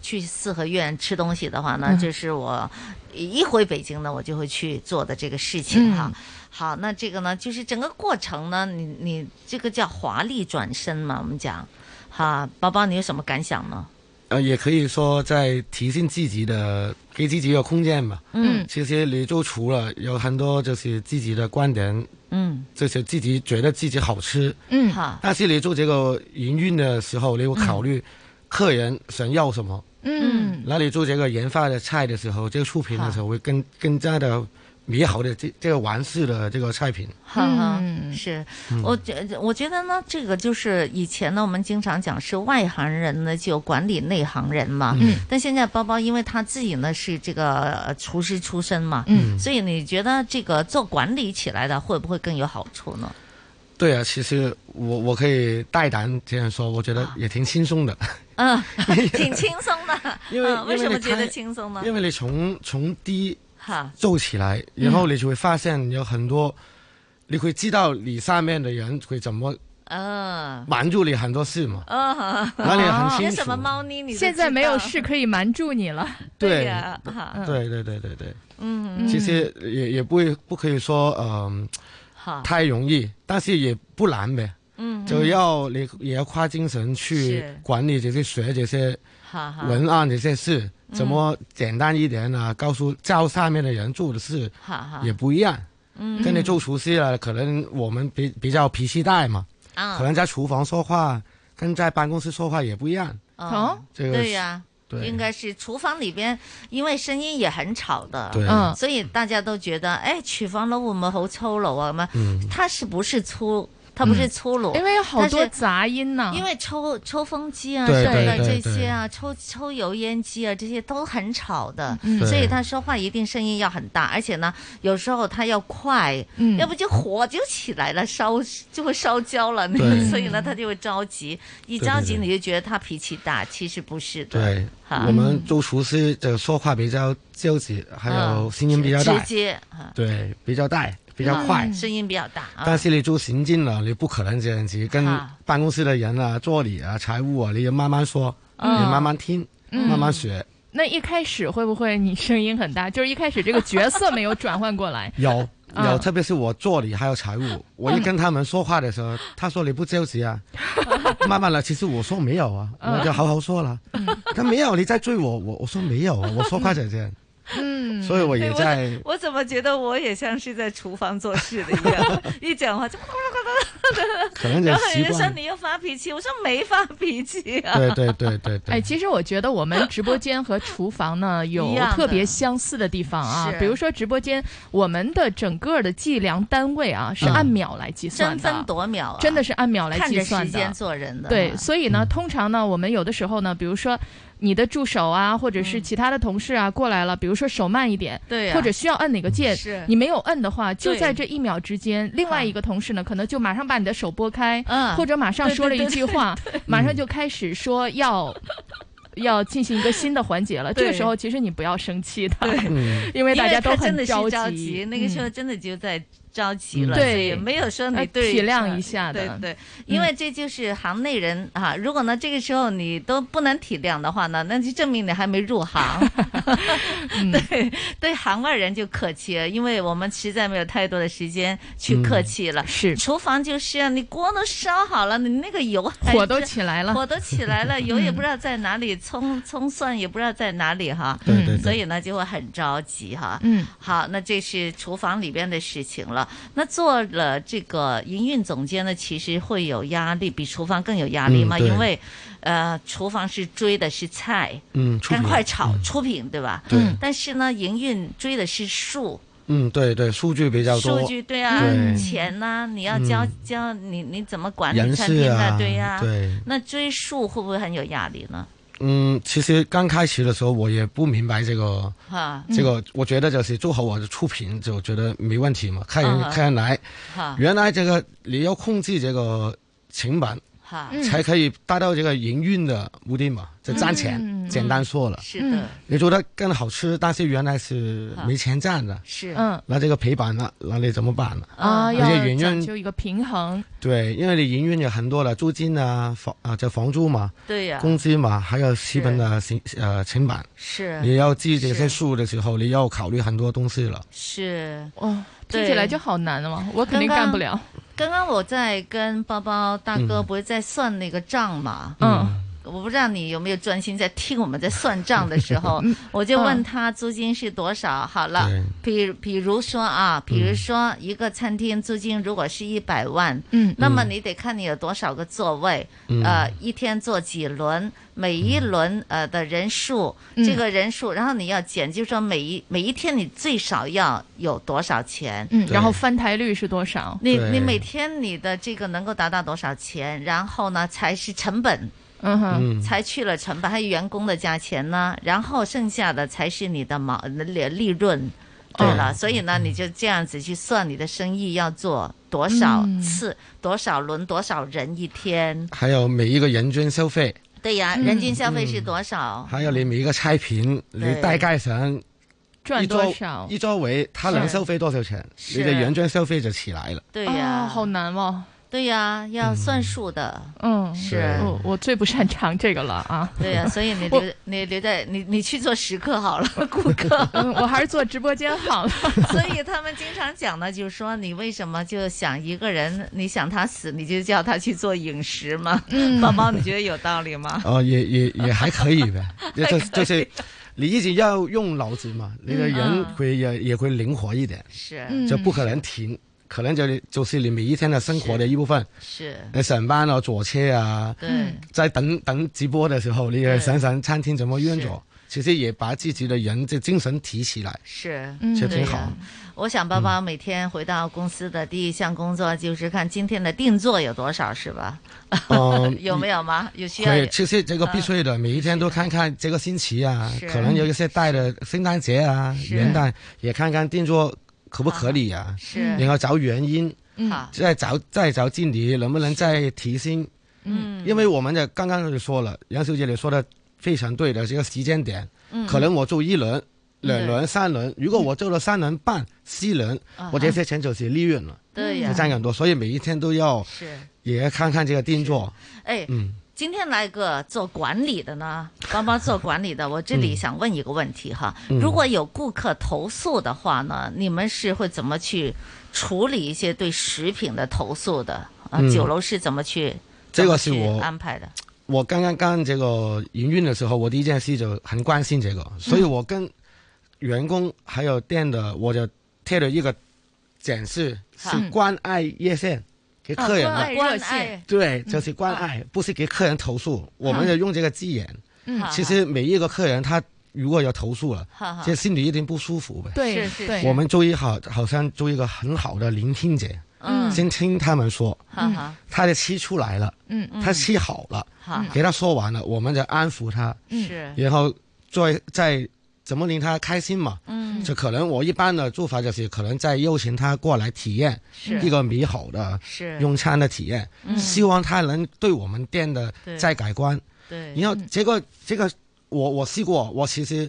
Speaker 7: 去四合院吃东西的话呢，
Speaker 8: 嗯
Speaker 7: 这是我一回北京呢，我就会去做的这个事情哈。好，那这个呢，就是整个过程呢，你你这个叫华丽转身嘛，我们讲，哈，包包你有什么感想呢？
Speaker 17: 呃，也可以说在提升自己的，给自己一个空间吧。
Speaker 7: 嗯
Speaker 17: 其实你就除了有很多就是自己的观点，
Speaker 7: 嗯
Speaker 17: 就是自己觉得自己好吃，
Speaker 7: 嗯，好，
Speaker 17: 但是你做这个营运的时候，你会考
Speaker 7: 嗯
Speaker 17: 虑客人想要什么。
Speaker 8: 嗯
Speaker 17: 那你做这个研发的菜的时候，这个出品的时候会更更加的美好的这这个完事的这个菜品。
Speaker 7: 哈哈，是，
Speaker 17: 嗯
Speaker 7: 我觉我觉得呢，这个就是以前呢，我们经常讲是外行人呢就管理内行人嘛，
Speaker 12: 嗯
Speaker 7: 但现在包包因为他自己呢是这个呃厨师出身嘛，
Speaker 17: 嗯
Speaker 7: 所以你觉得这个做管理起来的会不会更有好 处呢？
Speaker 17: 对啊，其实我我可以大胆这样说，我觉得也挺轻松的。
Speaker 7: 嗯，挺轻松的，
Speaker 17: 因为
Speaker 7: 嗯为
Speaker 17: 因为
Speaker 7: 什么
Speaker 17: 你
Speaker 7: 觉得
Speaker 17: 开
Speaker 7: 轻松呢？
Speaker 17: 因为你从从低
Speaker 7: 哈，
Speaker 17: 做起来，然后你就会发现有很多，你会知道你下面的人会怎么
Speaker 7: 嗯，
Speaker 17: 瞒住你很多事嘛。
Speaker 7: 嗯，
Speaker 17: 哪里很清
Speaker 7: 有
Speaker 17: 楚
Speaker 7: 什么猫腻？你都
Speaker 8: 现在
Speaker 7: 知
Speaker 8: 没有
Speaker 7: 道
Speaker 8: 事可以瞒住你 了。嗯
Speaker 17: 对
Speaker 7: 呀，哈，
Speaker 17: 对对对对对，
Speaker 7: 嗯，
Speaker 17: 其实也也不会不可以说嗯、
Speaker 7: 好，
Speaker 17: 太容易，但是也不难呗。
Speaker 7: 嗯
Speaker 17: 就要你也要花精神去
Speaker 7: 是
Speaker 17: 管理这些学这些
Speaker 7: 哈哈
Speaker 17: 文案这些事，
Speaker 7: 嗯
Speaker 17: 怎么简单一点啊？告诉教下面的人做的事
Speaker 7: 哈哈
Speaker 17: 也不一样。
Speaker 7: 嗯
Speaker 17: 跟你做厨师了，可能我们比比较脾气大嘛，
Speaker 7: 啊
Speaker 17: 可能在厨房说话跟在办公室说话也不一样。
Speaker 7: 哦，
Speaker 17: 这个
Speaker 7: 对
Speaker 17: 是
Speaker 7: 呀、
Speaker 17: 对
Speaker 7: 应该是厨房里边，因为声音也很吵的，
Speaker 17: 对嗯
Speaker 7: 所以大家都觉得，哎，厨房佬會唔會好粗魯啊？咁啊，
Speaker 17: 嗯
Speaker 7: 它是不是粗？它不是粗魯，
Speaker 8: 因为有好多
Speaker 7: 它是
Speaker 8: 杂音呢、
Speaker 7: 因为抽抽风机啊
Speaker 8: 对
Speaker 7: 什么的
Speaker 8: 对
Speaker 7: 这
Speaker 8: 对
Speaker 7: 些啊，抽抽油烟机啊这些都很吵的，
Speaker 8: 嗯
Speaker 7: 所以
Speaker 8: 对
Speaker 7: 他说话一定声音要很大，而且呢，有时候他要快，
Speaker 8: 嗯
Speaker 7: 要不就火就起来了，烧就会烧焦了，
Speaker 17: 对
Speaker 7: 所以呢他就会着急，一
Speaker 17: 对对
Speaker 7: 着急
Speaker 17: 对
Speaker 7: 你就觉得他脾气大，其实不是的，
Speaker 17: 对，
Speaker 7: 哈
Speaker 17: 我们做厨师的说话比较纠结，还有
Speaker 7: 嗯
Speaker 17: 声音比较大，
Speaker 7: 直接啊，
Speaker 17: 对，比较大，比较快。
Speaker 7: 嗯声音比较大，啊
Speaker 17: 但是你做行政了，你不可能这样子跟
Speaker 7: 啊
Speaker 17: 办公室的人啊、助理啊、财务啊，你要慢慢说，
Speaker 8: 嗯
Speaker 17: 你慢慢听，
Speaker 8: 嗯
Speaker 17: 慢慢学。。
Speaker 8: 那一开始会不会你声音很大？就是一开始这个角色没有转换过来
Speaker 17: 有有，
Speaker 8: 嗯
Speaker 17: 特别是我助理还有财
Speaker 7: 嗯
Speaker 17: 务，我一跟他们说话的时候，他说你不着急 啊，慢慢来。其实我说没有啊，
Speaker 8: 嗯
Speaker 17: 我就好好说了。
Speaker 7: 嗯
Speaker 17: 他没有，你在追我，我我说没有啊，我说话就这样。
Speaker 7: 嗯
Speaker 17: 所以我也
Speaker 7: 对
Speaker 17: 在
Speaker 7: 怎我怎么觉得我也像是在厨房做事的 一样，一讲话就
Speaker 17: 可能就
Speaker 7: 然后人家
Speaker 17: 习
Speaker 7: 说
Speaker 17: 惯
Speaker 7: 你又发脾气，我说没发脾气啊。
Speaker 17: 对对对对对。
Speaker 8: 哎，其实我觉得我 们直播间和厨房呢有
Speaker 7: 一样的
Speaker 8: 特别相似的地方啊
Speaker 7: 是，
Speaker 8: 比如说直播间，我们的整个的计量单位啊是
Speaker 7: 嗯
Speaker 8: 按秒来计算
Speaker 7: 争
Speaker 8: 的，
Speaker 7: 分夺秒啊，
Speaker 8: 真的是按秒来
Speaker 7: 看
Speaker 8: 计
Speaker 7: 着
Speaker 8: 算
Speaker 7: 时
Speaker 8: 的。
Speaker 7: 间做人的。
Speaker 8: 对，所以呢，通常呢，我们有的时候呢，比如说你的助手啊，或者是其他的同事啊、过来了，比如说手慢一点，
Speaker 7: 嗯对呀
Speaker 8: 或者需要按哪个键，
Speaker 7: 是
Speaker 8: 你没有摁的话，就
Speaker 7: 对
Speaker 8: 在这一秒之间，另外一个同事呢，可能就马上把你的手拨开，
Speaker 7: 嗯
Speaker 8: 或者马上
Speaker 7: 对
Speaker 8: 说了
Speaker 7: 对
Speaker 8: 一
Speaker 7: 对
Speaker 8: 句
Speaker 7: 对
Speaker 8: 话，
Speaker 7: 对
Speaker 8: 马上就开始说要。 要进行一个新的环节了，这个
Speaker 7: 对
Speaker 8: 时候其实你不要生气的
Speaker 7: 嗯，
Speaker 8: 因为大家都
Speaker 7: 他真的
Speaker 8: 很
Speaker 7: 是
Speaker 8: 着
Speaker 7: 着急，那个时候真的就在着急
Speaker 8: 嗯
Speaker 7: 了，所以
Speaker 8: 对
Speaker 7: 没有说
Speaker 8: 哎
Speaker 7: 你对
Speaker 8: 体谅一下的嗯
Speaker 7: 对对，因为这就是行内人啊。如果呢这个时候你都不能体谅的话呢，那就证明你还没入行。
Speaker 8: 嗯
Speaker 7: 对对，行外人就客气了，因为我们实在没有太多的时间去客气了。
Speaker 8: 嗯是，
Speaker 7: 厨房就是啊，你锅都烧好了，你那个油还
Speaker 8: 火都
Speaker 7: 是
Speaker 8: 起来了
Speaker 7: 火都起来了，油也不知道在哪里，葱葱蒜也不知道在哪里哈。
Speaker 8: 对对对
Speaker 7: 所以呢就会很着急哈。
Speaker 8: 嗯
Speaker 7: 好，那这是厨房里边的事情了。那做了这个营运总监呢，其实会有压力，比厨房更有压力
Speaker 17: 嗯
Speaker 7: 嘛，
Speaker 17: 对
Speaker 7: 因为呃，厨房是追的是菜，
Speaker 17: 嗯出
Speaker 7: 赶
Speaker 17: 品
Speaker 7: 快炒出品，对吧？
Speaker 17: 对嗯
Speaker 7: 但是呢，营运追的是数。
Speaker 17: 嗯，对对，数据比较多，
Speaker 7: 数据对啊，
Speaker 17: 对
Speaker 7: 钱呐、你要交、
Speaker 17: 嗯
Speaker 7: 交你你怎么管理
Speaker 17: 人
Speaker 7: 餐
Speaker 17: 事
Speaker 7: 厅的？
Speaker 17: 啊
Speaker 7: 对呀、
Speaker 17: 对
Speaker 7: 那追溯会不会很有压力呢？
Speaker 17: 嗯，其实刚开始的时候我也不明白这个，
Speaker 7: 哈，
Speaker 17: 这个我觉得就是做好我的出品就觉得没问题嘛，看人、
Speaker 7: 嗯
Speaker 17: 看人来。
Speaker 7: 哈
Speaker 17: 原来这个你要控制这个成本，
Speaker 7: 哈，
Speaker 23: 嗯
Speaker 4: 嗯
Speaker 17: 才可以达到这个营运的目的嘛，就赚钱。
Speaker 7: 嗯
Speaker 17: 简单说了，
Speaker 7: 是的，啊
Speaker 17: 你做得更好吃，但是原来是没钱赚的，
Speaker 7: 是
Speaker 8: 嗯
Speaker 17: 那这个赔本了，那你怎么办呢？
Speaker 8: 啊，
Speaker 17: 而
Speaker 8: 要
Speaker 17: 且营
Speaker 8: 讲
Speaker 17: 运
Speaker 8: 究一个平衡，
Speaker 17: 对，因为你营运有很多了，租金啊、房啊，这房租嘛，
Speaker 7: 对呀
Speaker 17: 工资嘛，还有基本的成呃成本，
Speaker 7: 是
Speaker 17: 你要记这些数的时候，你要考虑很多东西了。
Speaker 7: 是
Speaker 8: 哦，听起来就好难哦，我肯定
Speaker 7: 刚刚
Speaker 8: 干不了。
Speaker 7: 刚刚我在跟包包大哥不是在算那个账嘛，
Speaker 8: 嗯，，
Speaker 7: 我不知道你有没有专心在听我们在算账的时候
Speaker 8: 嗯
Speaker 7: 我就问他租金是多少。好了，比比如说啊，比如说一个餐厅租金如果是一百万，
Speaker 8: 嗯
Speaker 7: 那么你得看你有多少个座位，
Speaker 12: 嗯
Speaker 7: 呃，一天坐几轮，每一轮呃的人数，
Speaker 12: 嗯
Speaker 7: 这个人数，然后你要减，就是说每一每一天你最少要有多少钱，
Speaker 8: 嗯，然后翻台率是多少？
Speaker 7: 你你每天你的这个能够达到多少钱？然后呢，才是成本。
Speaker 8: 嗯
Speaker 18: 嗯
Speaker 7: 才去了成本，还有员工的价钱呢，然后剩下的才是你的毛利利润，对了，所以呢，你就这样子去算你的生意要做多少
Speaker 8: 嗯
Speaker 7: 次、多少轮、多少人一天，
Speaker 17: 还有每一个人均消费，
Speaker 7: 对呀，
Speaker 17: 嗯
Speaker 7: 人均消费是多
Speaker 8: 嗯
Speaker 7: 少？
Speaker 17: 还有你每一个菜品，你
Speaker 7: 哦对
Speaker 17: 大概上
Speaker 7: 赚
Speaker 17: 一
Speaker 7: 多
Speaker 17: 周
Speaker 7: 少
Speaker 17: 一周为他能收费多少钱，
Speaker 7: 是
Speaker 17: 你的人均消费就起来了。
Speaker 7: 对呀，
Speaker 8: 好难哦。
Speaker 7: 对呀，要算数的，
Speaker 8: 嗯，
Speaker 7: 是
Speaker 8: 我我最不擅长这个了啊。
Speaker 7: 对呀，所以你
Speaker 8: 我
Speaker 7: 留你留在你你去做食客好了， 顾
Speaker 8: 嗯我还是做直播间好了。
Speaker 7: 所以他们经常讲呢，就是说你为什么就想一个人，你想他死，你就叫他去做饮食嘛？
Speaker 8: 嗯
Speaker 7: 宝宝，你觉得有道理吗？，
Speaker 17: 哦，也也也还可以呗 就是
Speaker 7: 还可以
Speaker 17: 就是你一直要用脑子嘛，你的人
Speaker 7: 嗯
Speaker 17: 会也、也会灵活一点，
Speaker 7: 是嗯
Speaker 17: 就不可能停，可能就就是你每一天的生活的一部分。
Speaker 7: 是
Speaker 17: 你上班啊，坐车啊，
Speaker 16: 嗯
Speaker 7: 对嗯
Speaker 17: 在等等直播的时候，你也想想餐厅怎么运
Speaker 7: 是
Speaker 17: 作，其实也把自己的人的精神提起来，
Speaker 7: 是，
Speaker 8: 嗯
Speaker 17: 其实
Speaker 7: 对
Speaker 17: 挺
Speaker 7: 呀
Speaker 17: 好。
Speaker 7: 我想包包每天回到公司的第一项工作就是看今天的定做有多少，是吧？
Speaker 17: 嗯
Speaker 7: 有没有吗？有需要
Speaker 17: 对，
Speaker 7: 有
Speaker 17: 其实这个必须的，每一天都看看这个星期啊
Speaker 7: 嗯是，
Speaker 17: 可能有一些带的圣诞节啊、
Speaker 7: 是
Speaker 17: 元旦也看看定做可不可以啊，
Speaker 7: 是
Speaker 17: 然后找原因，
Speaker 7: 嗯好
Speaker 17: 再找再找经理能不能再提升，
Speaker 7: 嗯
Speaker 17: 因为我们的刚刚就说了，杨小姐你说的非常对的，这个时间点，
Speaker 7: 嗯
Speaker 17: 可能我做一轮、两轮、
Speaker 7: 对
Speaker 17: 三轮，如果我做了三轮半、四轮
Speaker 7: 啊，
Speaker 17: 我这些钱就是利润了，
Speaker 7: 对呀
Speaker 17: 就占很多，所以每一天都要
Speaker 7: 是，
Speaker 17: 也要看看这个定做，
Speaker 7: 哎，
Speaker 17: 嗯。
Speaker 7: 今天来个做管理的呢， 包包做管理的，我这
Speaker 17: 嗯
Speaker 7: 里想问一个问题哈，
Speaker 12: 嗯
Speaker 7: 如果有顾客投诉的话呢，你们是会怎么去处理一些对食品的投诉的？啊，
Speaker 17: 嗯
Speaker 7: 酒楼是怎么去？
Speaker 17: 这个是
Speaker 7: 怎么去
Speaker 17: 我
Speaker 7: 安排的。
Speaker 17: 我刚刚干这个营运的时候，我第一件事就很关心这
Speaker 7: 嗯
Speaker 17: 个，所以我跟员工还有店的，我就贴了一个展示，是
Speaker 7: 嗯
Speaker 17: 关爱热线给客人
Speaker 7: 啊
Speaker 17: 的。
Speaker 7: 嗯关爱热线
Speaker 17: 对，就是关爱，不是给客人投诉，我们就用这个字眼。
Speaker 7: 嗯好
Speaker 17: 其实每一个客人他如果有投诉了
Speaker 7: 好好，
Speaker 17: 这心里一定不舒服呗。
Speaker 7: 对是是对
Speaker 17: 我们做一好，好像做一个很好的聆听者，
Speaker 7: 嗯
Speaker 17: 先听他们说，
Speaker 7: 哈哈，
Speaker 17: 他的气出来了，
Speaker 7: 嗯嗯
Speaker 17: 他气好了，
Speaker 7: 好嗯
Speaker 17: 给他说完了，我们就安抚他，
Speaker 16: 嗯
Speaker 7: 是
Speaker 17: 然后再再怎么令他开心嘛，
Speaker 7: 嗯
Speaker 17: 就可能我一般的做法就是可能再邀请他过来体验
Speaker 7: 是
Speaker 17: 一个美好的
Speaker 7: 是
Speaker 17: 用餐的体验，
Speaker 7: 嗯
Speaker 17: 希望他能对我们店的
Speaker 7: 对
Speaker 17: 再改观，
Speaker 7: 对嗯
Speaker 17: 然后这个这个我我试过，我其实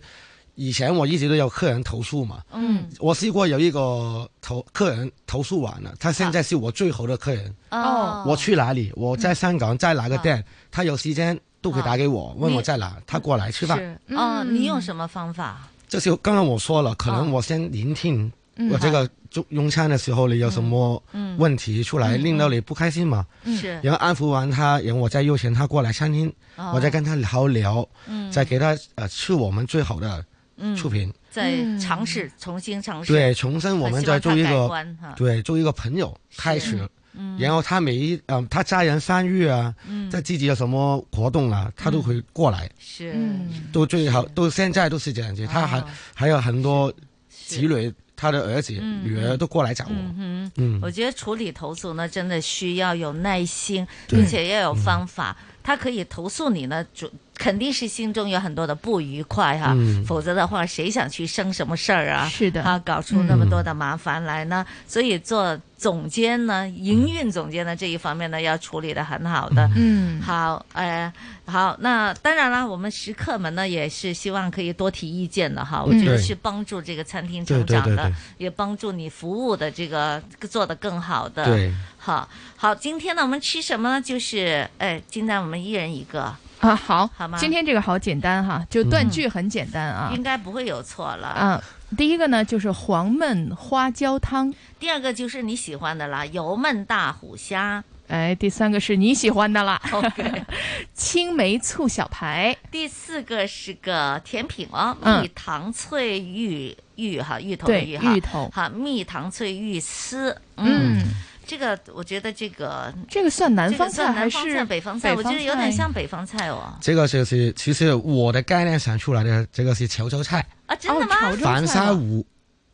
Speaker 17: 以前我一直都有客人投诉嘛，
Speaker 7: 嗯
Speaker 17: 我试过有一个投客人投诉完了，他现在是我最好的客人。
Speaker 7: 啊哦
Speaker 17: 我去哪里？我在香港，在哪个店
Speaker 7: 嗯？
Speaker 17: 他有时间都可以打给我，问我在哪，他过来吃
Speaker 7: 是
Speaker 17: 饭。
Speaker 7: 哦，你用什么方法？
Speaker 17: 就是刚刚我说了，可能我先聆听
Speaker 7: 嗯
Speaker 17: 我这个中用餐的时候你有什么
Speaker 7: 嗯嗯
Speaker 17: 问题出来，
Speaker 7: 嗯嗯嗯
Speaker 17: 令到你不开心嘛？
Speaker 16: 嗯
Speaker 7: 是
Speaker 17: 然后安抚完他，然后我再邀请他过来餐厅，
Speaker 7: 哦
Speaker 17: 我再跟他聊聊，
Speaker 7: 嗯
Speaker 17: 再给他呃吃我们最好的
Speaker 7: 嗯
Speaker 17: 出品。
Speaker 7: 再尝试重新尝试。
Speaker 17: 对，重新我们再做一
Speaker 7: 希望他改
Speaker 17: 个
Speaker 7: 观哈，
Speaker 17: 对做一个朋友开始，
Speaker 7: 嗯
Speaker 17: 然后他每一嗯、他家人生日啊，
Speaker 7: 嗯
Speaker 17: 在自己有什么活动啊，他都会过来，
Speaker 7: 是
Speaker 17: 嗯
Speaker 7: 哦
Speaker 17: 都最好都现在都是这样子，他还还有很多子女。他的儿子、
Speaker 7: 嗯
Speaker 17: 女儿都过来找我。
Speaker 7: 嗯
Speaker 17: 嗯
Speaker 7: 我觉得处理投诉呢，真的需要有耐心，
Speaker 17: 对
Speaker 7: 并且要有方法。
Speaker 12: 嗯
Speaker 7: 他可以投诉你呢，主肯定是心中有很多的不愉快哈、
Speaker 12: 嗯
Speaker 7: 否则的话，谁想去生什么事儿啊？
Speaker 12: 是的嗯
Speaker 7: 啊，搞出那么多的麻烦来呢？所以做总监呢，营运总监呢这一方面呢，要处理的很好的。
Speaker 12: 嗯
Speaker 7: 好，呃，好，那当然啦，我们食客们呢也是希望可以多提意见的哈，我觉得
Speaker 12: 嗯
Speaker 7: 是帮助这个餐厅
Speaker 12: 对
Speaker 7: 成长
Speaker 12: 对对
Speaker 7: 的，
Speaker 12: 对
Speaker 7: 也帮助你服务的这个做得更好的。
Speaker 12: 对，
Speaker 7: 好，好，今天呢我们吃什么呢？就是，哎，今天我们一人一个，
Speaker 8: 啊，好，
Speaker 7: 好吗
Speaker 8: 今天这个好简单哈，
Speaker 17: 嗯
Speaker 8: 就断句很简单啊。
Speaker 7: 应该不会有错了。
Speaker 8: 啊，第一个呢就是黄焖花椒汤，
Speaker 7: 第二个就是你喜欢的啦，油焖大虎虾。
Speaker 8: 哎，第三个是你喜欢的啦
Speaker 7: OK
Speaker 8: 青梅醋小排，
Speaker 7: 第四个是个甜品哦，
Speaker 8: 嗯
Speaker 7: 蜜糖翠玉玉哈，芋头的
Speaker 8: 对
Speaker 7: 芋哈，
Speaker 8: 芋头
Speaker 7: 好，蜜糖翠玉丝，
Speaker 8: 嗯，
Speaker 7: 这个我觉得这个
Speaker 8: 这个算南
Speaker 7: 这个
Speaker 8: 方
Speaker 7: 算
Speaker 8: 菜还
Speaker 7: 南方
Speaker 8: 是
Speaker 7: 菜北方菜？我觉得有点像北方菜哦。
Speaker 17: 这个就是其实我的概念想出来的，这个是潮州菜，
Speaker 7: 啊，真的吗？
Speaker 17: 反沙芋，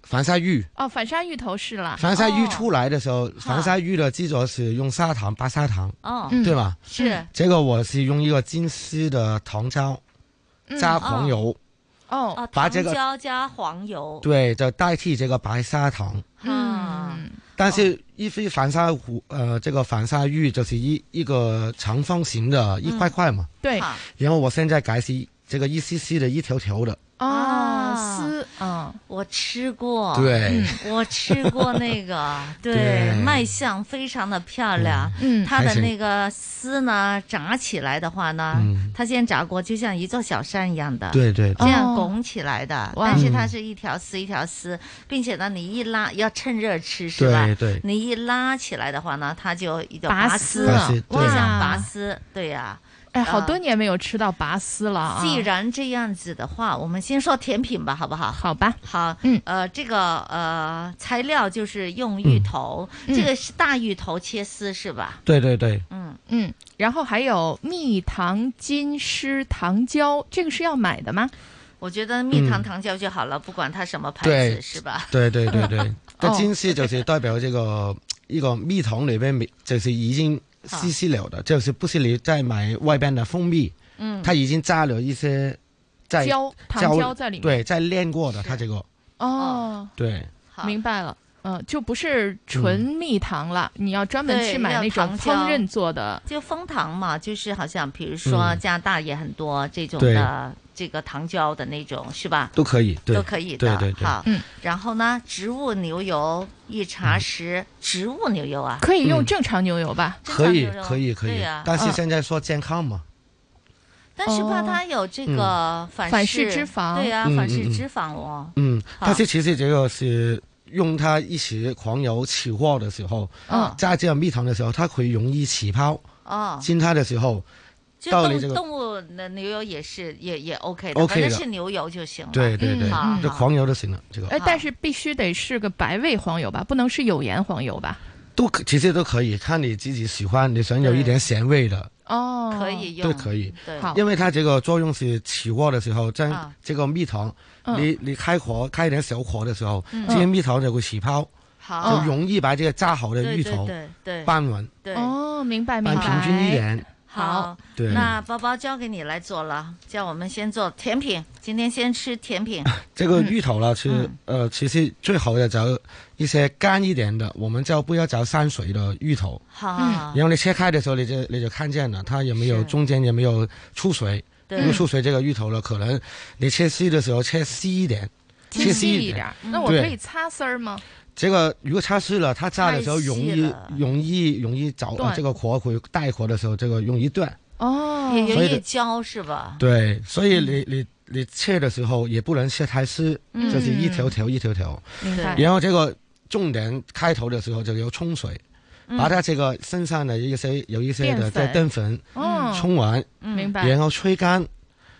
Speaker 17: 反沙芋。
Speaker 8: 哦，反沙芋头是啦，
Speaker 17: 反沙芋
Speaker 8: 哦
Speaker 17: 出来的时候，反沙芋的制作是用砂糖、白砂糖，
Speaker 7: 哦
Speaker 17: 对吧？
Speaker 7: 是
Speaker 8: 嗯
Speaker 17: 这个我是用一个金丝的糖胶
Speaker 7: 嗯
Speaker 17: 加黄油，
Speaker 8: 哦
Speaker 7: 哦，
Speaker 17: 把
Speaker 7: 糖
Speaker 17: 这个
Speaker 7: 椒加黄油，
Speaker 17: 对，就代替这个白砂糖。
Speaker 7: 嗯，
Speaker 17: 但是一飞反沙湖，呃，这个反沙芋就是一一个长方形的一块块嘛。
Speaker 8: 对，
Speaker 17: 然后我现在改是这个一丝丝的一条条的，
Speaker 8: 啊，丝啊，
Speaker 7: 我吃过，
Speaker 17: 对
Speaker 7: 嗯我吃过 那个，对
Speaker 17: 对，
Speaker 7: 卖相非常的漂亮，
Speaker 8: 嗯
Speaker 7: 它的
Speaker 8: 还行
Speaker 7: 那个丝呢炸起来的话呢，它先炸过就像一座小山一样的，
Speaker 17: 嗯对对对
Speaker 7: 这样拱起来的，
Speaker 8: 哦
Speaker 17: 哇
Speaker 7: 但是它是一条丝一条丝，并且呢你一拉要趁热吃是
Speaker 17: 对
Speaker 7: 吧？
Speaker 17: 对
Speaker 7: 你一拉起来的话呢，它就一种
Speaker 8: 拔丝
Speaker 7: 丝
Speaker 8: 拔丝，
Speaker 7: 就像
Speaker 8: 哇
Speaker 7: 拔丝，对呀。
Speaker 8: 哎，好
Speaker 7: 啊
Speaker 8: 多年没有吃到拔丝了啊。
Speaker 7: 既然这样子的话，我们先说甜品吧，好不好？
Speaker 8: 好吧，
Speaker 7: 好，嗯，呃，这个呃材料就是用芋头，
Speaker 8: 嗯
Speaker 7: 这个是大芋头切丝是吧？
Speaker 17: 对对对，
Speaker 7: 嗯
Speaker 8: 嗯，然后还有蜜糖金丝糖胶，这个是要买的吗？
Speaker 7: 我觉得蜜糖
Speaker 17: 嗯
Speaker 7: 糖胶就好了，不管它什么牌子
Speaker 17: 对，
Speaker 7: 是吧？，
Speaker 17: 对对对对 那
Speaker 7: 哦
Speaker 17: 金丝就是代表这个一个蜜糖里边没，就是已经稀稀了的，就是不是你在买外边的蜂蜜，
Speaker 8: 嗯
Speaker 17: 它已经加了一些在
Speaker 8: 胶糖胶在里面
Speaker 17: 对，在炼过的，它这个
Speaker 8: 哦，
Speaker 17: 对。
Speaker 8: 明白了。嗯，就不是纯蜜糖了，你要专门
Speaker 7: 对
Speaker 8: 去买
Speaker 7: 要
Speaker 8: 那种
Speaker 7: 嗯糖
Speaker 8: 烹
Speaker 7: 胶
Speaker 8: 饪做的。
Speaker 7: 就枫糖嘛，就是好像比如说
Speaker 8: 嗯
Speaker 7: 加拿大也很多这种
Speaker 17: 对
Speaker 7: 的这个糖胶的那种是吧？
Speaker 17: 都可以，对
Speaker 7: 都可以的。
Speaker 17: 对对对嗯
Speaker 7: 好，然后呢，植物牛油一茶匙，植物牛油啊，
Speaker 8: 可以用正常牛油吧？
Speaker 7: 嗯
Speaker 17: 可以，可以，可
Speaker 7: 对
Speaker 17: 以
Speaker 7: 呀。
Speaker 17: 但是
Speaker 7: 嗯
Speaker 17: 现在说健康嘛，
Speaker 7: 但是怕它有这个
Speaker 17: 哦
Speaker 7: 反
Speaker 8: 反式脂肪
Speaker 7: 对呀、
Speaker 17: 嗯
Speaker 7: 反式
Speaker 17: 嗯嗯
Speaker 7: 脂肪哦。
Speaker 17: 嗯，
Speaker 7: 好
Speaker 17: 但是其实这个是用它一起狂油起锅的时候
Speaker 7: 嗯，
Speaker 17: 加这样蜜糖的时候，它会容易起泡。
Speaker 7: 哦，
Speaker 17: 煎它的时候，
Speaker 7: 就
Speaker 17: 到
Speaker 7: 动
Speaker 17: 你这个
Speaker 7: 动物的牛油也是也也 OK 的
Speaker 17: OK
Speaker 7: 反正
Speaker 17: 的
Speaker 7: 是牛油就行了。嗯
Speaker 17: 对对对
Speaker 7: 好，哎
Speaker 17: 就狂油就行了。这个
Speaker 8: 呃，但是必须得是个白味黄油吧，不能是有盐黄油吧？
Speaker 17: 都可其实都可以，看你自己喜欢，你想有一点咸味的
Speaker 8: 哦，
Speaker 7: 可以用
Speaker 17: 都可以
Speaker 7: 对好。
Speaker 17: 因为它这个作用是起锅的时候，将
Speaker 7: 啊
Speaker 17: 这个蜜糖，
Speaker 7: 嗯
Speaker 17: 你你开火开一点小火的时候
Speaker 7: 嗯，
Speaker 17: 这些蜜糖就会起泡，
Speaker 7: 好
Speaker 17: 就容易把这个炸好的
Speaker 7: 对
Speaker 17: 芋
Speaker 7: 对
Speaker 17: 头
Speaker 7: 对对
Speaker 17: 拌匀，
Speaker 7: 对
Speaker 8: 哦，明白明
Speaker 17: 拌平
Speaker 8: 白。
Speaker 17: 均一点。
Speaker 7: 好，
Speaker 17: 对
Speaker 7: 那包包交给你来做了，叫我们先做甜品，今天先吃甜品。
Speaker 8: 嗯
Speaker 17: 这个芋头呢，是、呃，其实最好的找一些干一点的，我们就不要找山水的芋头。
Speaker 7: 好，
Speaker 8: 啊
Speaker 7: 哦
Speaker 17: 然嗯后你切开的时候，你就你就看见了，它有没有中间有没有出水？
Speaker 7: 对
Speaker 17: 如果出水，这个芋头呢，可能你切丝的时候切细一点，切
Speaker 8: 细
Speaker 17: 一
Speaker 8: 点
Speaker 17: 点
Speaker 8: 儿。。那我可以
Speaker 17: 对，
Speaker 8: 擦丝儿吗？
Speaker 17: 这个如果擦丝了，它炸的时候
Speaker 8: 太细
Speaker 17: 容易
Speaker 8: 了
Speaker 17: 容易容易着、
Speaker 8: 断
Speaker 17: 呃、这个火会带火的时候，这个容易断。
Speaker 8: 哦
Speaker 7: 也有
Speaker 17: 所以
Speaker 7: 一
Speaker 17: 的
Speaker 7: 焦是吧？
Speaker 17: 对，所以你你你切的时候也不能切太丝，
Speaker 7: 嗯
Speaker 17: 就是一条条一条条。
Speaker 7: 明白
Speaker 17: 然后这个重点开头的时候就要冲水，
Speaker 8: 嗯
Speaker 17: 把它这个身上的一些有一些的
Speaker 8: 淀粉
Speaker 17: 这淀粉
Speaker 8: 嗯
Speaker 17: 冲完，
Speaker 8: 明白。
Speaker 17: 然后吹干，
Speaker 7: 哦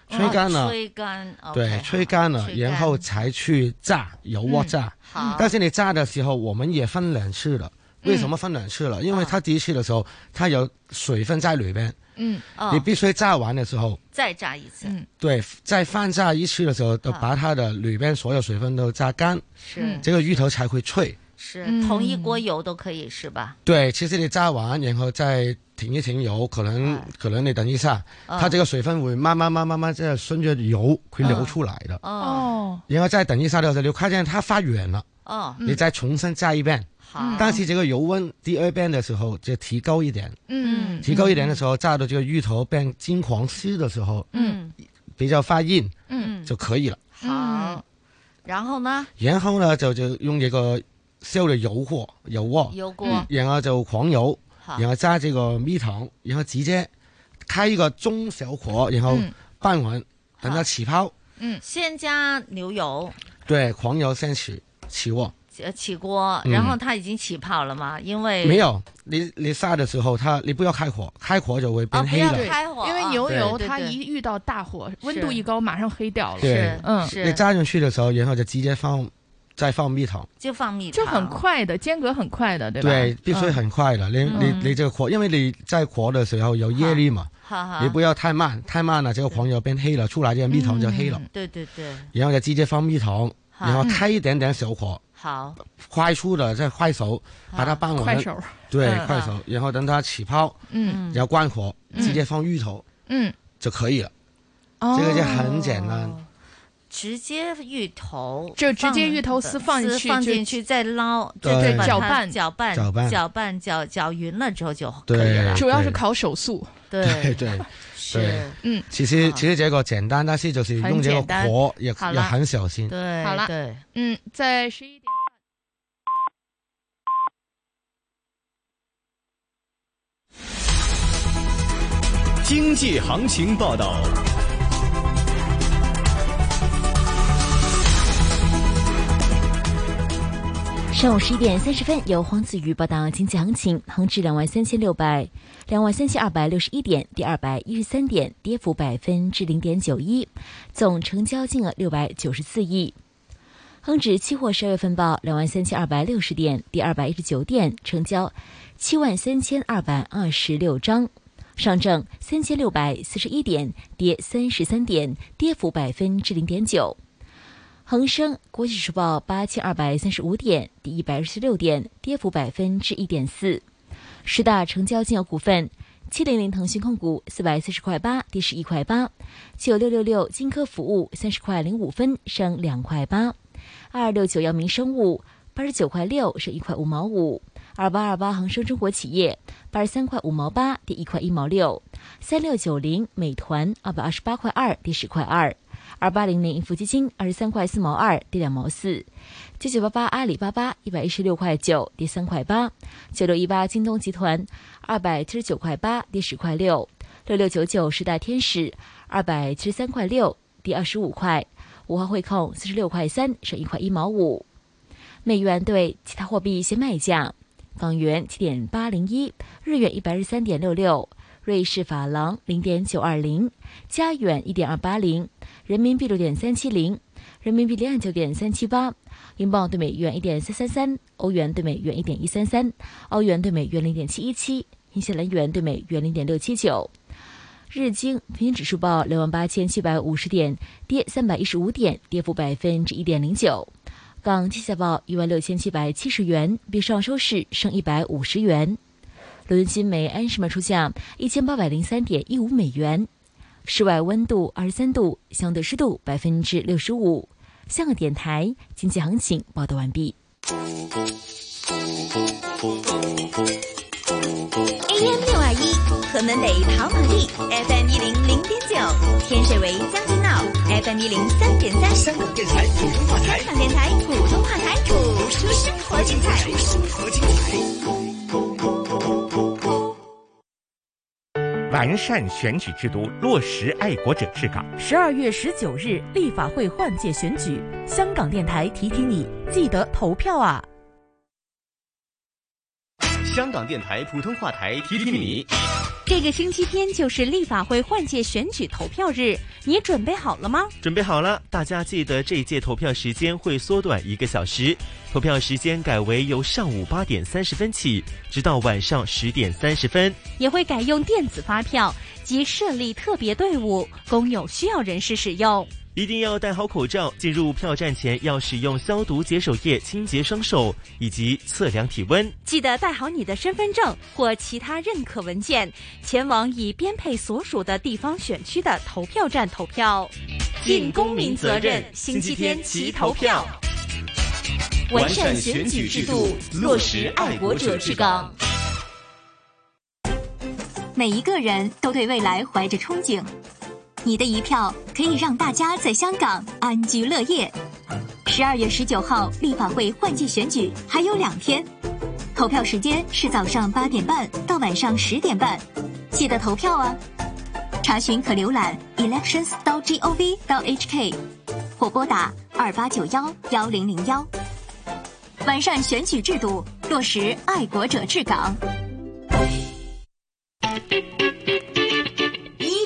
Speaker 17: 吹干了。
Speaker 7: 吹干，
Speaker 17: 对，吹干了，然后才去炸，油锅炸。
Speaker 7: 嗯好
Speaker 17: 但是你炸的时候，我们也分两次了。为什么分两次了？因为它第一次的时候，它有水分在里边，
Speaker 7: 嗯哦
Speaker 17: 你必须炸完的时候，
Speaker 7: 再炸一次，嗯
Speaker 17: 对，在放炸一次的时候，都把它的里边所有水分都榨干，
Speaker 7: 啊是
Speaker 17: 这个芋头才会脆。
Speaker 7: 是同
Speaker 8: 嗯
Speaker 7: 一锅油都可以是吧？
Speaker 17: 对，其实你炸完，然后再停一停油，可能
Speaker 7: 哎
Speaker 17: 可能你等一下，
Speaker 7: 嗯
Speaker 17: 它这个水分会慢慢慢慢慢，这顺着油会流出来的。
Speaker 7: 哦
Speaker 17: 然后再等一下的时候，你看见它发软了，
Speaker 7: 哦，
Speaker 17: 你再重新炸一遍。
Speaker 7: 好
Speaker 17: 但是这个油温第二遍的时候就提高一点，
Speaker 7: 嗯
Speaker 17: 提高一点的时候，炸到这个芋头变金黄色的时候，
Speaker 7: 嗯
Speaker 17: 比较发硬
Speaker 7: 嗯
Speaker 17: 就可以了。嗯
Speaker 7: 好，然后呢？
Speaker 17: 然后呢，就就用这个烧的油锅，油锅，
Speaker 7: 油锅
Speaker 8: 啊
Speaker 17: 嗯然后就狂油
Speaker 7: 好，
Speaker 17: 然后加这个蜜糖，然后直接开一个中小火，然后
Speaker 7: 嗯
Speaker 17: 拌匀，等它起泡，
Speaker 7: 嗯，先加牛油，
Speaker 17: 对，狂油先起起锅。
Speaker 7: 呃，起锅，
Speaker 17: 嗯
Speaker 7: 然后它已经起泡了吗？因
Speaker 8: 哎
Speaker 7: 为
Speaker 17: 没有，你你杀的时候，它你不要开火，开火就会
Speaker 7: 哦
Speaker 8: 哦
Speaker 17: 变黑了。
Speaker 8: 因为牛
Speaker 17: 对
Speaker 8: 油
Speaker 17: 对
Speaker 8: 它
Speaker 7: 对
Speaker 8: 一遇到大火，温
Speaker 7: 是
Speaker 8: 度一高马上黑掉了。
Speaker 17: 对，
Speaker 8: 嗯，
Speaker 17: 你加进去的时候，然后就直接放，再放蜜糖。
Speaker 7: 就放蜜
Speaker 8: 就很快的，间隔很快的，对吧？
Speaker 17: 对，必须很快了。你
Speaker 8: 嗯
Speaker 17: 你你这个火，因为你在火的时候有业力嘛，
Speaker 7: 哈啊哈，
Speaker 17: 你不要太慢，太慢了，这个黄油变黑了，出来这个蜜糖就黑了。
Speaker 7: 嗯对对对，
Speaker 17: 然后就直接放蜜糖，
Speaker 7: 好
Speaker 17: 然后开一点点小火，
Speaker 7: 好，
Speaker 17: 快速的再快手把它拌完。
Speaker 7: 快手
Speaker 17: 对
Speaker 7: 啊嗯，
Speaker 17: 快手，然后等它起泡，
Speaker 7: 嗯哦
Speaker 17: 然后关火，直接放芋头
Speaker 8: 嗯，
Speaker 17: 就可以了。这个就很简单。
Speaker 7: 直接芋头，
Speaker 8: 就直接芋头丝放进去
Speaker 7: 丝放
Speaker 8: 就
Speaker 7: 进去再捞，
Speaker 17: 对
Speaker 7: 就
Speaker 17: 对
Speaker 7: 把它
Speaker 17: 搅拌
Speaker 7: 搅拌，
Speaker 17: 搅拌
Speaker 7: 搅拌，搅搅匀了之后就可以
Speaker 17: 对
Speaker 7: 了。，
Speaker 17: 对
Speaker 8: 烤手速。
Speaker 17: 对
Speaker 7: 对，
Speaker 17: 对
Speaker 7: 是
Speaker 17: 对，
Speaker 8: 嗯，
Speaker 17: 其实其实这个简单，但是就是用这
Speaker 8: 很简
Speaker 17: 个
Speaker 8: 单
Speaker 17: 火也
Speaker 8: 好
Speaker 17: 也
Speaker 8: 了
Speaker 17: 很小心。
Speaker 7: 对
Speaker 8: 好了，
Speaker 7: 对，
Speaker 8: 嗯，在十一点
Speaker 21: 经济行情报道。
Speaker 10: 上午十一点三十分，由黄子瑜报道经济行情：恒指两万三千六百、两万三千二百六十一点，跌二百一十三点，跌幅百分之零点九一，总成交金额六百九十四亿。恒指期货十二月份报两万三千二百六十点，跌二百一十九点，成交七万三千二百二十六张。上证三千六百四十一点，跌三十三点，跌幅百分之零点九。恒生国际指数报八千二百三十五点，跌一百二十六点，跌幅百分之一点四。十大成交金额股份：七零零腾讯控股四百四十块八，跌十一块八；九六六六金科服务三十块零五分，升两块八；二六九阳明生物八十九块六，升一块五毛五；二八二八恒生中国企业八十三块五毛八，跌一块一毛六；三六九零美团二百二十八块二，跌十块二。二八零零盈富基金二十三块四毛二，跌两毛四；九九八八阿里巴巴一百一十六块九，跌三块八；九六一八京东集团二百七十九块八，跌十块六；六六九九十大天使二百七十三块六，跌二十五块；五号汇控四十六块三，升一块一毛五。美元对其他货币现卖价：港元七点八零一，日元一百二十三点六六，瑞士法郎零点九二零，加元一点二八零，人民币六点三七零，人民币两九点三七八，英镑对美元一点三三三，欧元对美元一点一三三，澳元对美元零点七一七，新西兰元对美元零点六七九。日经平均指数报两万八千七百五十点，跌三百一十五点，跌幅百分之一点零九。港金价报一万六千七百七十元，比上收市升一百五十元。伦敦金每安士卖出价一千八百零三点一五美元，室外温度二十三度，相对湿度百分之六十五。香港电台经济行情报道完毕。
Speaker 1: AM
Speaker 10: AM
Speaker 1: 六二一，河门北跑马地，FM 一零零点九，天水围将军澳，FM 一零三点三。香港电台普通话台，香港电台普通话台，播出生活精彩，生活精彩。
Speaker 13: 完善选举制度，落实爱国者治港。
Speaker 14: 十二月十九日立法会换届选举，香港电台提提你，记得投票啊！
Speaker 21: 香港电台普通话台提提你，
Speaker 22: 这个星期天就是立法会换届选举投票日，你准备好了吗？
Speaker 23: 准备好了，大家记得这一届投票时间会缩短一个小时，投票时间改为由上午八点三十分起，直到晚上十点三十分。
Speaker 22: 也会改用电子发票及设立特别队伍，供有需要人士使用。
Speaker 23: 一定要戴好口罩，进入票站前要使用消毒洁手液清洁双手，以及测量体温。
Speaker 22: 记得带好你的身份证或其他认可文件，前往已编配所属的地方选区的投票站投票，
Speaker 21: 尽公民责任
Speaker 22: 星期天
Speaker 21: 齐
Speaker 22: 齐
Speaker 21: 投
Speaker 22: 投
Speaker 21: 票
Speaker 22: 票，
Speaker 21: 完善选举制度，落实爱国者治港。
Speaker 19: 每一个人都对未来怀着憧憬，你的一票可以让大家在香港安居乐业。十二月十九号，立法会换届选举还有两天，投票时间是早上八点半到晚上十点半，记得投票啊！查询可浏览 elections gov hk，或拨打二八九幺幺零零幺。完善选举制度，落实爱国者治港。
Speaker 1: 衣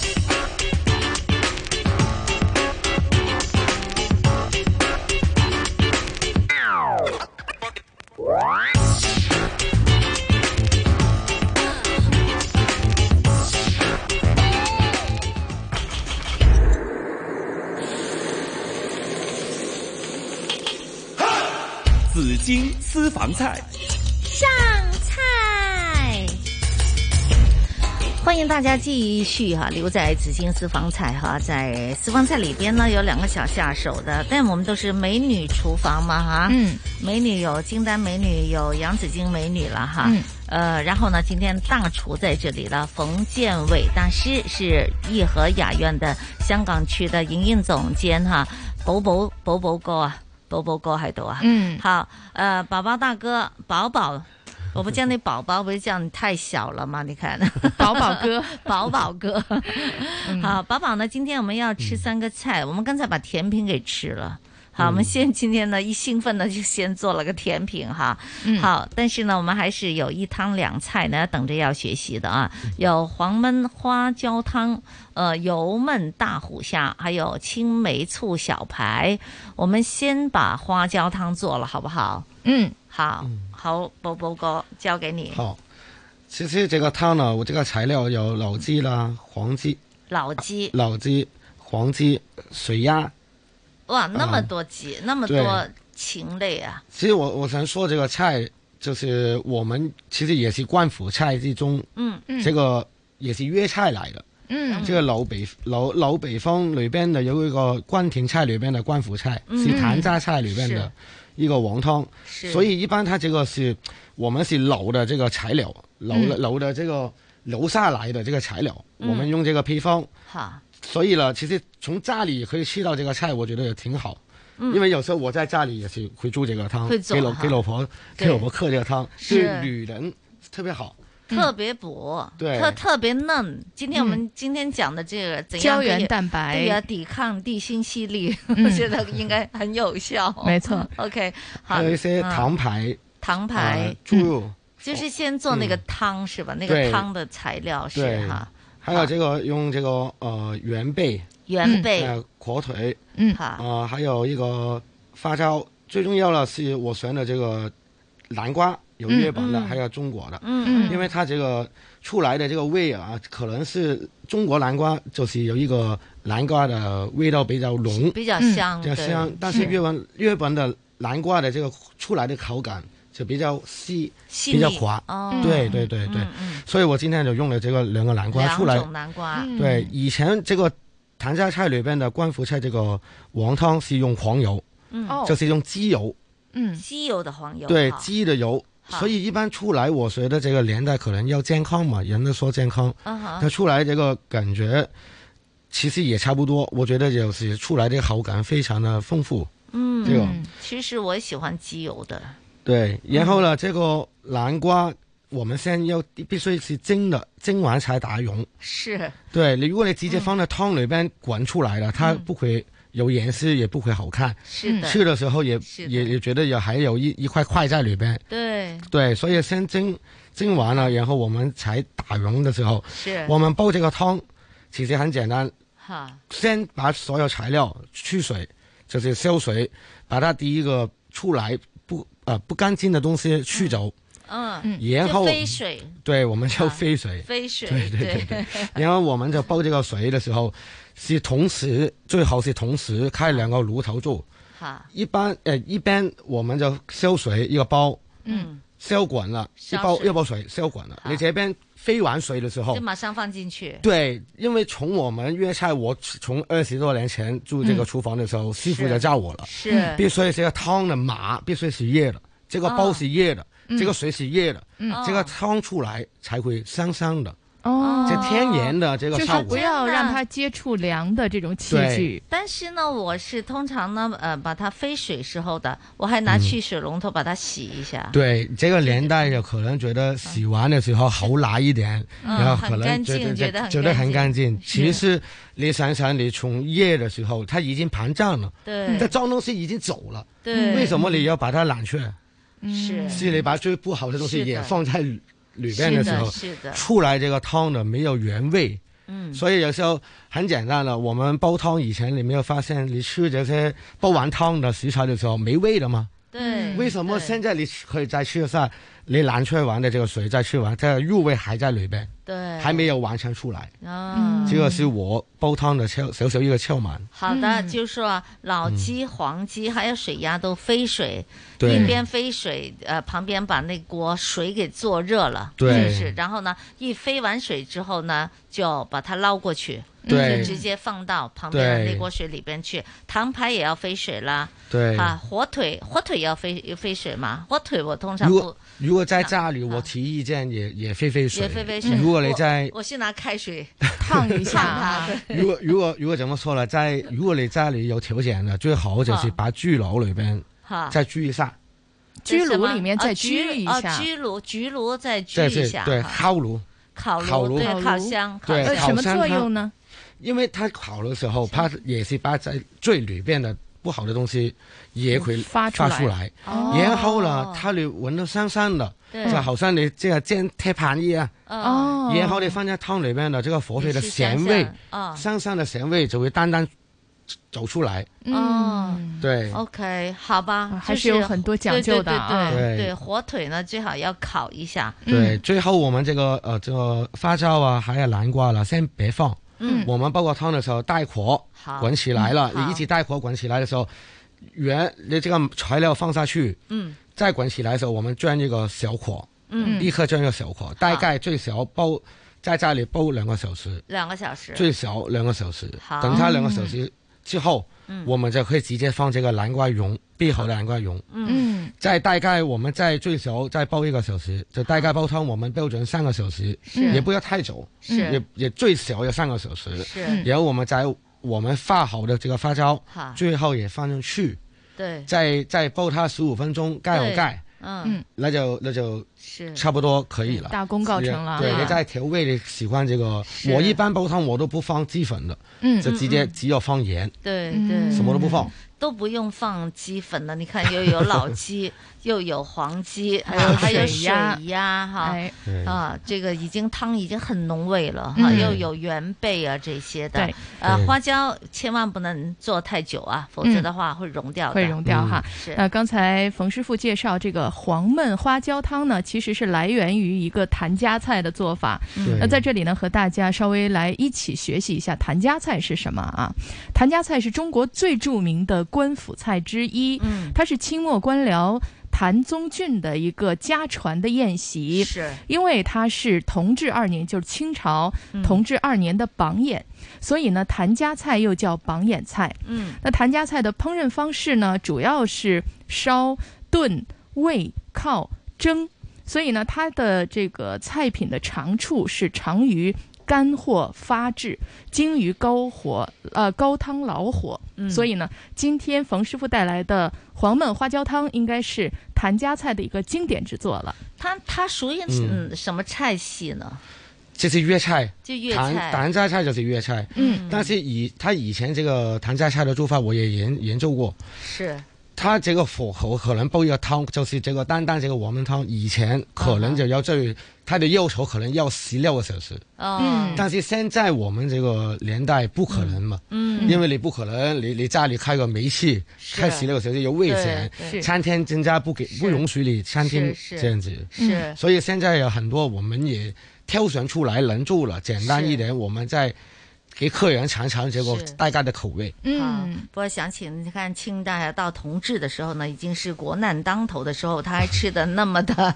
Speaker 21: 紫金私房菜。
Speaker 5: 上菜，
Speaker 7: 欢迎大家继续哈、留在紫金私房菜哈、在私房菜里边呢有两个小下手的，但我们都是美女厨房嘛哈，
Speaker 10: 嗯，
Speaker 7: 美女有金丹美女，有杨紫金美女了哈，
Speaker 10: 嗯
Speaker 7: 呃，然后呢，今天大厨在这里了，冯建伟大师是义和雅苑的香港区的营运总监哈，宝宝宝宝哥啊，宝宝哥喺度啊，
Speaker 10: 嗯
Speaker 7: 好，呃，宝宝大哥，宝宝。 我不叫你宝宝，不是叫你太小了吗？你看，
Speaker 8: 宝宝哥，嗯
Speaker 7: 宝宝哥，好，宝宝呢？今天我们要吃三个菜，我们刚才把甜品给吃了。
Speaker 8: 嗯
Speaker 7: 好，我们先今天呢一兴奋呢就先做了个甜品哈，
Speaker 10: 嗯
Speaker 7: 好，但是呢我们还是有一汤两菜呢等着要学习的啊，有黄焖花椒汤，呃油焖大虎虾，还有青梅醋小排。我们先把花椒汤做了好不好？
Speaker 10: 嗯，
Speaker 7: 好，好，波波哥交给你。
Speaker 17: 好，其实这个汤呢，我这个材料有老鸡啦、黄鸡、
Speaker 7: 老鸡，
Speaker 17: 老鸡、黄鸡、水鸭。
Speaker 7: 哇，那么多鸡，那么多禽类啊！
Speaker 17: 其实我我想说这个菜，就是我们其实也是官府菜之中，
Speaker 7: 嗯嗯
Speaker 17: 这个也是粤菜来的。
Speaker 10: 嗯
Speaker 17: 这个老北老老北方里边的有一个关田菜里边的官府菜，
Speaker 10: 嗯
Speaker 17: 是谭家菜里边的
Speaker 10: 是
Speaker 17: 一个黄汤，
Speaker 10: 是
Speaker 17: 所以一般它这个是我们是老的这个材料，老的、
Speaker 10: 嗯
Speaker 17: 老的这个留下来的这个材料，
Speaker 7: 嗯
Speaker 17: 我们用这个配方，
Speaker 7: 好，
Speaker 17: 所以呢，其实从家里可以吃到这个菜，我觉得也挺好。
Speaker 7: 嗯
Speaker 17: 因为有时候我在家里也是会煮这个汤，
Speaker 7: 会做
Speaker 17: 给老
Speaker 7: 哈
Speaker 17: 给老婆
Speaker 7: 对
Speaker 17: 给老婆喝这个汤，
Speaker 7: 是
Speaker 17: 对女人特别好。
Speaker 7: 特别补，
Speaker 17: 嗯对嗯
Speaker 7: 特特别嫩。今天我们今天讲的这个怎样可以
Speaker 8: 胶原蛋白
Speaker 7: 对呀，抵抗地心吸力，
Speaker 8: 嗯
Speaker 7: 我觉得应该很有效。
Speaker 8: 没错
Speaker 7: OK，好，
Speaker 17: 还有一些
Speaker 7: 嗯
Speaker 17: 糖排、
Speaker 7: 糖嗯哦
Speaker 17: 呃
Speaker 7: 排，
Speaker 17: 猪肉。
Speaker 7: 就是先做那个汤是吧？那
Speaker 17: 嗯对
Speaker 7: 个汤的材料
Speaker 17: 对
Speaker 7: 是哈，
Speaker 17: 还有这个用这个呃圆贝、
Speaker 7: 原贝，
Speaker 17: 呃火腿，
Speaker 7: 嗯
Speaker 17: 啊、
Speaker 7: 好，
Speaker 17: 还有一个发酵。最重要的是我选的这个南瓜，有
Speaker 7: 嗯
Speaker 17: 日本的，
Speaker 7: 嗯
Speaker 17: 还有中国的，
Speaker 7: 嗯嗯
Speaker 17: 因为它这个出来的这个味啊，可能是中国南瓜就是有一个南瓜的味道比较浓，
Speaker 7: 比较香
Speaker 17: 比较
Speaker 7: 对
Speaker 17: 香，但是
Speaker 7: 是
Speaker 17: 日本日本的南瓜的这个出来的口感就比较细，
Speaker 7: 细
Speaker 17: 比较
Speaker 7: 腻
Speaker 17: 滑，
Speaker 7: 哦嗯
Speaker 17: 对对对对，所以我今天就用了这个两个南瓜
Speaker 7: 两
Speaker 17: 出来，
Speaker 7: 种南瓜，
Speaker 17: 嗯对，以前这个谭家菜里边的官府菜，这个黄汤是用黄油，
Speaker 7: 嗯哦
Speaker 17: 就是用鸡油，
Speaker 7: 嗯，鸡油的黄油，
Speaker 17: 对
Speaker 7: 好
Speaker 17: 鸡的油，所以一般出来，我觉得这个年代可能要健康嘛，人都说健康，
Speaker 7: 嗯哼
Speaker 17: 那出来这个感觉其实也差不多，我觉得就是出来的口感非常的丰富，
Speaker 7: 嗯，
Speaker 17: 这个
Speaker 7: 嗯其实我也喜欢鸡油的，
Speaker 17: 对，然后呢，这个南瓜我们现在要必须是蒸的，蒸完才打溶。
Speaker 7: 是，
Speaker 17: 对，你如果你直接放到汤里边滚出来了，它
Speaker 7: 嗯
Speaker 17: 不会有颜色，也不会好看。
Speaker 7: 是的
Speaker 17: 吃的时候也
Speaker 7: 是的
Speaker 17: 也也觉得有还有一一块块在里边。
Speaker 7: 对，
Speaker 17: 对，所以先蒸蒸完了，然后我们才打溶的时候，
Speaker 7: 是
Speaker 17: 我们煲这个汤其实很简单，
Speaker 7: 哈，
Speaker 17: 先把所有材料去水，就是烧水，把它第一个出来不呃不干净的东西去走。
Speaker 7: 嗯，
Speaker 17: 然
Speaker 7: 就
Speaker 17: 后
Speaker 7: 飞水，
Speaker 17: 对，我们叫
Speaker 7: 啊
Speaker 17: 飞水。
Speaker 7: 飞水，
Speaker 17: 对对对对。 然后我们就煲这个水的时候，是同时最好是同时开两个炉头做。
Speaker 7: 哈，
Speaker 17: 一般呃一般我们就烧水一个煲，
Speaker 7: 嗯，
Speaker 17: 烧滚了，一
Speaker 7: 烧
Speaker 17: 煲
Speaker 7: 水啊
Speaker 17: 一煲水烧滚了。你这边飞完水的时候
Speaker 7: 嗯就，马上放进去。
Speaker 17: 对，因为从我们粤菜，我从二十多年前住这个厨房的时候，师傅
Speaker 7: 嗯是
Speaker 17: 就教我了，
Speaker 7: 是
Speaker 17: 必须这个汤的码必须是热的，这个煲是热的，
Speaker 7: 嗯
Speaker 17: 这个水是热的，
Speaker 7: 嗯
Speaker 17: 这个汤出来才会香香的。
Speaker 8: 哦
Speaker 17: 这天然的这个
Speaker 8: 就是
Speaker 17: 效
Speaker 8: 不
Speaker 17: 果。
Speaker 8: 要让它接触凉的这种器具
Speaker 17: 对。
Speaker 7: 但是呢，我是通常呢，呃，把它飞水时候的，我还拿
Speaker 17: 嗯
Speaker 7: 去水龙头把它洗一下。
Speaker 17: 对这个年代，有可能觉得洗完的时候好拿一点，
Speaker 7: 嗯
Speaker 17: 然后可
Speaker 7: 很干
Speaker 17: 能觉
Speaker 7: 净
Speaker 17: 得
Speaker 7: 觉得很
Speaker 17: 觉得很干净。其
Speaker 7: 是
Speaker 17: 实你想想，你从热的时候，它已经膨胀了，
Speaker 7: 对
Speaker 17: 它脏东西已经走了，
Speaker 7: 对
Speaker 17: 为什么你要把它揽出来？
Speaker 16: 嗯
Speaker 7: 是
Speaker 17: 是你把最不好的东西
Speaker 7: 是的
Speaker 17: 也放在里边的时候，
Speaker 7: 是的是的
Speaker 17: 出来这个汤呢没有原味。
Speaker 7: 嗯
Speaker 17: 所以有时候很简单了，我们煲汤以前，你没有发现你吃这些煲完汤的食材的时候没味了吗？
Speaker 7: 嗯对，
Speaker 17: 为什么现在你可以再吃一下你蓝雀丸的这个水再吃完，它的入味还在里边，
Speaker 7: 对
Speaker 17: 还没有完全出来。
Speaker 7: 啊，
Speaker 17: 这个是我煲汤的窍小小一个窍门。
Speaker 7: 好
Speaker 17: 嗯
Speaker 7: 的，就是说啊老鸡、黄鸡还有水鸭都飞水，
Speaker 17: 对
Speaker 7: 一边飞水，呃，旁边把那锅水给做热了，
Speaker 17: 对
Speaker 7: 是不是？然后呢，一飞完水之后呢，就把它捞过去，
Speaker 17: 对
Speaker 7: 就直接放到旁边的
Speaker 17: 对
Speaker 7: 那锅水里边去。糖排也要飞水啦，
Speaker 17: 对
Speaker 7: 啊，火腿火腿也要飞飞水嘛，火腿我通常
Speaker 17: 如
Speaker 7: 不啊
Speaker 17: 果如果在家里，我提意见也也飞飞水，
Speaker 7: 也飞飞水。
Speaker 17: 如果你
Speaker 7: 我
Speaker 17: 在
Speaker 7: 我是拿开 水烫
Speaker 8: 一下
Speaker 7: 它， 对
Speaker 17: 如果如果如果怎么说呢，在如果你家里有条件的，最好就是把焗炉里边
Speaker 7: 哈
Speaker 17: 再焗一下，
Speaker 7: 这
Speaker 8: 焗
Speaker 7: 是什
Speaker 8: 炉
Speaker 7: 么
Speaker 8: 里面
Speaker 7: 啊
Speaker 8: 再
Speaker 7: 焗
Speaker 8: 焗一
Speaker 7: 啊
Speaker 8: 下
Speaker 7: 焗炉焗炉再
Speaker 17: 再
Speaker 7: 焗一
Speaker 17: 是
Speaker 7: 下，
Speaker 17: 对
Speaker 7: 哈
Speaker 17: 烤炉，
Speaker 7: 烤
Speaker 17: 烤
Speaker 7: 炉
Speaker 17: 炉
Speaker 7: 对烤箱，烤
Speaker 17: 对
Speaker 8: 呃
Speaker 7: 箱哎
Speaker 17: 烤箱它？？
Speaker 8: 它
Speaker 17: 因为它烤的时候，它也是把在最里边的不好的东西也会
Speaker 8: 嗯发出
Speaker 17: 出
Speaker 8: 来
Speaker 17: 来，
Speaker 8: 哦
Speaker 17: 然后呢，它你闻到香香的，
Speaker 8: 对
Speaker 17: 就好像你这个煎铁盘一样。
Speaker 8: 哦
Speaker 17: 啊然后你放在汤里面的这个火腿的
Speaker 8: 也是香
Speaker 17: 咸味
Speaker 8: 香，哦
Speaker 17: 香香的咸味就会单单走出来。
Speaker 7: 哦
Speaker 17: 嗯
Speaker 8: 嗯
Speaker 17: 对，
Speaker 7: ，OK，好吧，
Speaker 8: 啊还
Speaker 7: 就是
Speaker 8: 有很多讲究的啊
Speaker 7: 对对
Speaker 17: 嗯
Speaker 7: 对
Speaker 17: 对
Speaker 7: 对，火腿呢最好要烤一下，
Speaker 17: 对，最后我们这个呃这个花椒啊，还有南瓜啦，先别放。
Speaker 7: 嗯
Speaker 17: 我们煲个汤的时候带火
Speaker 7: 好
Speaker 17: 滚起来了，
Speaker 7: 嗯好
Speaker 17: 你一起带火滚起来的时候，原你这个材料放下去，
Speaker 7: 嗯
Speaker 17: 再滚起来的时候，我们转一个小火，
Speaker 7: 嗯
Speaker 17: 立刻转一个小火，大概最少煲在家里煲两个小时，
Speaker 7: 两个小时，
Speaker 17: 最少两个小时
Speaker 7: 好，
Speaker 17: 等它两个小时之后，
Speaker 7: 嗯
Speaker 17: 我们就可以直接放这个南瓜蓉，备好的南瓜蓉。
Speaker 7: 嗯
Speaker 17: 在大概我们在最少再煲一个小时，就大概煲汤我们标准三个小时，
Speaker 7: 是
Speaker 17: 也不要太久，
Speaker 7: 是
Speaker 17: 也也最少要三个小时。
Speaker 7: 是
Speaker 17: 然后我们在我们发好的这个发胶
Speaker 7: 好，
Speaker 17: 最后也放进去，
Speaker 7: 对，
Speaker 17: 再再煲它十五分钟，盖好
Speaker 7: 对
Speaker 17: 盖，
Speaker 7: 嗯
Speaker 17: 那就那就是差不多可以了。
Speaker 8: 大功告成了
Speaker 17: 对，
Speaker 8: 啊
Speaker 17: 你再调味，你喜欢这个，
Speaker 8: 是
Speaker 17: 我一般煲汤我都不放鸡粉的，
Speaker 7: 嗯
Speaker 17: 就直接
Speaker 7: 嗯嗯
Speaker 17: 只有放盐，
Speaker 7: 对
Speaker 8: 嗯
Speaker 7: 对，
Speaker 17: 什么都不放。
Speaker 7: 都不用放鸡粉了，你看又有 老鸡，又有黄鸡，
Speaker 8: 还有
Speaker 7: 啊还有
Speaker 8: 水
Speaker 7: 水
Speaker 8: 鸭
Speaker 7: 鸭哈
Speaker 8: 哎，
Speaker 7: 啊，这个已经汤已经很浓味了哈，
Speaker 8: 嗯
Speaker 7: 又有原贝啊这些的
Speaker 8: 对，
Speaker 7: 呃，
Speaker 8: 对
Speaker 7: 花椒千万不能做太久啊，否则的话会溶掉的，嗯
Speaker 8: 会溶掉哈。
Speaker 7: 是
Speaker 8: 那刚才冯师傅介绍这个黄焖花椒汤呢，其实是来源于一个谭家菜的做法
Speaker 7: 嗯对。
Speaker 8: 那在这里呢，和大家稍微来一起学习一下谭家菜是什么啊？谭家菜是中国最著名的官府菜之一，
Speaker 7: 嗯
Speaker 8: 它是清末官僚。谭宗俊的一个家传的宴席，
Speaker 7: 是
Speaker 8: 因为它是同治二年，就是清朝
Speaker 7: 嗯
Speaker 8: 同治二年的榜眼，所以呢，谭家菜又叫榜眼菜。
Speaker 7: 嗯
Speaker 8: 那谭家菜的烹饪方式呢，主要是烧、炖、煨、烤、蒸，所以呢，它的这个菜品的长处是长于干货发制，精于高火呃高汤老火。
Speaker 7: 嗯
Speaker 8: 所以呢，今天冯师傅带来的黄焖花椒汤应该是谭家菜的一个经典之作了。
Speaker 7: 它它属于
Speaker 17: 嗯
Speaker 7: 嗯什么菜系呢？
Speaker 17: 这是粤菜，
Speaker 7: 就粤
Speaker 17: 谭
Speaker 7: 菜
Speaker 17: 谭家菜就是粤菜。
Speaker 7: 嗯
Speaker 17: 但是以他以前这个谭家菜的做法，我也研研究过。
Speaker 7: 是
Speaker 17: 它这个火候可能煲一个汤，就是这个单单这个我们汤，以前可
Speaker 7: 啊
Speaker 17: 能就要最，它的要求可能要十六个小时。
Speaker 7: 哦嗯
Speaker 17: 但是现在我们这个年代不可能嘛，
Speaker 7: 嗯嗯
Speaker 17: 因为你不可能，你你家里开个煤气，
Speaker 7: 是
Speaker 17: 开十六个小时有危险
Speaker 7: 对，对
Speaker 17: 餐厅增加不给不允许你餐厅
Speaker 7: 是是
Speaker 17: 这样子。
Speaker 7: 是
Speaker 17: 所以现在有很多我们也挑选出来能做了，简单一点，我们再给客人尝尝这个
Speaker 7: 是
Speaker 17: 大概的口味。
Speaker 7: 嗯，不过想起你看清代啊到同治的时候呢，已经是国难当头的时候，他还吃的那么 的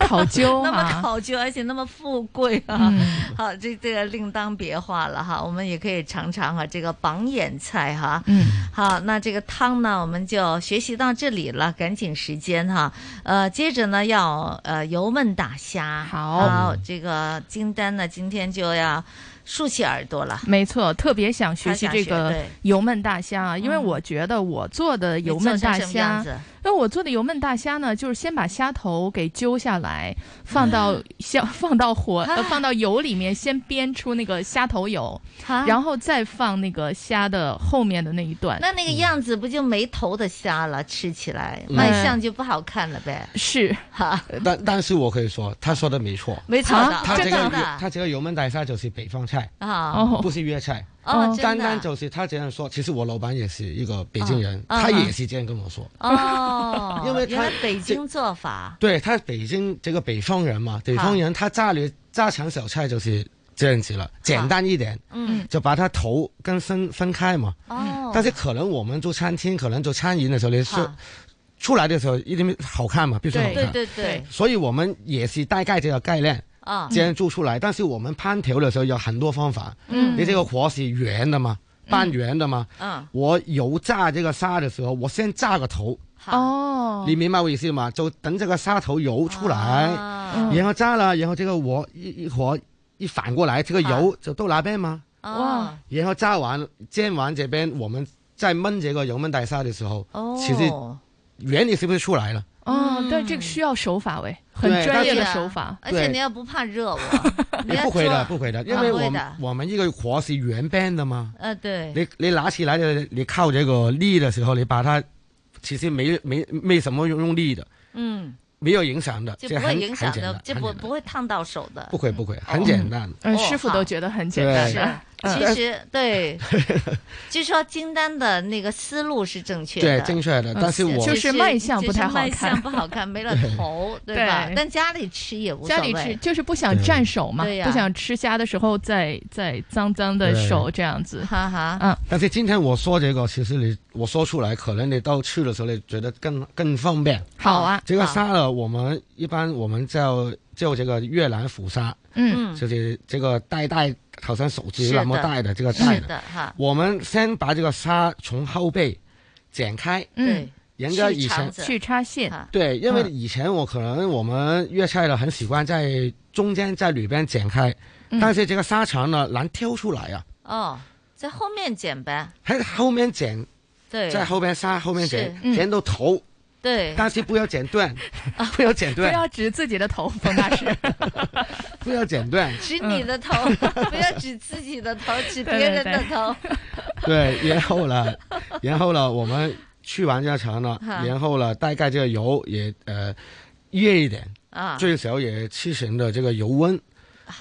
Speaker 8: 考究
Speaker 7: 那么
Speaker 8: 哈
Speaker 7: 考究，而且那么富贵啊。
Speaker 8: 嗯
Speaker 7: 好，这这个另当别话了哈。我们也可以尝尝哈这个榜眼菜哈。
Speaker 8: 嗯，
Speaker 7: 好，那这个汤呢，我们就学习到这里了，赶紧时间哈。呃，接着呢要呃油焖打虾。
Speaker 8: 好
Speaker 7: 这个金丹呢今天就要竖起耳朵了。
Speaker 8: 没错，特别想学习这
Speaker 7: 他想
Speaker 8: 个
Speaker 7: 学对嗯
Speaker 8: 油焖大虾啊，因为我觉得我做的油焖大
Speaker 7: 你做成什么
Speaker 8: 虾
Speaker 7: 样子，
Speaker 8: 因为我做的油焖大虾呢，就是先把虾头给揪下来，放到 虾放到火呃
Speaker 7: 嗯啊
Speaker 8: 放到油里面，先煸出那个虾头油，
Speaker 7: 啊
Speaker 8: 然后再放那个虾的后面的那一段。
Speaker 7: 那那个样子不就没头的虾了？吃起来
Speaker 17: 嗯
Speaker 7: 卖相就不好看了呗。
Speaker 8: 是
Speaker 7: 哈，
Speaker 17: 但但是我可以说，他说的没错，
Speaker 7: 没错的
Speaker 17: 他这
Speaker 7: 真的
Speaker 17: 个他这个油焖大虾就是北方菜
Speaker 7: 啊哦
Speaker 17: 不是粤菜。
Speaker 7: 哦真的
Speaker 17: 单单就是他这样说，其实我老板也是一个北京人，
Speaker 7: 啊
Speaker 17: 他也是这样跟我说。
Speaker 7: 哦，
Speaker 17: 因为它
Speaker 7: 原来北京做法
Speaker 17: 对他北京这个北方人嘛，北方人他家里家常小菜就是这样子了，简单一点，
Speaker 7: 嗯
Speaker 17: 就把它头跟身分开嘛。嗯
Speaker 7: 哦
Speaker 17: 但是可能我们做餐厅，可能做餐饮的时候，你是
Speaker 7: 好
Speaker 17: 出来的时候一定好看嘛，必须好看。
Speaker 7: 对对对
Speaker 17: 所以我们也是大概这个概念。
Speaker 7: 啊
Speaker 17: 这样做出来，但是我们烹调的时候有很多方法。
Speaker 7: 嗯
Speaker 17: 你这个火是圆的嘛，半圆的嘛。
Speaker 7: 嗯
Speaker 17: 我油炸这个沙的时候，我先炸个头。
Speaker 8: 哦
Speaker 17: 你明白我意思吗？就等这个沙头油出来，
Speaker 7: 嗯
Speaker 17: 然后炸了，然后这个火一一火一反过来，这个
Speaker 7: 啊
Speaker 17: 油就到那边嘛。
Speaker 7: 哇，
Speaker 17: 然后炸完煎完这边，我们在焖这个油焖大沙的时候，
Speaker 7: 哦
Speaker 17: 其实原理是不是出来了？
Speaker 8: 哦，但这个需要手法喂，很
Speaker 17: 对
Speaker 8: 专业的
Speaker 17: 但是
Speaker 8: 手法。
Speaker 7: 嗯啊而且
Speaker 17: 对
Speaker 7: 你要不怕热我，你
Speaker 17: 你
Speaker 7: 要
Speaker 17: 不会的，
Speaker 7: 做
Speaker 17: 不会的，因
Speaker 7: 啊
Speaker 17: 为
Speaker 7: 不会
Speaker 17: 我们
Speaker 7: 的
Speaker 17: 我们一个火是圆边的嘛。
Speaker 7: 呃对，
Speaker 17: 你你拿起来的，你靠这个力的时候，你把它其实没没没什么用力的，
Speaker 7: 嗯，
Speaker 17: 没有影响的，
Speaker 7: 就
Speaker 17: 这
Speaker 7: 不
Speaker 17: 很
Speaker 7: 会影响
Speaker 17: 很简
Speaker 7: 的
Speaker 17: 单，
Speaker 7: 就不不会烫到手的。哦
Speaker 17: 不会不会，很简单。
Speaker 8: 嗯，师傅都觉得很简单啊嗯
Speaker 17: 对
Speaker 8: 的。
Speaker 7: 啊其实 对，据说金丹的那个思路是正确的，
Speaker 17: 对正确的
Speaker 7: 嗯
Speaker 17: 但是我
Speaker 7: 只
Speaker 8: 就是卖相不太好
Speaker 7: 只是卖相
Speaker 8: 看
Speaker 7: 不好看，没了 头，对
Speaker 8: 对
Speaker 7: 吧？但家里吃也无所
Speaker 8: 家
Speaker 7: 谓，
Speaker 8: 里吃就是不想沾手嘛，
Speaker 7: 对呀
Speaker 8: 不想吃虾的时候再再脏脏的手
Speaker 17: 对
Speaker 8: 这样子。
Speaker 7: 哈哈，
Speaker 8: 嗯，
Speaker 17: 但是今天我说这个，其实你我说出来，可能你到吃的时候，你觉得更更方便。
Speaker 8: 好啊
Speaker 17: 这个
Speaker 8: 好
Speaker 17: 沙呢，我们一般我们叫叫这个越南虎鲨，
Speaker 8: 嗯
Speaker 17: 就是这个带带，好像手指
Speaker 7: 是
Speaker 17: 那么
Speaker 7: 的
Speaker 17: 大的这个带
Speaker 7: 是的哈，
Speaker 17: 我们先把这个沙从后背剪开，
Speaker 8: 嗯，
Speaker 17: 人家以前
Speaker 8: 去插线，
Speaker 17: 对，因为
Speaker 8: 嗯
Speaker 17: 以前我可能我们粤菜的很习惯在中间在里边剪开，
Speaker 7: 嗯
Speaker 17: 但是这个沙肠呢难挑出来啊，
Speaker 7: 哦，在后面剪呗，
Speaker 17: 还后面剪，
Speaker 7: 对，
Speaker 17: 在后边沙后面剪
Speaker 7: 是，嗯
Speaker 17: 剪到头，
Speaker 7: 对，
Speaker 17: 但是不要剪 断，
Speaker 7: 啊
Speaker 17: 不要剪
Speaker 8: 不
Speaker 17: 断，
Speaker 8: 要指自己的头，冯 大师。
Speaker 17: 不要嗯剪断，
Speaker 7: 指
Speaker 8: 嗯
Speaker 7: 你 的头，不要指自己的头，指别人的 头。
Speaker 17: 对，然后 呢，然后呢，我们去完这个肠呢，
Speaker 7: 哈
Speaker 17: 然后呢，大概这个油也呃热一点
Speaker 7: 啊
Speaker 17: 最少也七成的这个油温。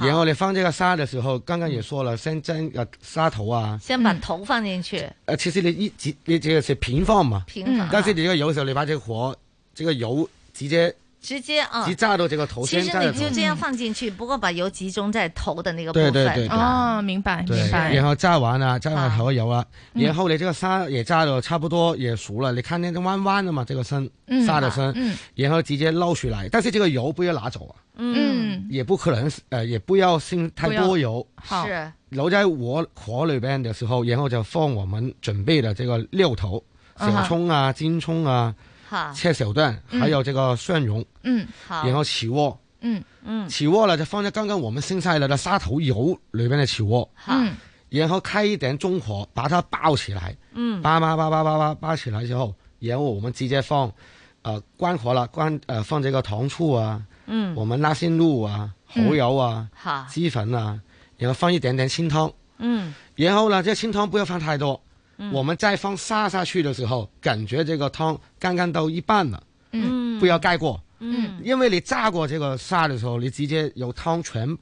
Speaker 17: 然后你放这个沙的时候，刚刚也说了，
Speaker 7: 嗯
Speaker 17: 先蒸个沙头啊。
Speaker 7: 先把头放进去，
Speaker 17: 呃，其实你一直你这个是平放嘛，
Speaker 7: 平放
Speaker 17: 但是你这个有时候你把这个火，这个油直接
Speaker 7: 直接啊。
Speaker 17: 直炸到这个头，
Speaker 7: 其
Speaker 17: 先
Speaker 7: 实
Speaker 17: 炸到
Speaker 7: 你就
Speaker 17: 头
Speaker 7: 这
Speaker 8: 嗯
Speaker 7: 样放进去，不过把油集中在头的那个部
Speaker 17: 对
Speaker 7: 分。
Speaker 17: 对对对
Speaker 8: 哦，明白
Speaker 17: 对
Speaker 8: 明，白。
Speaker 17: 然后炸完了，炸完头油了，
Speaker 8: 嗯
Speaker 17: 然后你这个沙也炸的差不多也熟了，你看那个弯弯的嘛，这个身
Speaker 8: 嗯
Speaker 17: 沙的身，
Speaker 8: 嗯
Speaker 17: 然后直接捞出来，但是这个油不要拿走啊，
Speaker 8: 嗯，
Speaker 17: 也不可能呃也不要先太多油，
Speaker 8: 不要好是
Speaker 17: 留在我火里边的时候，然后就放我们准备的这个料头，
Speaker 7: 嗯
Speaker 17: 小葱啊、金葱啊、
Speaker 7: 好，
Speaker 17: 切小段，
Speaker 7: 嗯
Speaker 17: 还有这个蒜蓉，
Speaker 8: 嗯，
Speaker 7: 好，
Speaker 17: 然后起锅。
Speaker 8: 嗯
Speaker 7: 嗯
Speaker 17: 起锅了，就放在刚刚我们剩下来的沙头油里边的起锅。
Speaker 7: 嗯
Speaker 17: 然后开一点中火，把它爆起来，
Speaker 7: 嗯
Speaker 17: 扒扒扒扒扒扒扒起来之后，然后我们直接放，呃关火了，关呃放这个糖醋啊，
Speaker 7: 嗯
Speaker 17: 我们拉鲜肉啊、
Speaker 7: 嗯
Speaker 17: 蚝油啊、
Speaker 7: 好
Speaker 17: 鸡粉啊，然后放一点点清汤，
Speaker 7: 嗯
Speaker 17: 然后呢，这清汤不要放太多。
Speaker 7: 嗯
Speaker 17: 我们再放沙下去的时候，感觉这个汤刚刚到一半了，
Speaker 7: 嗯
Speaker 17: 不要盖过，
Speaker 7: 嗯
Speaker 17: 因为你炸过这个沙的时候，你直接有汤全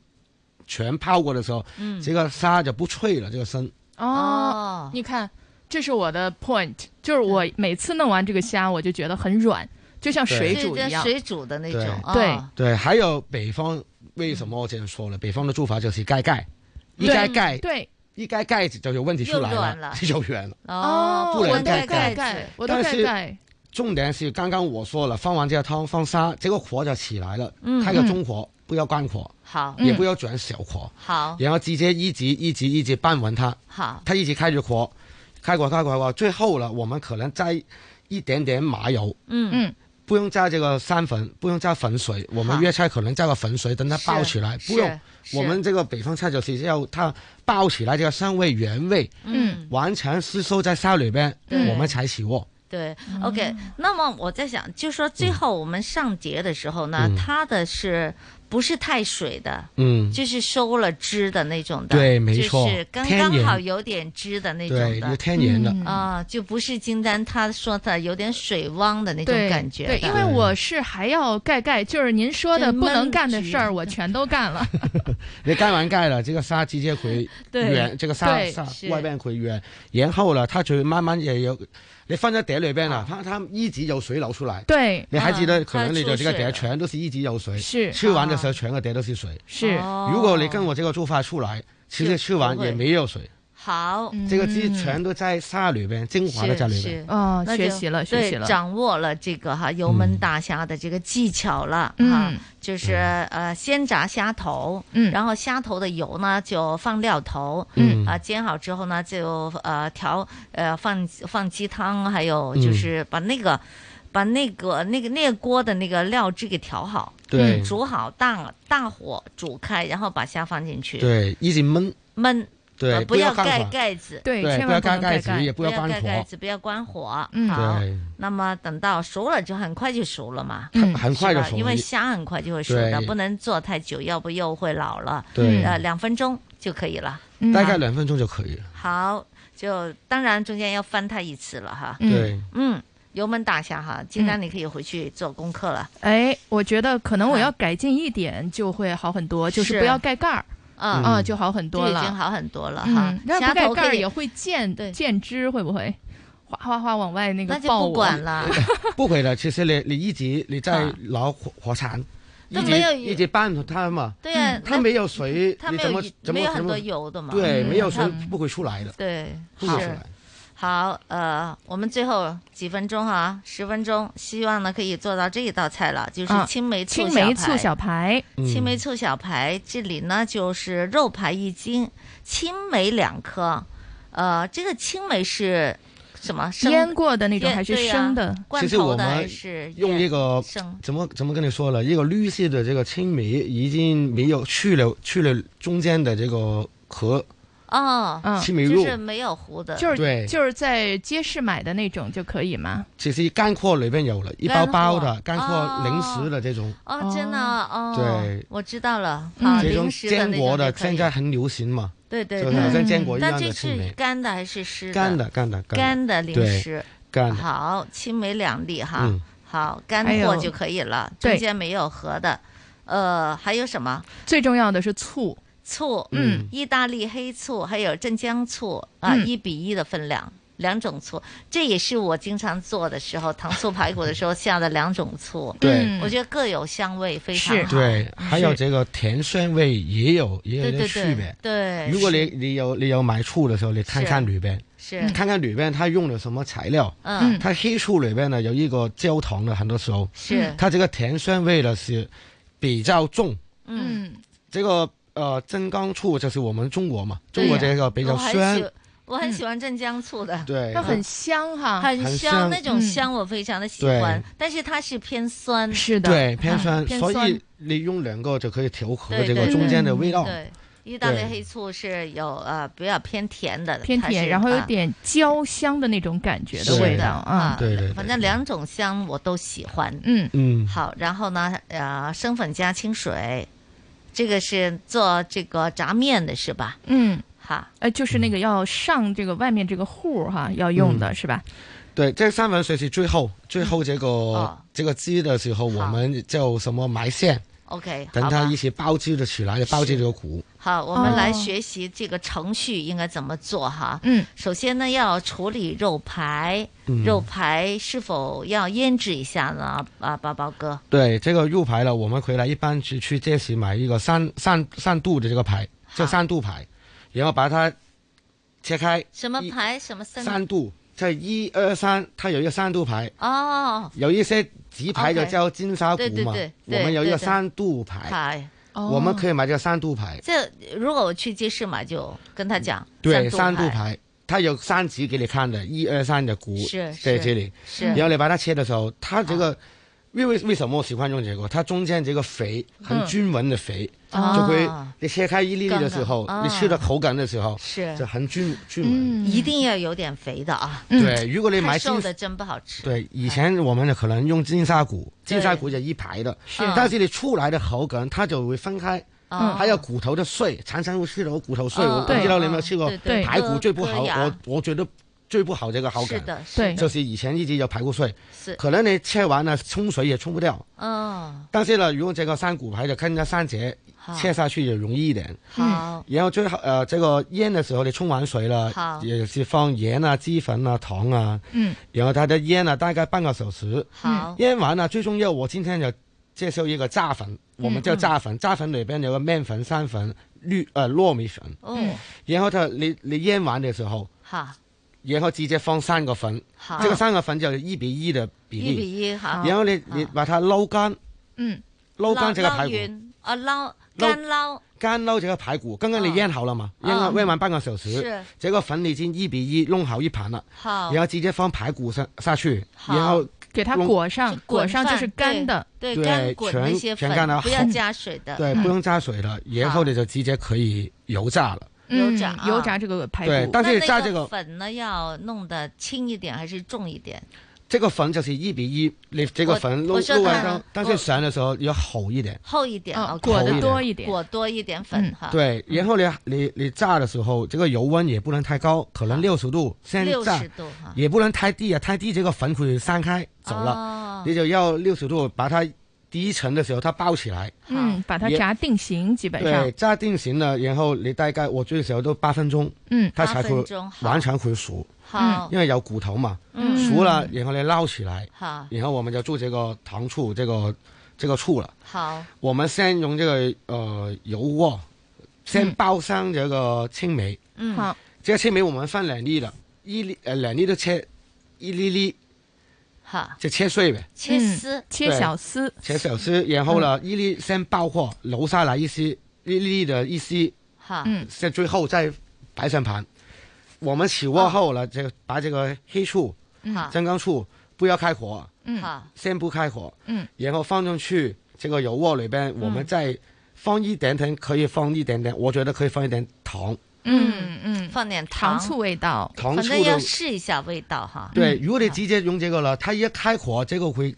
Speaker 17: 全泡过的时候，
Speaker 12: 嗯
Speaker 17: 这个沙就不脆了，这个身。
Speaker 8: 哦，嗯你看，这是我的 point，就是我每次弄完这个虾，我就觉得很软，就像水煮一样，
Speaker 7: 水煮的那种
Speaker 17: 对、。
Speaker 8: 对
Speaker 17: 对，还有北方为什么我这样说了？北方的做法就是盖盖，一
Speaker 8: 对
Speaker 17: 盖盖，
Speaker 8: 对，
Speaker 17: 一盖盖子就有问题出来
Speaker 8: 又软了
Speaker 17: 就远了。
Speaker 8: 哦
Speaker 17: 不
Speaker 8: 我
Speaker 17: 能
Speaker 8: 都盖
Speaker 17: 盖盖
Speaker 8: 盖，我都
Speaker 17: 但
Speaker 8: 盖
Speaker 17: 是
Speaker 8: 盖。
Speaker 17: 重点是刚刚我说了，放完这个汤放沙，这个火就起来了，
Speaker 7: 嗯
Speaker 17: 开个中火，不要关火，
Speaker 7: 好，
Speaker 8: 嗯
Speaker 17: 也不要转小火，
Speaker 12: 嗯
Speaker 7: 好，
Speaker 17: 然后直接一直一直一直拌匀它，
Speaker 7: 好，
Speaker 17: 它一直开着火，开火开火开火，最后了我们可能加一点点麻油，
Speaker 7: 嗯
Speaker 8: 嗯，
Speaker 17: 不用加这个三粉，不用加粉水，我们
Speaker 7: 好
Speaker 17: 粤菜可能加个粉水，等它爆起来，
Speaker 7: 是
Speaker 17: 不用
Speaker 7: 是。是
Speaker 17: 我们这个北方菜就是要它爆起来，这个香味原味，
Speaker 7: 嗯，
Speaker 17: 完全吸收在沙里边，
Speaker 7: 对
Speaker 17: 我们才起锅。
Speaker 7: 对，OK、那
Speaker 8: 嗯
Speaker 7: 么我在想，就说最后我们上碟的时候呢，
Speaker 17: 嗯
Speaker 7: 它的是不是太水的？
Speaker 17: 嗯
Speaker 7: 就是收了汁的那种的。
Speaker 17: 对没错
Speaker 7: 就是刚
Speaker 17: 天然
Speaker 7: 刚好有点汁的那种
Speaker 17: 对
Speaker 7: 的，
Speaker 17: 有天然的嗯
Speaker 7: 啊、就不是金丹他说的有点水汪的那种
Speaker 8: 对
Speaker 7: 感觉的
Speaker 8: 对，因为
Speaker 17: 嗯
Speaker 8: 我是还要盖盖，就是您说的不能干的事儿，我 全都干了。
Speaker 17: 你盖完盖了，这个沙直接 回
Speaker 8: 对
Speaker 17: 原，这个沙
Speaker 8: 对
Speaker 17: 沙
Speaker 8: 是
Speaker 17: 外边回原，然后呢，它就慢慢也有，你放在碟里边
Speaker 7: 啊
Speaker 17: 了，它它一直有水流出来。
Speaker 8: 对
Speaker 17: 你还记得
Speaker 8: 嗯
Speaker 17: 可能你的这个
Speaker 8: 它出水
Speaker 17: 碟
Speaker 8: 了
Speaker 17: 全都是一直有水，
Speaker 8: 是
Speaker 17: 吃完
Speaker 7: 啊
Speaker 17: 的时候全个碟都是水。
Speaker 8: 是哦
Speaker 17: 如果你跟我这个做法出来，其实吃完
Speaker 7: 不会
Speaker 17: 也没有水，
Speaker 7: 好，
Speaker 8: 嗯
Speaker 17: 这个汁全都在沙里边，精华都在里
Speaker 7: 是
Speaker 17: 边
Speaker 7: 是。
Speaker 8: 哦
Speaker 7: 那就
Speaker 8: 学习了学习了
Speaker 7: 对，掌握了这个哈油焖大虾的这个技巧了、哈
Speaker 8: 嗯，
Speaker 7: 就是呃先炸虾头，
Speaker 8: 嗯
Speaker 7: 然后虾头的油呢就放料头，
Speaker 8: 嗯
Speaker 7: 啊、煎好之后呢就呃调呃放放鸡汤，还有就是
Speaker 17: 嗯
Speaker 7: 把那个。把那个那个那个锅的那个料汁给调好，
Speaker 17: 对
Speaker 7: 嗯煮好大大火煮开，然后把虾放进去，，
Speaker 17: 对，一直焖。
Speaker 7: 焖，
Speaker 17: 对
Speaker 7: 呃不
Speaker 17: 不要
Speaker 7: 要盖
Speaker 17: 干火
Speaker 7: 盖子，
Speaker 17: 对对千万不要不要盖盖子盖盖也不
Speaker 7: 不
Speaker 17: 要
Speaker 7: 要
Speaker 17: 关
Speaker 7: 盖
Speaker 17: 火
Speaker 7: 盖子，不要关火。
Speaker 17: 嗯
Speaker 7: 好
Speaker 17: 对，
Speaker 7: 那么等到熟了就很快就熟了嘛，
Speaker 17: 很很快就是
Speaker 7: 吧
Speaker 17: 熟了
Speaker 7: 因为虾很快就会熟的，
Speaker 17: 对
Speaker 7: 不能做太久，要不又会老了。
Speaker 17: 对
Speaker 7: 呃，两分钟就可以了。
Speaker 17: 大概
Speaker 7: 好
Speaker 17: 两分钟就可 以了。
Speaker 7: 好，就当然中间要翻它一次了哈。
Speaker 17: 对，
Speaker 7: 嗯，油焖大虾哈，今
Speaker 17: 嗯
Speaker 7: 天你可以回去做功课了。
Speaker 8: 哎，我觉得可能我要改进一点就会好很多，就是
Speaker 7: 嗯是
Speaker 8: 不要盖盖儿，
Speaker 7: 嗯
Speaker 8: 啊，就好很多
Speaker 7: 就
Speaker 8: 了，
Speaker 7: 已经好很多了哈
Speaker 8: 嗯，那
Speaker 7: 虾
Speaker 8: 不盖
Speaker 7: 头
Speaker 8: 盖儿
Speaker 7: 可以
Speaker 8: 也会溅溅汁，会不会？哗哗哗往外那个
Speaker 7: 那就
Speaker 8: 爆
Speaker 7: 不
Speaker 8: 我嗯
Speaker 7: 管了。
Speaker 17: 不会的，其实你你一直你在
Speaker 7: 啊
Speaker 17: 捞火火铲，一
Speaker 7: 都
Speaker 17: 直
Speaker 7: 没有
Speaker 17: 一直拌它啊嘛。嗯
Speaker 7: 对呀
Speaker 17: 它没有水，
Speaker 7: 它
Speaker 17: 你
Speaker 7: 没
Speaker 17: 怎
Speaker 7: 有
Speaker 17: 么
Speaker 7: 油
Speaker 17: 怎么
Speaker 7: 没
Speaker 17: 怎
Speaker 7: 有
Speaker 17: 么
Speaker 7: 很多油的嘛
Speaker 17: 对，
Speaker 7: 嗯
Speaker 17: 没有水
Speaker 7: 它
Speaker 17: 不会出来的。
Speaker 7: 对，
Speaker 17: 不会出
Speaker 7: 是
Speaker 17: 来。
Speaker 7: 好，呃，我们最后几分钟啊，十分钟，希望呢可以做到这一道菜了，就是
Speaker 8: 啊
Speaker 7: 青梅醋
Speaker 8: 青
Speaker 7: 小
Speaker 8: 梅
Speaker 7: 排嗯
Speaker 8: 醋小。排，
Speaker 17: 嗯
Speaker 7: 青梅醋小排，这里呢就是肉排一斤，青梅两颗，呃，这个青梅是什么？生
Speaker 8: 腌过的那种还是
Speaker 7: 对呀
Speaker 8: 生的
Speaker 7: 罐
Speaker 17: 其实我
Speaker 7: 头的还
Speaker 17: 们
Speaker 7: 是
Speaker 17: 用一
Speaker 7: 腌
Speaker 17: 个
Speaker 7: 生
Speaker 17: 怎么怎么跟你说了，一个绿色的这个青梅已经没有去了去了中间的这个壳，
Speaker 7: 哦，
Speaker 17: 嗯青梅
Speaker 7: 就
Speaker 17: 肉
Speaker 7: 是没有糊的，
Speaker 8: 就是
Speaker 17: 对
Speaker 8: 就是在街市买的那种就可以吗？
Speaker 17: 其实干货里边有了一包包的干
Speaker 7: 干货
Speaker 17: 货零食的这种，
Speaker 7: 哦，真的哦，
Speaker 17: 对
Speaker 7: 我知道了，
Speaker 17: 嗯
Speaker 7: 啊，
Speaker 17: 这
Speaker 7: 零
Speaker 17: 种
Speaker 7: 食的
Speaker 17: 坚
Speaker 7: 那
Speaker 17: 果
Speaker 7: 种
Speaker 17: 的
Speaker 7: 就可以
Speaker 17: 现在很流行嘛，
Speaker 7: 对对
Speaker 17: 就
Speaker 7: 对，嗯
Speaker 17: 是好像坚果一样
Speaker 7: 但
Speaker 17: 的
Speaker 7: 这
Speaker 17: 青
Speaker 7: 是
Speaker 17: 梅，
Speaker 7: 干的还是湿的？
Speaker 17: 干的干的
Speaker 7: 干的
Speaker 17: 的
Speaker 7: 零
Speaker 17: 对
Speaker 7: 食，
Speaker 17: 干的
Speaker 7: 好，青梅两粒哈，
Speaker 17: 嗯哎
Speaker 7: 好，干
Speaker 8: 还有
Speaker 7: 货就可以了，
Speaker 8: 对
Speaker 7: 中间没有核的。呃，还有什么？
Speaker 8: 最重要的是醋，
Speaker 7: 醋，
Speaker 8: 嗯
Speaker 7: 意大利黑醋，还有镇江醋啊，
Speaker 8: 嗯
Speaker 7: 一比一的分量。两种醋，这也是我经常做的时候，糖醋排骨的时候下的两种醋。
Speaker 17: 对嗯
Speaker 7: 我觉得各有香味，非常好。嗯
Speaker 17: 对，还有
Speaker 7: 是
Speaker 17: 这个甜酸味也有也有
Speaker 7: 对
Speaker 17: 点
Speaker 7: 对
Speaker 17: 区
Speaker 7: 对
Speaker 17: 别。
Speaker 7: 对
Speaker 17: 如果你
Speaker 7: 是
Speaker 17: 你有你有买醋的时候，你看
Speaker 7: 是
Speaker 17: 看里边，
Speaker 7: 是
Speaker 17: 看看里边它用的什么材料。
Speaker 7: 嗯
Speaker 17: 它黑醋里边呢有一个焦糖的，很多时候
Speaker 7: 是
Speaker 17: 它这个甜酸味呢是比较重。
Speaker 7: 嗯，
Speaker 17: 这个呃真刚醋就是我们中国嘛，
Speaker 7: 对
Speaker 17: 中
Speaker 7: 呀
Speaker 17: 国这个比较
Speaker 7: 我很
Speaker 17: 酸嗯
Speaker 7: 喜。我很喜欢镇江醋的，
Speaker 17: 对它很
Speaker 8: 香哈
Speaker 7: 很
Speaker 17: 很香嗯
Speaker 7: 那种香我非常的喜欢
Speaker 17: 对，
Speaker 7: 但是它是偏酸，
Speaker 8: 是
Speaker 17: 对，偏
Speaker 7: 啊
Speaker 17: 酸，
Speaker 7: 偏
Speaker 17: 所
Speaker 7: 酸
Speaker 17: 以你用两个就可以调和
Speaker 7: 对
Speaker 17: 这个
Speaker 7: 对
Speaker 17: 中间的
Speaker 7: 对
Speaker 17: 味道。
Speaker 7: 对，意大利黑醋是有呃比较偏甜的，
Speaker 8: 偏
Speaker 7: 它
Speaker 8: 甜，
Speaker 7: 是
Speaker 8: 然后有
Speaker 7: 啊
Speaker 8: 点焦香的那种感觉
Speaker 7: 是
Speaker 8: 味
Speaker 7: 的
Speaker 8: 道啊。
Speaker 17: 对对对
Speaker 7: 反正两种香我都喜欢。
Speaker 8: 嗯
Speaker 17: 嗯
Speaker 7: 好，然后呢，呃，生粉加清水，这个是做这个炸面的是吧？
Speaker 8: 嗯，
Speaker 7: 哈，
Speaker 8: 呃，就是那个要上这个外面这个糊哈，要用的是吧？
Speaker 17: 嗯对，这三文水是最后最后这个、
Speaker 7: 嗯哦
Speaker 17: 这个汁的时候，我们叫什么埋线，
Speaker 7: OK，
Speaker 17: 等
Speaker 7: 好
Speaker 17: 它
Speaker 7: 吧
Speaker 17: 一起包汁的起来，就包这个糊。
Speaker 7: 好，我们
Speaker 17: 哦
Speaker 7: 来学习这个程序应该怎么做哈。
Speaker 8: 嗯，
Speaker 7: 首先呢要处理肉排，
Speaker 17: 嗯
Speaker 7: 肉排是否要腌制一下呢？啊，包包哥，
Speaker 17: 对，这个入排了，我们回来一般是去街市买一个三三三度的这个排，就三度排，然后把它切开
Speaker 7: 什么排？什么三
Speaker 17: 三度，这一二三，它有一个三度排，
Speaker 7: 哦，
Speaker 17: 有一些纸牌就
Speaker 7: OK
Speaker 17: 叫金沙骨
Speaker 7: 对对
Speaker 17: 嘛，
Speaker 7: 对
Speaker 17: 我们
Speaker 7: 对
Speaker 17: 有一
Speaker 7: 对哦
Speaker 17: 个
Speaker 7: 对
Speaker 17: 三度牌，
Speaker 7: 排，
Speaker 17: 我们可
Speaker 7: 以。
Speaker 17: 以买这个三度牌，
Speaker 7: 这如果我去街市买，就跟他讲
Speaker 17: 对，
Speaker 7: 三
Speaker 17: 三
Speaker 7: 度
Speaker 17: 度
Speaker 7: 排，
Speaker 17: 牌，它有三级给你看的，一呃二三的股
Speaker 7: 是
Speaker 17: 在
Speaker 7: 是
Speaker 17: 这里，
Speaker 7: 是啊
Speaker 17: 然后你把它切的时候，它这个。因为为什么我喜欢用这个？它中间这个肥很
Speaker 7: 嗯
Speaker 17: 均匀的肥，
Speaker 7: 哦
Speaker 17: 就会你切开一粒粒的时候，
Speaker 7: 刚刚
Speaker 17: 你吃的口感的时候，
Speaker 7: 啊是
Speaker 17: 就很均均匀。
Speaker 7: 一定要有点肥的啊。
Speaker 17: 嗯对如果你买
Speaker 7: 太瘦
Speaker 17: 金
Speaker 7: 的真不好吃。
Speaker 17: 对，以前我们可能用金沙骨，
Speaker 7: 哎对
Speaker 17: 金沙骨就一排的，
Speaker 7: 是
Speaker 17: 但是你出来的口感它就会分开。
Speaker 7: 嗯
Speaker 17: 还有骨头的碎，常常会吃到骨头碎。
Speaker 7: 嗯
Speaker 17: 我不知道你有没有吃过
Speaker 7: 对对对
Speaker 17: 排骨最不好，
Speaker 7: 割牙
Speaker 17: 我我觉得最不好这个口感。
Speaker 7: 是的是的对
Speaker 17: 就是以前一直有排骨碎
Speaker 7: 是，
Speaker 17: 可能你切完了冲水也冲不掉。
Speaker 7: 嗯，
Speaker 17: 但是呢，如果这个山骨排就跟着番茄
Speaker 7: 好
Speaker 17: 切下去也容易一点。
Speaker 7: 好，
Speaker 17: 然后最后呃，这个腌的时候你冲完水了
Speaker 7: 好，
Speaker 17: 也是放盐啊、鸡粉啊、糖啊，
Speaker 7: 嗯，
Speaker 17: 然后它就腌了大概半个小时。
Speaker 7: 好
Speaker 17: 腌完了最重要，我今天就介绍一个炸粉，
Speaker 7: 嗯
Speaker 17: 我们叫炸粉，炸粉里边有个面粉、山粉、绿呃糯米粉。
Speaker 7: 哦，
Speaker 17: 然后它你你腌完的时候，
Speaker 7: 好，
Speaker 17: 然后直接放三个粉
Speaker 7: 好，
Speaker 17: 这个三个粉就是一比一的比例。
Speaker 7: 一啊比一好
Speaker 17: 然后你你把它捞干，
Speaker 7: 嗯，
Speaker 17: 捞干这个排骨
Speaker 7: 匀啊，捞
Speaker 17: 捞
Speaker 7: 干捞，
Speaker 17: 干捞这个排骨，刚刚你腌好了嘛？腌了
Speaker 7: 嗯
Speaker 17: 腌完半个小时
Speaker 7: 啊是，
Speaker 17: 这个粉已经一比一弄好一盘了，
Speaker 7: 好
Speaker 17: 然后直接放排骨下下去，
Speaker 7: 好
Speaker 17: 然后
Speaker 8: 给它
Speaker 17: 弄
Speaker 8: 裹上，裹上就是
Speaker 7: 饭
Speaker 8: 干的，
Speaker 7: 对，
Speaker 17: 对
Speaker 7: 干滚那
Speaker 17: 全
Speaker 7: 些
Speaker 17: 全
Speaker 7: 粉，
Speaker 17: 干了
Speaker 7: 不要
Speaker 17: 好
Speaker 7: 加水的，
Speaker 17: 对，
Speaker 7: 嗯
Speaker 17: 不用加水了，然后你就直接可以油炸了。
Speaker 8: 嗯
Speaker 7: 油炸啊
Speaker 8: 油炸这个排骨。
Speaker 17: 对但是
Speaker 7: 那
Speaker 17: 炸
Speaker 7: 那
Speaker 17: 这个
Speaker 7: 粉呢，要弄得轻一点还是重一点？
Speaker 17: 这个粉就是一比一，你这
Speaker 7: 我
Speaker 17: 个粉
Speaker 7: 我
Speaker 17: 弄
Speaker 7: 说
Speaker 17: 弄
Speaker 7: 看
Speaker 17: 完
Speaker 7: 了
Speaker 17: 后，但是
Speaker 7: 我
Speaker 17: 上的时候要厚一点。
Speaker 7: 厚一点
Speaker 8: 嗯
Speaker 7: 啊，
Speaker 8: 裹
Speaker 17: 得厚一多
Speaker 8: 点一点嗯
Speaker 7: 裹多一点粉哈。
Speaker 17: 对，然后你你你炸的时候，这个油温也不能太高，可能六十度先
Speaker 7: 60
Speaker 17: 炸
Speaker 7: 度哈，
Speaker 17: 也不能太低啊，太低这个粉会散开走
Speaker 7: 哦
Speaker 17: 了，你就要六十度把它第一层的时候它包起来，
Speaker 8: 嗯，把它
Speaker 17: 也
Speaker 8: 炸定型，基本上
Speaker 17: 对，。炸定型了，然后你大概我最少都八分钟，
Speaker 8: 嗯
Speaker 17: 它才
Speaker 7: 8
Speaker 17: 会
Speaker 7: 分钟好
Speaker 17: 完全会熟，
Speaker 7: 好
Speaker 17: 因为有骨头嘛，
Speaker 7: 嗯
Speaker 17: 熟了然后你捞起来，
Speaker 7: 好
Speaker 17: 然后我们就做这个糖醋这个这个醋了。
Speaker 7: 好，
Speaker 17: 我们先用这个呃油锅，先包上这个青梅。
Speaker 7: 嗯
Speaker 8: 好，
Speaker 17: 这个青梅我们分两粒的，一粒呃两粒都切一粒粒，
Speaker 7: 好，
Speaker 17: 就切碎呗，
Speaker 7: 切丝，
Speaker 17: 切对小
Speaker 8: 嗯丝，
Speaker 17: 切小丝，然后呢，一粒先包括留下来一丝，一粒的一丝，
Speaker 7: 好，
Speaker 17: 在最后再摆上盘。我们起锅后了，这个把这个黑醋、
Speaker 12: 啊
Speaker 7: 好，
Speaker 17: 蒸缸醋不要开火，
Speaker 7: 嗯，好，
Speaker 17: 先不开火，
Speaker 7: 嗯，
Speaker 17: 然后放进去这个油锅里边，我们再放一点点，可以放一点点，我觉得可以放一点糖。
Speaker 7: 嗯嗯，放点
Speaker 8: 糖醋味道，
Speaker 17: 糖
Speaker 7: 反
Speaker 17: 醋
Speaker 7: 正要
Speaker 17: 的
Speaker 7: 试一下味道哈。
Speaker 17: 对，如果你直接用这个了，它一开火，这个会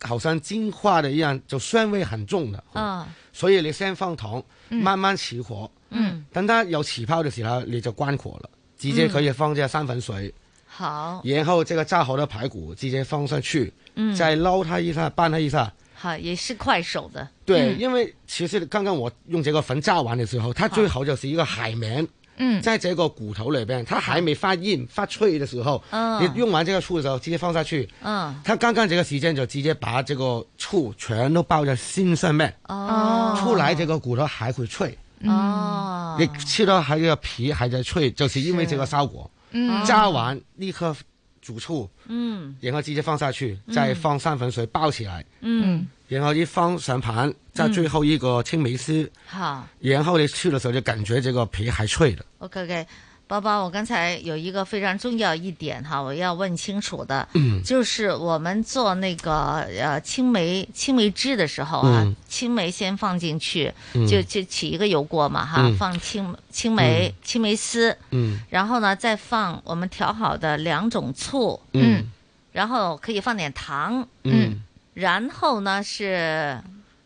Speaker 17: 好像金化的一样，就酸味很重的。
Speaker 7: 嗯
Speaker 17: 所以你先放糖，慢慢起火。
Speaker 7: 嗯，
Speaker 17: 等它有起泡的时候，你就关火了，直接可以放这个三粉水，
Speaker 7: 好，
Speaker 17: 然后这个炸好的排骨直接放上去，
Speaker 7: 嗯
Speaker 17: 再捞它一下，拌它一下。
Speaker 7: 好，也是快手的。
Speaker 17: 对，
Speaker 7: 嗯
Speaker 17: 因为其实刚刚我用这个粉炸完的时候，它最好就是一个海绵。
Speaker 7: 嗯
Speaker 17: 在这个骨头里边，它还没发硬、发脆的时候，
Speaker 7: 嗯
Speaker 17: 你用完这个醋的时候，直接放下去。
Speaker 7: 嗯，
Speaker 17: 它刚刚这个时间就直接把这个醋全都包在心上面，
Speaker 7: 哦
Speaker 17: 出来这个骨头还会脆。
Speaker 7: 哦，
Speaker 17: 你吃到还有个皮还在脆，就是因为这个效果。
Speaker 7: 嗯
Speaker 17: 炸完立刻煮醋，
Speaker 7: 嗯
Speaker 17: 然后直接放下去，
Speaker 7: 嗯
Speaker 17: 再放三粉水包起来，
Speaker 7: 嗯，
Speaker 17: 然后一放上盘，在最后一个青梅丝，
Speaker 7: 好
Speaker 17: 然后你吃的时候就感觉这个皮还脆的。
Speaker 7: ，OK OK。包包，我刚才有一个非常重要一点哈，我要问清楚的，
Speaker 17: 嗯
Speaker 7: 就是我们做那个呃青梅青梅汁的时候啊，
Speaker 17: 嗯
Speaker 7: 青梅先放进去，
Speaker 17: 嗯
Speaker 7: 就就起一个油锅嘛哈，
Speaker 17: 嗯
Speaker 7: 放青青梅、
Speaker 17: 嗯
Speaker 7: 青梅丝，
Speaker 17: 嗯
Speaker 7: 然后呢再放我们调好的两种醋，
Speaker 17: 嗯，
Speaker 7: 然后可以放点糖，
Speaker 17: 嗯
Speaker 7: 然后呢是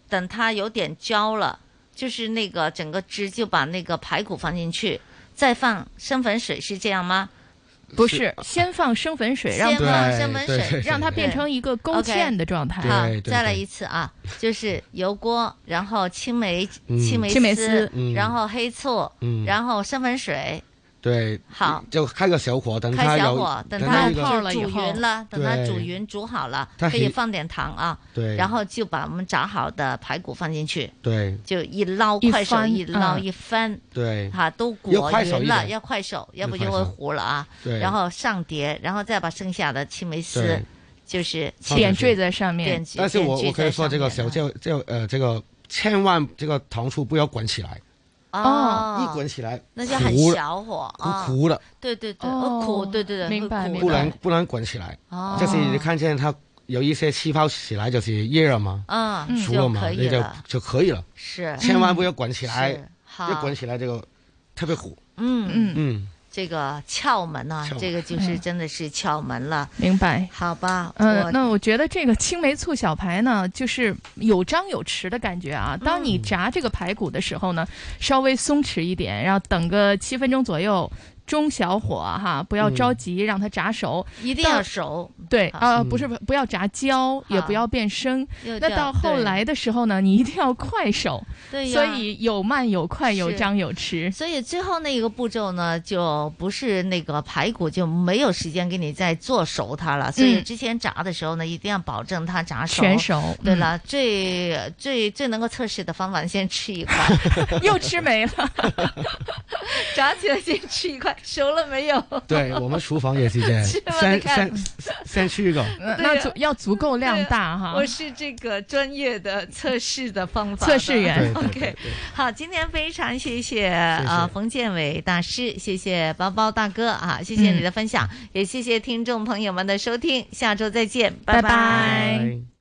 Speaker 7: 等它有点焦了，就是那个整个汁就把那个排骨放进去，再放生粉水，是这样吗？
Speaker 8: 不是，先放生粉水，让
Speaker 7: 先放
Speaker 8: 它
Speaker 7: 生粉
Speaker 8: 对对
Speaker 7: 水，
Speaker 8: 对让它变成一个勾芡的状态
Speaker 7: 对 OK，好
Speaker 8: 对对，对
Speaker 7: 再来一次啊，就是油锅，然后青梅
Speaker 17: 嗯
Speaker 7: 青梅
Speaker 8: 青梅
Speaker 7: 丝
Speaker 8: 丝，
Speaker 7: 然后黑醋
Speaker 17: 嗯，
Speaker 7: 然后生粉水，
Speaker 17: 对，
Speaker 7: 好，
Speaker 17: 就开个小火，等它
Speaker 7: 开小
Speaker 17: 有
Speaker 7: 火，等
Speaker 17: 它
Speaker 7: 它
Speaker 17: 一个
Speaker 7: 就煮匀了，等它
Speaker 17: 对
Speaker 7: 煮匀煮好了，
Speaker 17: 它
Speaker 7: 可以
Speaker 17: 黑
Speaker 7: 放点糖啊，
Speaker 17: 对
Speaker 7: 然后就把我们炸好的排骨放进去，
Speaker 17: 对
Speaker 7: 就一捞，
Speaker 17: 一
Speaker 7: 快手
Speaker 17: 翻
Speaker 7: 一捞
Speaker 17: 嗯
Speaker 7: 一翻，
Speaker 17: 对
Speaker 7: 哈，都
Speaker 17: 要
Speaker 7: 裹
Speaker 17: 快手
Speaker 7: 匀
Speaker 17: 一
Speaker 7: 了，
Speaker 17: 点
Speaker 7: 要快手，
Speaker 17: 要
Speaker 7: 要不
Speaker 17: 快
Speaker 7: 就会
Speaker 17: 手
Speaker 7: 糊了啊。
Speaker 17: 对
Speaker 7: 然后上碟，然后再把剩下的青梅丝
Speaker 17: 对
Speaker 7: 就是
Speaker 17: 放点缀
Speaker 8: 在上面
Speaker 7: 点缀
Speaker 17: 但是我
Speaker 7: 点缀
Speaker 17: 我可以
Speaker 7: 在
Speaker 17: 说
Speaker 7: 上
Speaker 17: 这个
Speaker 7: 面啊
Speaker 17: 小就就呃这个千万这个糖醋不要滚起来，
Speaker 7: 哦，
Speaker 17: 一滚起来
Speaker 7: 那就很
Speaker 17: 糊了
Speaker 7: 小火
Speaker 17: 苦
Speaker 7: 啊，
Speaker 17: 苦的，
Speaker 7: 对对对，哦苦，对对对，
Speaker 8: 明白
Speaker 7: 会苦
Speaker 8: 明
Speaker 17: 不能不能滚起来
Speaker 7: 哦，
Speaker 17: 就是你看见它有一些气泡起来就是液了嘛，
Speaker 7: 嗯嗯
Speaker 17: 熟了嘛，
Speaker 7: 就可以
Speaker 17: 你就
Speaker 7: 了
Speaker 17: 就可以了，
Speaker 7: 是
Speaker 17: 千万不要滚起来
Speaker 7: 是，好
Speaker 17: 一滚起来这个特别苦，
Speaker 7: 嗯嗯
Speaker 17: 嗯，
Speaker 7: 这个窍门啊
Speaker 17: 窍，门
Speaker 7: 这个就是
Speaker 8: 嗯
Speaker 7: 真的是窍门了，
Speaker 8: 明白？
Speaker 7: 好吧，
Speaker 8: 嗯
Speaker 7: 我，
Speaker 8: 那我觉得这个青梅醋小排呢，就是有张有弛的感觉啊。当
Speaker 7: 嗯
Speaker 8: 你炸这个排骨的时候呢，稍微松弛一点，然后等个七分钟左右，中小火啊哈，不要着急，让它炸熟，
Speaker 7: 一定要
Speaker 8: 到
Speaker 7: 熟，
Speaker 8: 对啊、
Speaker 7: 嗯
Speaker 8: 不是不要炸焦，也不要变生。
Speaker 7: 又
Speaker 8: 那
Speaker 7: 掉
Speaker 8: 到后
Speaker 7: 对
Speaker 8: 来的时候呢，你一定要快手，
Speaker 7: 对呀
Speaker 8: 所以有慢有快，有
Speaker 7: 是
Speaker 8: 张有弛。
Speaker 7: 所以最后那个步骤呢，就不是那个排骨就没有时间给你再做熟它了。所以之前炸的时候呢，一定要保证它炸熟。
Speaker 8: 嗯全熟嗯
Speaker 7: 对了，最最最能够测试的方法，先吃一块，
Speaker 8: 又吃没了。
Speaker 7: 炸起来先吃一块，熟了没有？
Speaker 17: 对我们厨房也是这 样
Speaker 7: 是吗，你
Speaker 17: 先
Speaker 7: 看
Speaker 17: 先先去一个，
Speaker 8: 呃
Speaker 7: 对
Speaker 8: 那
Speaker 7: 呀
Speaker 8: 足要足够量大哈。
Speaker 7: 我是这个专业的测试的方法的
Speaker 8: 测试员对
Speaker 7: OK，好，今天非常谢谢啊冯建伟大师，谢谢包包大哥啊，谢谢你的分享，也谢谢听众朋友们的收听，下周再见，拜
Speaker 8: 拜拜